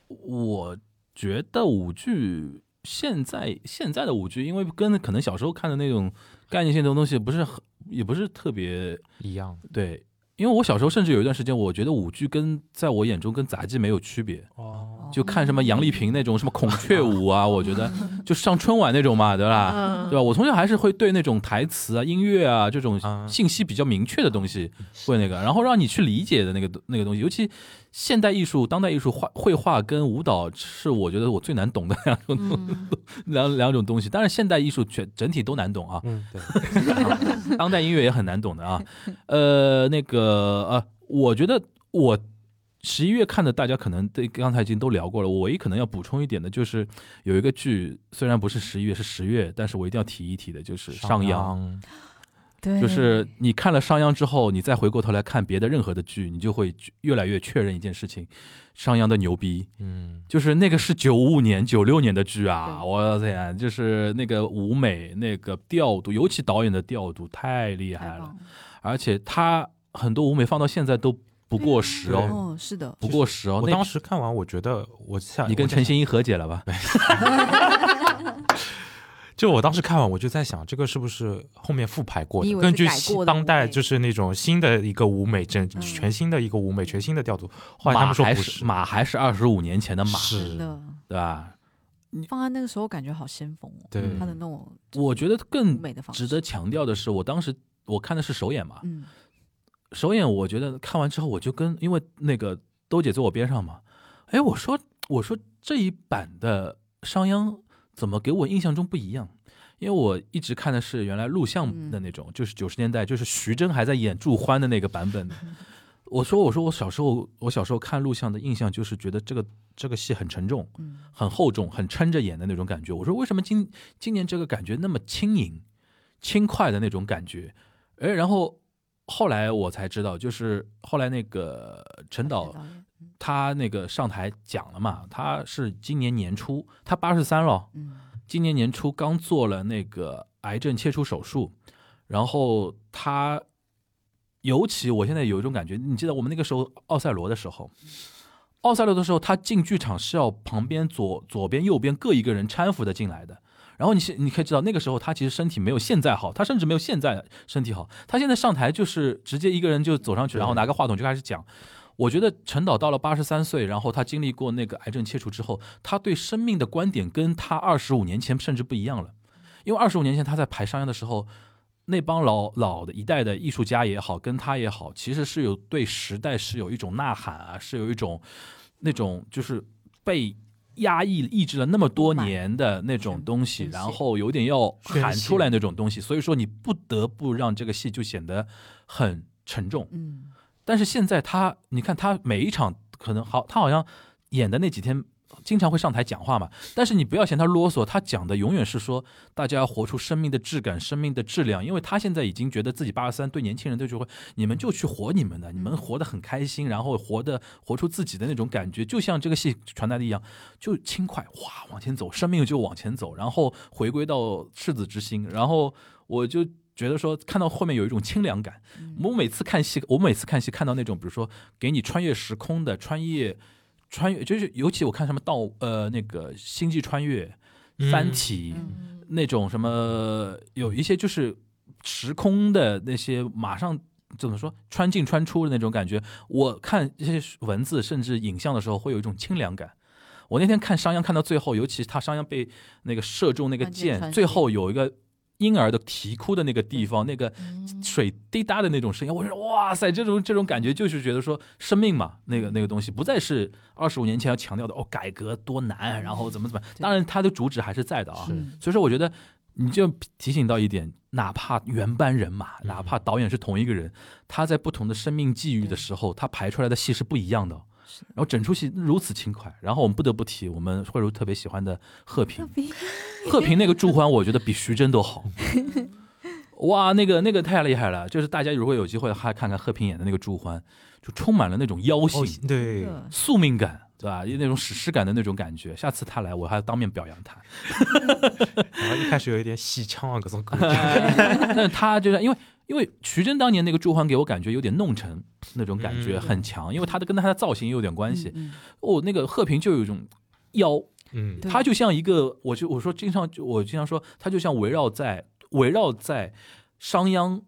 B: 我觉得舞剧现在现在的舞剧，因为跟可能小时候看的那种概念性的东西不是很，也不是特别
C: 一样，
B: 对。因为我小时候甚至有一段时间，我觉得舞剧跟在我眼中跟杂技没有区别，
F: 哦，
B: 就看什么杨丽萍那种什么孔雀舞啊，我觉得就上春晚那种嘛，对吧？
E: 嗯
B: 对吧？我从小还是会对那种台词啊、音乐啊这种
C: 啊
B: 信息比较明确的东西会那个，然后让你去理解的那个那个东西，尤其现代艺术、当代艺术画绘画跟舞蹈是我觉得我最难懂的两 种、
E: 嗯，
B: 两两种东西。当然，现代艺术全整体都难 懂啊，
F: 嗯，
B: 当代音乐也很难懂的啊。呃，那个呃，我觉得我十一月看的，大家可能对刚才已经都聊过了。我唯一可能要补充一点的就是，有一个剧虽然不是十一月，是十月，但是我一定要提一提的，就是《上扬》。
C: 扬，
E: 哎
D: 对，
B: 就是你看了《商鞅》之后，你再回过头来看别的任何的剧，你就会越来越确认一件事情：商鞅的牛逼，
C: 嗯，
B: 就是那个是九五年、九六年的剧啊！
E: 对
B: 我天，就是那个舞美、那个调度，尤其导演的调度太厉
E: 太
B: 害了
E: 棒，了
B: 而且他很多舞美放到现在都不过时
C: 对
B: 哦，
D: 哦，是的，
B: 不过时哦。
C: 我
B: 那
C: 当时哎看完，我觉得我下
B: 你跟
C: 我在
B: 陈
C: 想
B: 欣一和解了吧？
C: 就我当时看完，我就在想，这个是不是后面复排过
D: 你以
C: 的？
D: 为
C: 根
D: 是
C: 据
D: 改
C: 新
D: 过的
C: 当
D: 舞
C: 代
D: 美
C: 就是那种新的一个舞美，整
D: 嗯
C: 全新的一个舞美，全新的调度。后来他
B: 马
C: 们说
B: 还
C: 不
B: 是马还是二十五年前的马，
C: 是
D: 真的
B: 对吧？
D: 放在那个时候感觉好先锋哦，
C: 对
D: 他的那种
B: 我觉得
D: 舞
B: 更
D: 美的方式，
B: 值得强调的是，我当时我看的是首演嘛，
D: 嗯，
B: 首演我觉得看完之后，我就跟因为那个兜姐坐我边上嘛，哎，我说我说这一版的商鞅怎么给我印象中不一样？因为我一直看的是原来录像的那种，就是九十年代，就是徐峥还在演祝欢的那个版本。我说我说我小时候我小时候看录像的印象就是觉得这个这个戏很沉重，
D: 嗯
B: 很厚重，很撑着演的那种感觉。我说为什么今今年这个感觉那么轻盈、轻快的那种感觉？哎，然后后来我才知道，就是后来那个陈导
D: 导演，嗯
B: 他那个上台讲了嘛，他是今年年初，他八十三了，
D: 嗯，
B: 今年年初刚做了那个癌症切除手术，然后他，尤其我现在有一种感觉，你记得我们那个时候奥赛罗的时候，奥赛罗的时候，他进剧场是要旁边左左边右边各一个人搀扶的进来的。然后你现你可以知道，那个时候他其实身体没有现在好，他甚至没有现在身体好。他现在上台就是直接一个人就走上去，
C: 对
B: 然后拿个话筒就开始讲。我觉得陈导到了八十三岁，然后他经历过那个癌症切除之后，他对生命的观点跟他二十五年前甚至不一样了。因为二十五年前他在排商鞅的时候，那帮老老的一代的艺术家也好，跟他也好，其实是有对时代是有一种呐喊啊，是有一种那种就是被压抑抑制了那么多年的那种东西，
D: 宣泄
B: 然后有点要
C: 宣
B: 喊
C: 泄
B: 出来那种东西，所以说你不得不让这个戏就显得很沉重。
D: 嗯，
B: 但是现在他，你看他每一场可能好，他好像演的那几天经常会上台讲话嘛。但是你不要嫌他啰嗦，他讲的永远是说大家要活出生命的质感、生命的质量。因为他现在已经觉得自己八十三，对年轻人对就会，你们就去活你们的，你们活得很开心，然后活得活出自己的那种感觉，就像这个戏传达的一样，就轻快哇往前走，生命就往前走，然后回归到赤子之心，然后我就。觉得说看到后面有一种清凉感。我每次看戏，我每次看戏看到那种，比如说给你穿越时空的穿越，穿越就是尤其我看什么盗呃那个星际穿越、三
C: 嗯
B: 体、
E: 嗯
B: 那种什么，有一些就是时空的那些马上。怎么说穿进穿出的那种感觉？我看这些文字甚至影像的时候，会有一种清凉感。我那天看商鞅看到最后，尤其他商鞅被那个射中那个
D: 关键
B: 箭，
D: 穿
B: 最
D: 心
B: 后有一个婴儿的啼哭的那个地方，那个水滴答的那种声音，我说哇塞，这种这种感觉就是觉得说生命嘛，那个那个东西不再是二十五年前要强调的哦，改革多难，然后怎么怎么，
D: 对
B: 当然它的主旨还是在的啊。
C: 是
B: 所以说，我觉得你就提醒到一点，哪怕原班人马，哪怕导演是同一个人，他在不同的生命际遇的时候，他排出来的戏是不一样的。哦然后整出戏如此轻快，然后我们不得不提我们慧茹特别喜欢的贺平，贺平那个朱欢，我觉得比徐峥都好。 哇，那个那个太厉害了！就是大家如果有机会还看看贺平演的那个朱欢，就充满了那种妖性、
C: 哦对，
B: 宿命感，对吧？有那种史诗感的那种感觉。下次他来，我还要当面表扬他。
C: 然后一开始有一点戏腔啊，各种 各种，
B: 但是他就是因为因为徐峥当年那个朱欢给我感觉有点弄臣那种感觉
C: 嗯
B: 很强，因为他的跟他的造型也有点关系。
D: 嗯
B: 哦，那个贺平就有一种妖，
C: 嗯，
D: 对
B: 他就像一个，我就我说经常我经常说，他就像围绕在围绕在商鞅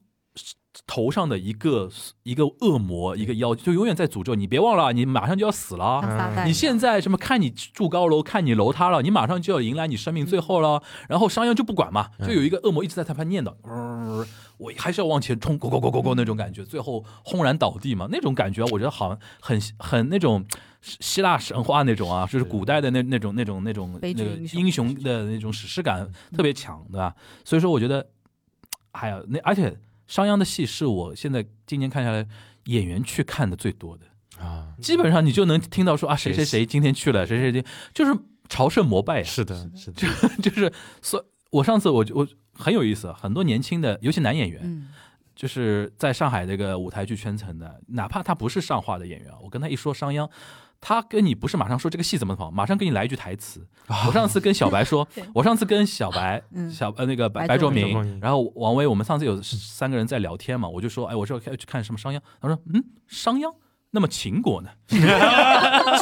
B: 头上的一个一个恶魔，一个妖，就永远在诅咒你。别忘了，你马上就要死了啊。
D: 像撒旦
B: 你现在什么看你住高楼，看你楼塌了，你马上就要迎来你生命最后了。然后商鞅就不管嘛，就有一个恶魔一直在他旁边念叨，呃我还是要往前冲，go go go go go 那种感觉，最后轰然倒地嘛，那种感觉我觉得好像很很那种希希腊神话那种啊，就是古代的那那种那种那种那
D: 悲剧
B: 个
D: 英雄
B: 英雄的那种史诗感特别强，对吧？所以说我觉得，哎呀，那而且商鞅的戏是我现在今年看下来演员去看的最多的。
C: 啊，
B: 基本上你就能听到说啊，谁谁
C: 谁
B: 谁今天去了，谁谁谁，就是朝圣膜拜呀，
C: 是的，是的，
B: 就是所。我上次我我很有意思，很多年轻的，尤其男演员，
D: 嗯，
B: 就是在上海这个舞台剧圈层的，哪怕他不是上话的演员，啊我跟他一说商鞅，他跟你不是马上说这个戏怎么跑，马上给你来一句台词。我上次跟小白说
E: 对，
B: 我上次跟小白、
D: 嗯
B: 小呃那个白
D: 白
B: 白
D: 卓
B: 卓
C: 明白卓
B: 明
C: 明，
B: 然后王威，我们上次有三个人在聊天嘛，我就说，哎，我说要去看什么商鞅，他说，嗯，商鞅。那么秦国呢？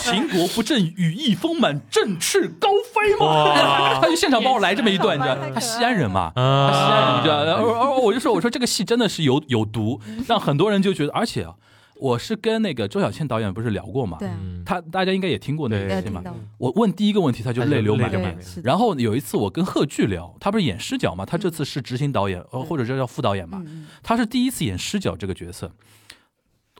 B: 秦国不正羽翼丰满、振翅高飞吗？ 他就现场帮我来这么一段，你知道，他西安人嘛，
C: 啊哎
B: 西安人你知道，然后然后我就说，我说这个戏真的是有有毒，让很多人就觉得，而且啊，我是跟那个周小倩导演不是聊过嘛，
D: 对啊，
C: 嗯，
B: 他大家应该也听过那
D: 大
B: 个
D: 家
B: 戏
D: 听
B: 嘛。
D: 到
B: 我问第一个问题，他就
C: 他就
B: 泪流
C: 泪
B: 满
C: 流
B: 面
C: 满。
D: 对，是的
B: 然后有一次我跟贺剧聊，他不是演狮角嘛，他这次是执行导演，呃，或者叫叫副导演嘛，
D: 嗯
B: 他是第一次演狮角这个角色。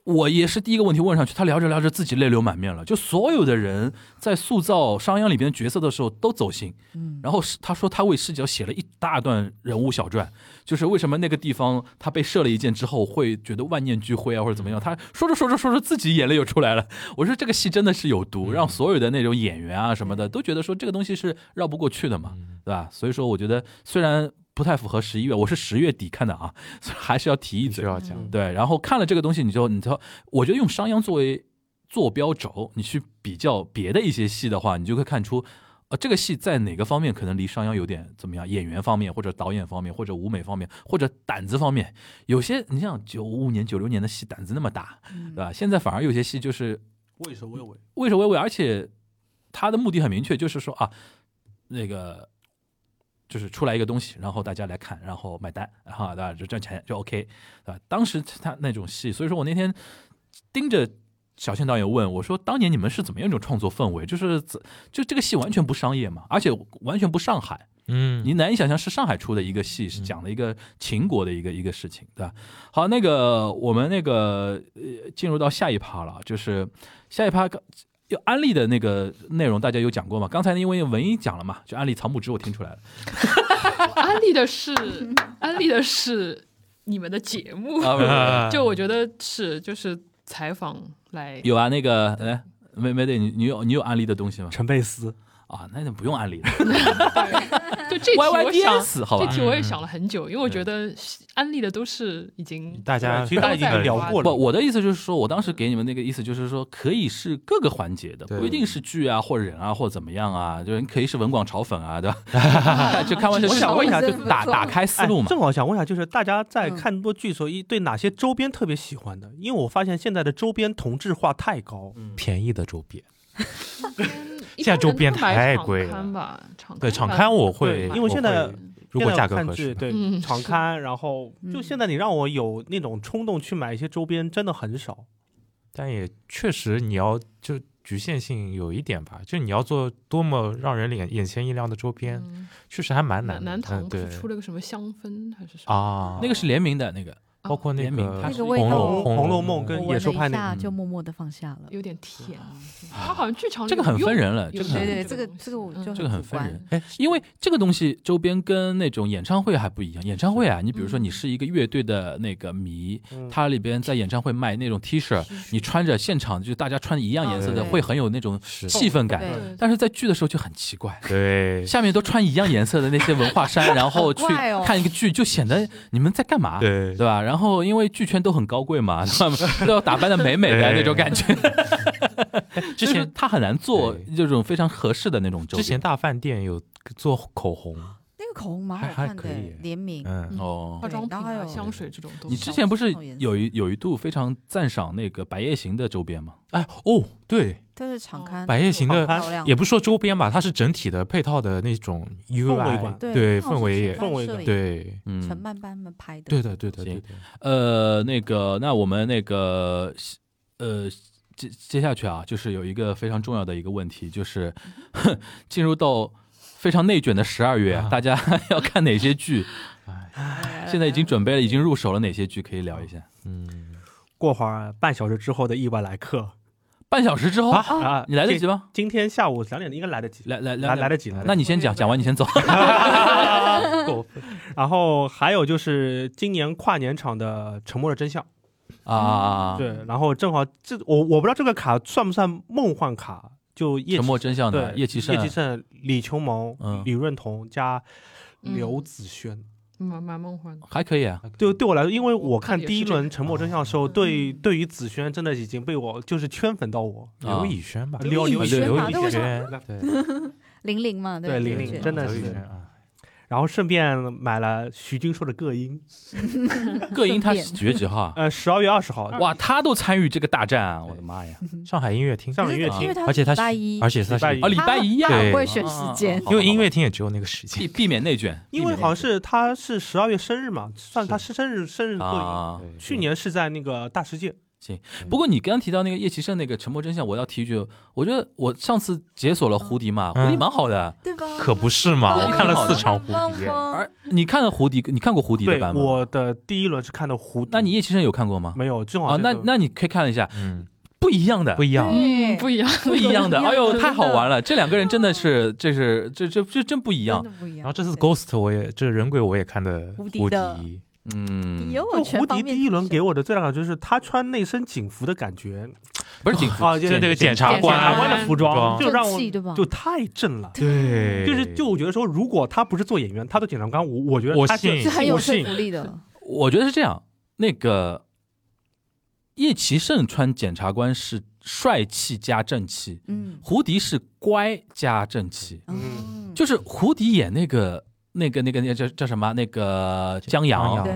B: 我也是第一个问题问上去，他聊着聊着自己泪流满面了。就所有的人在塑造商鞅里边的角色的时候都走心，
D: 嗯，
B: 然后是他说他为视角写了一大段人物小传，就是为什么那个地方他被射了一箭之后会觉得万念俱灰啊，或者怎么样？他说着说着说着自己眼泪又出来了。我说这个戏真的是有毒，让所有的那种演员啊什么的都觉得说这个东西是绕不过去的嘛，
C: 嗯
B: 对吧？所以说我觉得虽然不太符合十一月，我是十月底看的啊，所以还是要提一
C: 必须
B: 嘴。
C: 要讲，
B: 对，然后看了这个东西，你就你就，我觉得用商鞅作为坐标轴，你去比较别的一些戏的话，你就会看出，呃，这个戏在哪个方面可能离商鞅有点怎么样？演员方面，或者导演方面，或者舞美方面，或者胆子方面，有些你像九五年、九六年的戏胆子那么大，
D: 嗯
B: 对吧？现在反而有些戏就是
F: 畏首畏尾，
B: 畏首畏尾，而且他的目的很明确，就是说啊，那个就是出来一个东西，然后大家来看，然后买单，然后对吧？就赚钱就 OK，对吧？当时他那种戏，所以说我那天盯着。小倩导演问我说：“当年你们是怎么样一种创作氛围？就是怎就这个戏完全不商业嘛，而且完全不上海，
C: 嗯，
B: 你难以想象是上海出的一个戏，是讲了一个秦国的一个一个事情，对吧？好，那个我们那个呃，进入到下一趴了，就是下一趴刚。就安利的那个内容，大家有讲过吗？刚才因为文一讲了嘛，就安利藏木之，我听出来了
E: 安利 的是安利的是你们的节目，
B: 啊，不是不 是
C: 啊
E: 就我觉得是就是采访来
B: 有啊，那个哎，没没对，你你有你有安利的东西吗？
F: 陈佩斯，
B: 啊，那就不用安利了，
E: 就这题
B: Y Y
E: 我
B: D
E: 想
B: S 好
E: 这
B: 吧？
E: 题我也
C: 嗯
E: 想了很久，因为我觉得安利的都是已经
C: 大家
F: 其实大家已经聊过
B: 不，
F: 了，
B: 我的意思就是说，我当时给你们那个意思就是说，可以是各个环节的，
C: 对
B: 不一定是剧啊，或人啊，或怎么样啊，就是你可以是文广炒粉啊，对吧？就开玩笑，
F: 我想问一下
B: 就
F: 这个
B: 打
D: 不错
B: 打开思
F: 哎
B: 路嘛。
F: 正好想问一下，就是大家在
D: 嗯
F: 看多剧的时候，一对哪些周边特别喜欢的？因为我发现现在的周边同质化太高，
C: 便宜的周边，
E: 一
C: 现在
E: 般
C: 周
E: 人
C: 边
E: 都买
C: 太
E: 厂
C: 贵
E: 刊
C: 了
E: 吧，场
C: 对场
E: 刊
C: 刊我会，
F: 对因为现在
C: 我会如果
F: 现在
C: 价格
F: 看
C: 合
F: 剧
C: 适，
F: 对
E: 嗯
F: 常
E: 是
F: 刊，然后就
D: 嗯
F: 现在你让我有那种冲动去买一些周边，真的很少。
C: 但也确实你要就局限性有一点吧，就你要做多么让人眼眼前一亮的周边，
E: 嗯
C: 确实还蛮难
E: 南
C: 的。
E: 南唐
C: 嗯
E: 不
C: 对
E: 是出了个什么香氛还是什么？啊
C: 啊，
B: 那个是联名的那个，
C: 包括那
B: 联名它
C: 个
B: 嗯那个
C: 红
B: 味
C: 楼
D: 道
C: 红
F: 红楼
C: 楼
F: 梦跟
D: 我
F: 野
D: 闻
F: 兽
D: 了
F: 派
D: 一
F: 那个
D: 下
C: 嗯
D: 就默默的放下了。
E: 有点甜，
D: 啊
E: 它好像剧
D: 哦
E: 场里
B: 这个很分人了，这
E: 有
B: 个
E: 用
D: 对
B: 很
D: 对，
E: 这
D: 这个
E: 个东西
D: 这个我
E: 嗯
D: 就
B: 这个很
D: 主
B: 分
D: 观
B: 人，哎，因为这个东西周边跟那种演唱会还不一样。演唱会啊，你比如说
E: 嗯
B: 你是一个乐队的那个迷，
F: 嗯
B: 它里边在演唱会卖那种 T 恤，你穿着现场就大家穿一样颜色的，
D: 啊对
B: 会很有那种
C: 是
B: 气氛感。
D: 对
E: 对
B: 但是在剧的时候就很奇怪，
C: 对
B: 下面都穿一样颜色的那些文化 衫，然后去
D: 好怪哦
B: 看一个剧，就显得你们在干嘛？
C: 对
B: 对吧？然后因为剧圈都很高贵嘛，他们都要打扮的美美的
C: 对
B: 那种感 觉。之
C: 前
B: 前他很难做
C: 对
B: 这种非常合适的那种
C: 之
B: 周边
C: 前大饭店有做口红，
D: 那个口红蛮
C: 还
D: 好
C: 还
D: 看的
C: 可以
D: 欸，联名
C: 嗯，
B: 哦
E: 化妆品
D: 然后还
E: 啊、
D: 有
E: 香水这种东西。
B: 你之前不是有一有一度非常赞赏那个《白夜行》的周边吗？
C: 哎哦，对，
D: 但是
E: 嗯哦
D: 场刊
C: 百叶行的
D: 漂亮，
C: 也不说周边吧，它是整体的配套的那种
F: 围感
C: UI，
D: 对
C: 对
D: 那种
C: 氛围也
D: 陈
F: 氛围
D: 摄
F: 感
D: 影，
C: 对
D: 陈
B: 嗯，
D: 曼班们拍的，
C: 对的对的
B: 行
C: 对的，
B: 呃，那个，那我们那个，呃，接接下去啊，就是有一个非常重要的一个问题，就是哼 进入到非常内卷的十二月，
C: 啊
B: 大家要看哪些剧？
F: 哎
B: 现在已经准备了，已经入手了哪些剧？可以聊一下。
C: 嗯，
F: 过会儿半小时之后的意外来客
B: 半小时之后，
C: 啊
F: 啊，
B: 你来得及
F: 今？
B: 吗？
F: 今天下午两点应该来得及，
B: 来来
F: 来
B: 来
F: 来得及，来得及
B: 那你先讲，讲完你先走。
F: 嗯够分。然后还有就是今年跨年场的《沉默的真相》，
B: 啊，
F: 对，然后正好这我我不知道这个卡算不算梦幻卡，就叶
B: 沉默真相的
F: 对
B: 叶奇胜，
F: 叶奇胜、李秋萌、
B: 嗯
F: 李润彤加
E: 嗯
F: 刘子轩。
E: 蛮蛮梦幻的，
B: 还可以啊。
F: 对，对我来说，因为
E: 我
F: 我
E: 看
F: 看
E: 的也
F: 第一
E: 是这
F: 轮《沉默真相》的时候，
E: 嗯
F: 对对于子轩真的已经被我就是圈粉到我，
C: 刘以轩吧，
F: 刘
D: 以
F: 刘
D: 轩
C: 啊刘
D: 嘛
C: 以
D: 对我想
C: 轩，对
D: 玲玲嘛，
F: 对
D: 吧
F: 玲
D: 对
F: 玲
D: 对
F: 真的
C: 刘
F: 是
C: 以轩啊，
F: 然后顺便买了徐君硕的各音，
B: 各音他是几月几号啊？
F: 呃，十二月 二十号，
B: 哇，他都参与这个大战啊！我的妈呀！
C: 上海音乐厅，
F: 上海音乐
D: 因
F: 厅
D: 为他
C: 而且他
D: 礼拜
C: 是
D: 一，
C: 而且他
F: 礼拜
C: 是
F: 一
B: 啊，礼拜一呀
D: 他，很
C: 对
D: 会选时间
B: 啊，
C: 因为音乐厅也只有那个时
B: 避
C: 间，
B: 避免内卷，
F: 因为好像是他是十二月生日嘛，算他是生日生日
B: 避免内卷
F: 作
B: 啊。
F: 影。
C: 对
F: 去年是在那个大世界，
B: 不过你刚刚提到那个叶奇胜那个《沉默真相》，我要提一句，我觉得我上次解锁了蝴蝶嘛，
C: 嗯
B: 蝴蝶蛮好的。
D: 对吧？嗯
C: 可不是嘛，
B: 对
C: 我看了四场蝴蝶，
D: 蝶，
B: 而你看了蝴蝶，你看过蝴蝶的
F: 对
B: 版吗？
F: 我的第一轮是看的胡，
B: 那你叶奇胜有看过吗？
F: 没有正好
B: 啊，
F: 这
B: 那
F: 个
B: 那你可以看一下，
C: 嗯，
B: 不一样的
C: 不。一样，
E: 嗯，不一样，
B: 不一 样的，
D: 不一样
B: 哎呦，太好玩
D: 真
B: 了！这两个人真的是，这是这这这真不一样
D: 真。的不一样。
C: 然后这次
D: 对
C: Ghost 我也这人鬼我也看的
D: 无
C: 无
D: 敌
C: 敌，
D: 的
B: 嗯，
D: 有我
F: 就
D: 全
F: 胡
D: 方
F: 迪
D: 面
F: 第一轮
D: 提
F: 给
D: 升
F: 我的最大感觉是他穿那身警服的感觉，
B: 不是警服
F: 啊，就是
C: 这个检察
E: 察
C: 官
E: 官
F: 察官的服装，
D: 正
F: 就让我
D: 气对吧？
F: 就太正了。
C: 对，
F: 就是就我觉得说，如果他不是做演员，他做检察官，我我觉得
C: 我
F: 他是
C: 信
D: 是很有
F: 我
D: 说
F: 信
D: 服力的，
B: 我觉得是这样，那个叶奇胜穿检察官是帅气加正气，
D: 嗯
B: 胡迪是乖加正气，
F: 嗯
D: 嗯，
B: 就是胡迪演那个。那个、那个、那个叫叫什么？那个江
C: 张
B: 阳
C: 扬
D: 对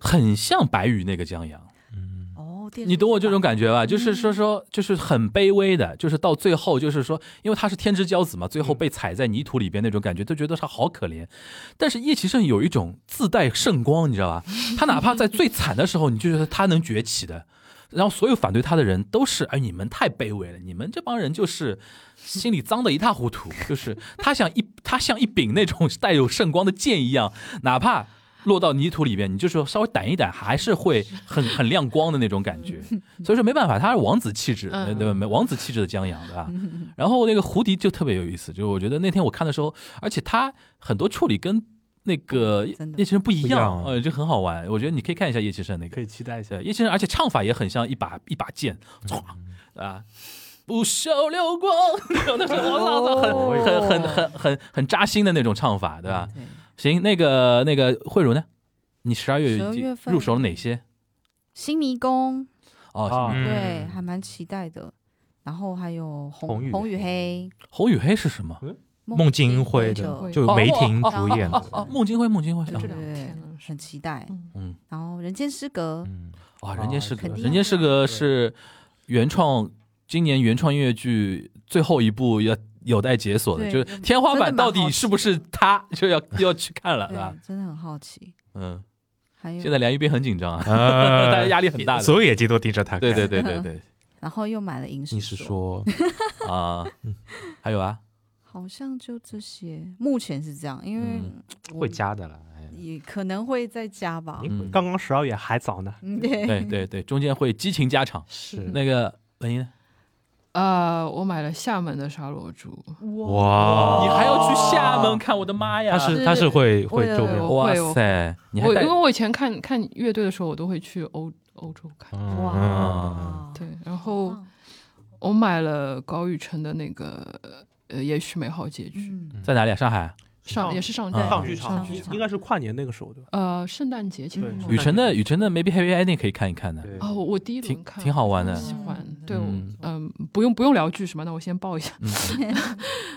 B: 很像白宇那个江阳，
C: 嗯，
D: 哦，电视
B: 你懂我这种
D: 剧
B: 感觉吧？就是说说，就是很卑微的，就是到最后，就是说，因为他是天之骄子嘛，最后被踩在泥土里边那种感觉，都觉得他好可怜。但是叶奇胜有一种自带圣光，你知道吧？他哪怕在最惨的时候，你就觉得他能崛起的。然后所有反对他的人都是，哎，你们太卑微了，你们这帮人就是心里脏的一塌糊涂，就是他像一他像一柄那种带有圣光的剑一样，哪怕落到泥土里面，你就说稍微掸一掸，还是会很很亮光的那种感觉。所以说没办法，他是王子气质，
E: 嗯
B: 对吧？没王子气质的江阳，对吧？然后那个胡迪就特别有意思，就是我觉得那天我看的时候，而且他很多处理跟那个
D: 真的
B: 叶奇胜不一
C: 不一
B: 样，
C: 样
B: 呃，就很好玩。我觉得你可以看一下叶奇胜那个
F: 可，以期待一下。
B: 对，叶先生，而且唱法也很像一把一把
F: 嗯
D: 哦
B: 剑，唰啊，不朽流光，那种那种哇，很很很很很很扎心的那种唱法，对
F: 嗯
B: 吧？
D: 对
B: 行，那个那个慧茹呢？你十二月已
D: 12
B: 经
D: 月份
B: 入手了哪些？
D: 新迷宫，
B: 哦，
F: 啊
B: 行
C: 嗯
D: 对，还蛮期待的。然后还有
C: 红
D: 红
C: 与
D: 红与黑，
B: 红与黑是什么？
C: 孟京辉
E: 的
D: 对
C: 就梅婷主演
B: 哦哦
C: 的，，
B: 孟京辉，孟京辉，
E: 就
B: 想
E: 这
B: 起来
E: 两
B: 了
E: 天了，是
D: 很期待。
B: 嗯，
D: 然后人间失 格，
C: 嗯，
B: 啊，人间失格，
D: 肯定
B: 人间失格
F: 对
B: 是原创今年原创音乐剧最后一部要有待解锁的，
D: 对
B: 就是天花板到底是不是他，就要要去看了，对吧
D: 对？，啊真的很好奇。
B: 嗯，
D: 还有
B: 啊现在梁一冰很紧张啊， 大家
C: 呃，
B: 压力很大的。嗯
C: 所有眼睛都盯着他。
B: 对对，对对对
D: 然后又买了银石，
C: 你是说
B: 啊，还有啊，
D: 好像就这些，目前是这样，因为
B: 嗯
D: 我
C: 会加的了？哎
D: 也可能会再加吧。
B: 嗯，
F: 刚刚十二月还早呢，
D: 嗯， 对
B: 对对对，中间会激情加场。
C: 是
B: 那个文英呢，
E: 呃，我买了厦门的沙螺珠，
C: 哇，
B: 你还要去厦门看？我的妈呀！
C: 他是他是会会
D: 为了
C: 周边
E: 我
B: 哇
E: 会我
B: 塞，你还
E: 我
B: 带
E: 因为我以前看看乐队的时候，我都会去欧欧洲
B: 啊
E: 看。
C: 嗯
D: 哇，
E: 对，然后
D: 啊
E: 我买了高宇辰的那个呃，也许美好结局，
D: 嗯，
B: 在哪里啊？上海啊。
E: 上
F: 上
E: 也是上
B: 嗯
F: 上
E: 剧
F: 剧
E: 上
F: 场
D: 剧场
F: 应该是跨年那个时候对吧？
E: 呃，圣诞节前
F: 对
E: 后
F: 嗯
B: 雨辰的雨辰的 Maybe Happy Ending 可以看一看的，
C: 对
E: 哦，我我第一
B: 挺
E: 轮看
B: 挺好玩的。
E: 喜欢。对，我
B: 嗯
E: 嗯，不用不用聊剧什么，那我先报一下。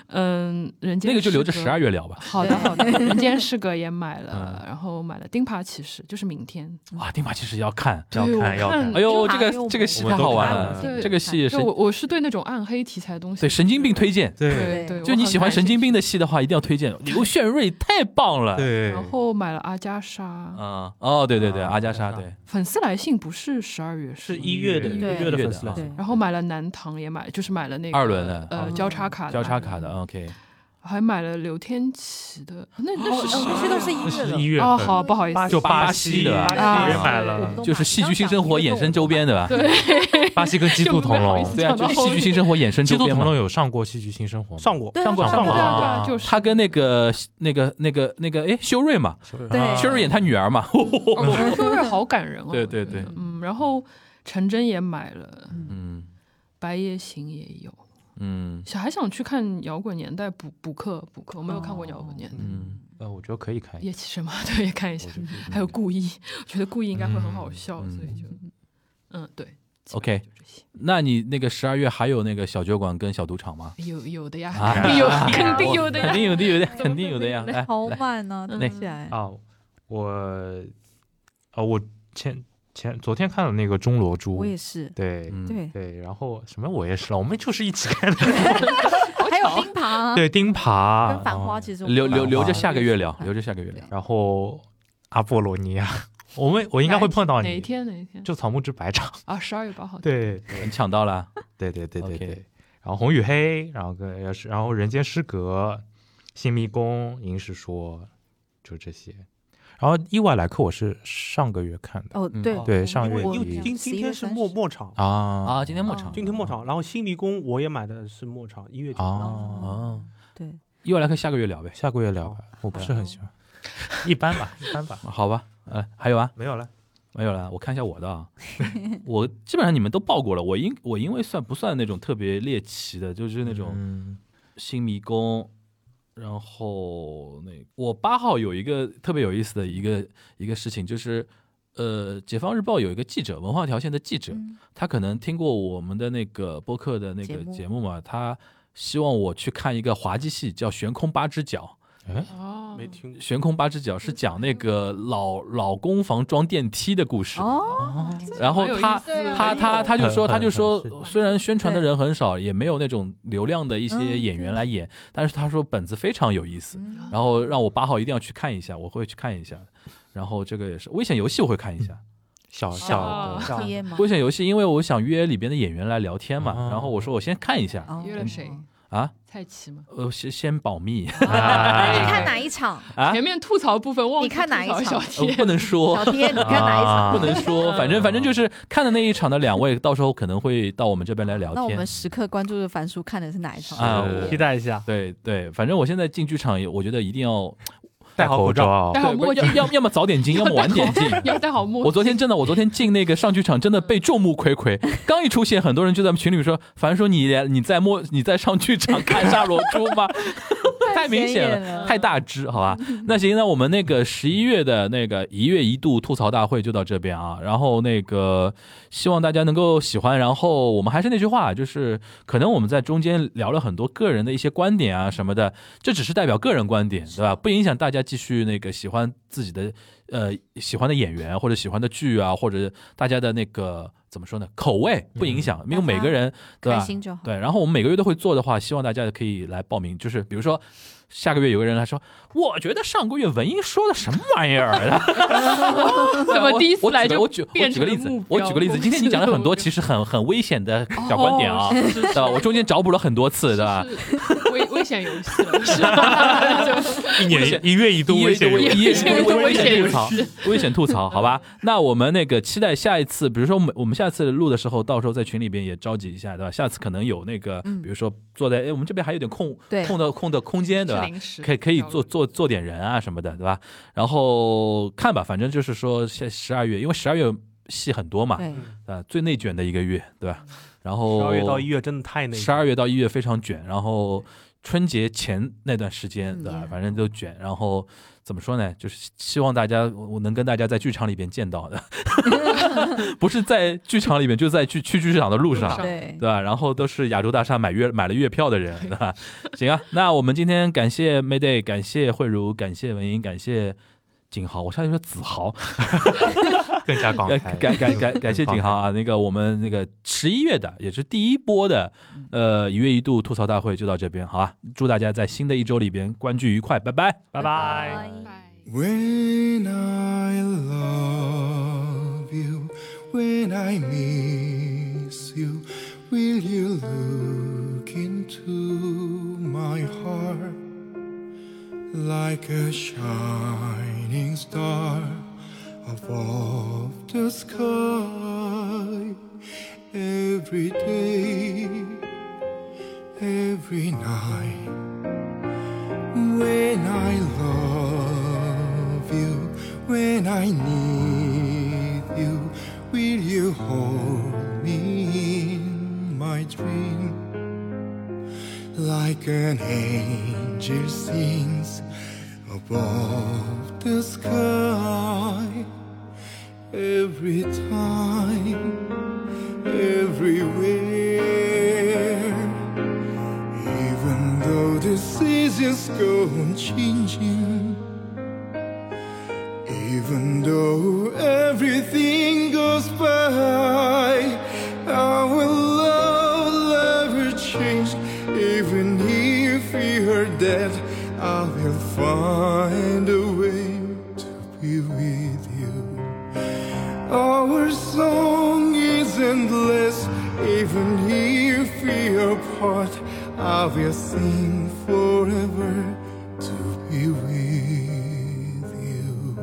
E: 嗯，人间
B: 那个就留着
E: 失格
B: 十二月聊吧。
E: 好的好的，人间失格也买了
B: 嗯，
E: 然后买了《钉耙骑士》，就是明天。
B: 哇，钉耙骑士要看，
C: 要
E: 对我
C: 看要看
E: 看，
B: 哎呦，
E: 钉
B: 这
E: 耙
B: 个
E: 又
B: 这个戏
C: 我
B: 太
C: 们都
B: 好玩
C: 看
B: 了，
E: 了
B: 这个戏
E: 就
B: 神
E: 我我是对那种暗黑题材的东西，
B: 对神经病推荐，
C: 对
E: 对对，
B: 就你喜欢神经病的
E: 的。
B: 戏的话，一定要推荐刘炫瑞，太棒了。
C: 对，
E: 然后买了阿加莎，
B: 嗯，哦，对对对，
C: 啊
B: 阿加莎，
C: 阿加莎
B: 对，
E: 粉丝来信不是十二月是
F: 是
E: 吗
F: 一月的一
D: 对
F: 月的
B: 对
F: 粉丝来
B: 对
F: 信，
D: 对，
E: 然后买了南唐也买，就是买了那个
B: 二轮的
E: 呃
B: 嗯
E: 交叉卡的
B: 交叉
E: 买
B: 卡的
E: 了
B: ，OK，
E: 还买了刘天琪的，那那是
D: 哦那些都是一
C: 那
D: 月
C: 是
D: 的
C: 一月
E: 哦，
C: 份，
E: 好不好意思，
C: 就巴
B: 西
C: 西
B: 的
C: 巴西
E: 啊
C: 也买
E: 对
C: 了，
B: 就是戏剧新生活衍生周边的吧？
C: 巴西跟鸡兔同笼，
B: 对啊，就是戏剧新生活衍生
C: 鸡
B: 周
C: 兔
B: 边
C: 同 笼
B: 嘛。
C: 有上过《戏剧新生活》吗？
F: 上过
D: 对
B: 上过
E: 对啊
B: 上过
E: 对啊对
C: 啊
E: 啊，就是
B: 他跟那个那个那个那个，哎，修睿嘛，
D: 对
B: 修睿演他女儿嘛，
E: 哦秋瑞好感人哦，
B: 对
E: 我觉
B: 对对
E: 得嗯，然后陈真也买了，
B: 嗯
E: 白夜行也有，
B: 嗯
E: 小孩想去看摇滚年代补补课补课，我没有看过摇滚年代，
B: 嗯。
C: 呃，我觉得可以看一
E: 也其实嘛， 对，也看一下，还有故意，我觉得故意应该会很好笑，
B: 嗯
E: 所以就嗯对
B: OK
E: 基本上就这些
B: 那你那个十二月还有那个小酒馆跟小赌场吗？
E: 有有的呀，
B: 啊
E: 肯 定有，肯定有的
B: 肯
E: 呀，
B: 定有的，有 的，肯定有的呀！哎来，
D: 好慢呢，
E: 嗯
D: 听起来
C: 啊，我啊，我前前昨天看了那个《钟罗珠
D: 我》，也是，
C: 对
B: 嗯，
D: 对，
C: 对，然后什么我也是了，我们就是一起看的，
D: 还有啊 钉耙，
C: 对，钉耙
D: 跟繁花，其实我
B: 啊哦留留
C: 繁
B: 留
C: 花
B: 着下个月
D: 啊
B: 聊，留着下个月聊。
C: 然后阿波罗尼亚，我们我应该会碰到
E: 哪一
C: 你，
E: 天哪一天
C: 就草木之白场，
E: 啊，十二月八号，
C: 对，
B: 你抢到了啊，
C: 对对对对
B: OK
C: 对。然后红与黑，然后跟也是，然后人间失格、新迷宫、银石说，就这些。然后意外来客我是上个月看的
D: 哦，
B: 嗯
D: 对
C: 对上
F: 因
C: 个
F: 为
C: 月
F: 因为
C: 底
F: 今今天是末末场，
C: 啊
B: 啊今天末场
F: 今天末场，然后新迷宫我也买的是末场，一月底
C: 啊，
B: 哦，
D: 嗯对，
B: 又来个下个月聊呗，
C: 下个月聊
B: 哦
C: 吧，我不是很喜欢，一般吧，一般吧，
B: 好吧？呃，还有啊，
C: 没有了。
B: 没有了，我看一下我的啊， 我基本上你们都报过了，我因我因为算不算那种特别猎奇的，就是那种
C: 嗯，
B: 新迷宫，然后那我八号有一个特别有意思的一个一个事情，就是呃，《解放日报》有一个记者，文化条线的记者，
D: 嗯
B: 他可能听过我们的那个播客的那
D: 节
B: 个
D: 目
B: 节目嘛，他希望我去看一个滑稽戏，叫《悬空八只脚》。
E: 哦，
F: 没听
B: 《悬空八只脚》是讲那个老老公房装电梯的故事，
D: 哦，
B: 然后
E: 蛮有意
B: 他
E: 思啊的
B: 他他他就说，
C: 很
B: 他就说
C: 很，
B: 虽然宣传的人很少，也没有那种流量的一些
D: 嗯
B: 演员来演，但是他说本子非常有意思，然后让我八号一定要去看一下，我会去看一下。然后这个也是危险游戏，我会看一下。
D: 嗯
C: 小
E: 哦
C: 小的
F: 这样
D: 贴吗？
B: 危险游戏，因为我想约里边的演员来聊天嘛，
C: 哦
B: 然后我说我先看一下
D: 哦
E: 约了谁？
B: 啊，
E: 蔡 奇吗？
B: 呃，先先保密哎
D: 那哎你
C: 啊，
D: 看哪一场？
B: 啊
E: 前，面吐槽部分忘记
D: 你看哪一
E: 吐槽
D: 场
E: 小
B: 呃
E: 贴
B: 不能说
D: 小。贴，你看哪一场？
B: 啊不能
D: 嗯
B: 说，反正反正就是看的那一场的两位，到时候可能会到我们这边来聊
D: 那我
B: 天
D: 们。时刻关注着樊叔看的是哪一场
C: 呃
B: 啊我
F: 期待一下，
B: 对对，反正我现在进剧场也，我觉得一定要
F: 戴好口罩，
C: 罩
E: 戴好墨镜
B: 对，要要要么早点哦进，要么晚点 进。
E: 要戴好墨
B: 我
E: 镜。
B: 昨天真的，我昨天进那个上剧场，真的被众目睽睽。刚一出现，很多人就在群里说：“凡说你你在莫你在上剧场看《沙罗珠》吗？”太明显了，
D: 了
B: 太大只，好 吧？那行，那我们那个十一月的那个一月一度吐槽大会就到这边啊。然后那个希望大家能够喜欢。然后我们还是那句话，就是可能我们在中间聊了很多个人的一些观点啊什么的，这只是代表个人观点，对吧？不影响大家继续那个喜欢自己的呃喜欢的演员或者喜欢的剧啊，或者大家的那个怎么说呢口味不影响，因为每个人对
D: 嗯开
B: 吧？
D: 心
E: 啊
D: 就好。
B: 对，然后我们每个月都会做的话，希望大家可以来报名。就是比如说，下个月有个人来说，我觉得上个月文英说的什么玩意儿啊？
E: 怎么第一次
B: 我
E: 来
B: 举个
E: 就
B: 我举我
E: 变
B: 举个
E: 成
B: 例
E: 了
B: 子
E: 目，
B: 我
E: 标
B: 举个例子，
E: 攻
B: 今天你
E: 击
B: 讲了
E: 的
B: 很 多
E: 目
B: 其实很很危险的小观点啊，
E: 哦是
B: 对吧？我中间找补了很多次，对吧？
E: 是危危险游戏了，是 吧？
C: 一
B: 危
C: 年
B: 险
C: 一月一度
B: 一
C: 危险游戏，
B: 一
E: 危险
B: 危危
E: 危险嗯
B: 险
E: 游
B: 吐槽，危险吐槽，好吧？那我们那个期待下一次，比如说我们我们下次录的时候，到时候在群里边也召集一下，对吧？下次可能有那个，
D: 嗯
B: 比如说坐在哎，我们这边还有点空
D: 对
B: 空的空的空间，对
E: 是
B: 吧？
E: 零食，
B: 可以可以做做做点人啊什么的，对吧？然后看吧，反正就是说现十二月，因为十二月戏很多嘛，
D: 对，
B: 啊，最内卷的一个月，对吧？然后
F: 十二月到一月真的太那
B: 十二月到一月非常卷，然后春节前那段时间，
D: 嗯
B: 对吧
D: 也？
B: 反正都卷。然后怎么说呢？就是希望大家我我能跟大家在剧场里边见到的， 不是在剧场里边，就在去去剧场的路上
E: 路。上
D: 对，
B: 对吧？然后都是亚洲大厦买月买了月票的人，对吧？行啊，那我们今天感谢 Mayday，感谢慧茹，感谢文英，感谢景豪，我差点说子豪，
C: 更加港
B: 感
C: 台，
B: 感感 感感谢景豪啊！那个我们那个十一月的，也是第一波的，呃，一月一度吐槽大会就到这边，好吧？祝大家在新的一周里边观剧愉快，拜拜。
F: 拜拜。
G: When I love you, when I miss you, will you look into my heart like a shining star above the sky every day, every night? When I love you, when I need you, will you hold me in my dream? Like an angel sings above the sky, every time, everywhere. Even though the seasons go on changing, even though everything goes by, our love never change. Even if we are dead, I will find a way to be with you. Our song is endless, even if we are apart. Ah, I will sing forever to be with you.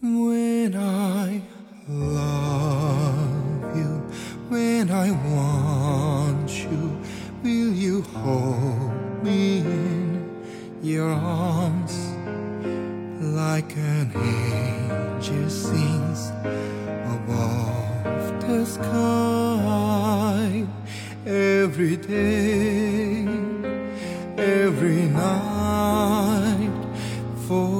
G: When I love you, when I want you, will you hold me in your arms? like an angel sings above the sky every day, every night. For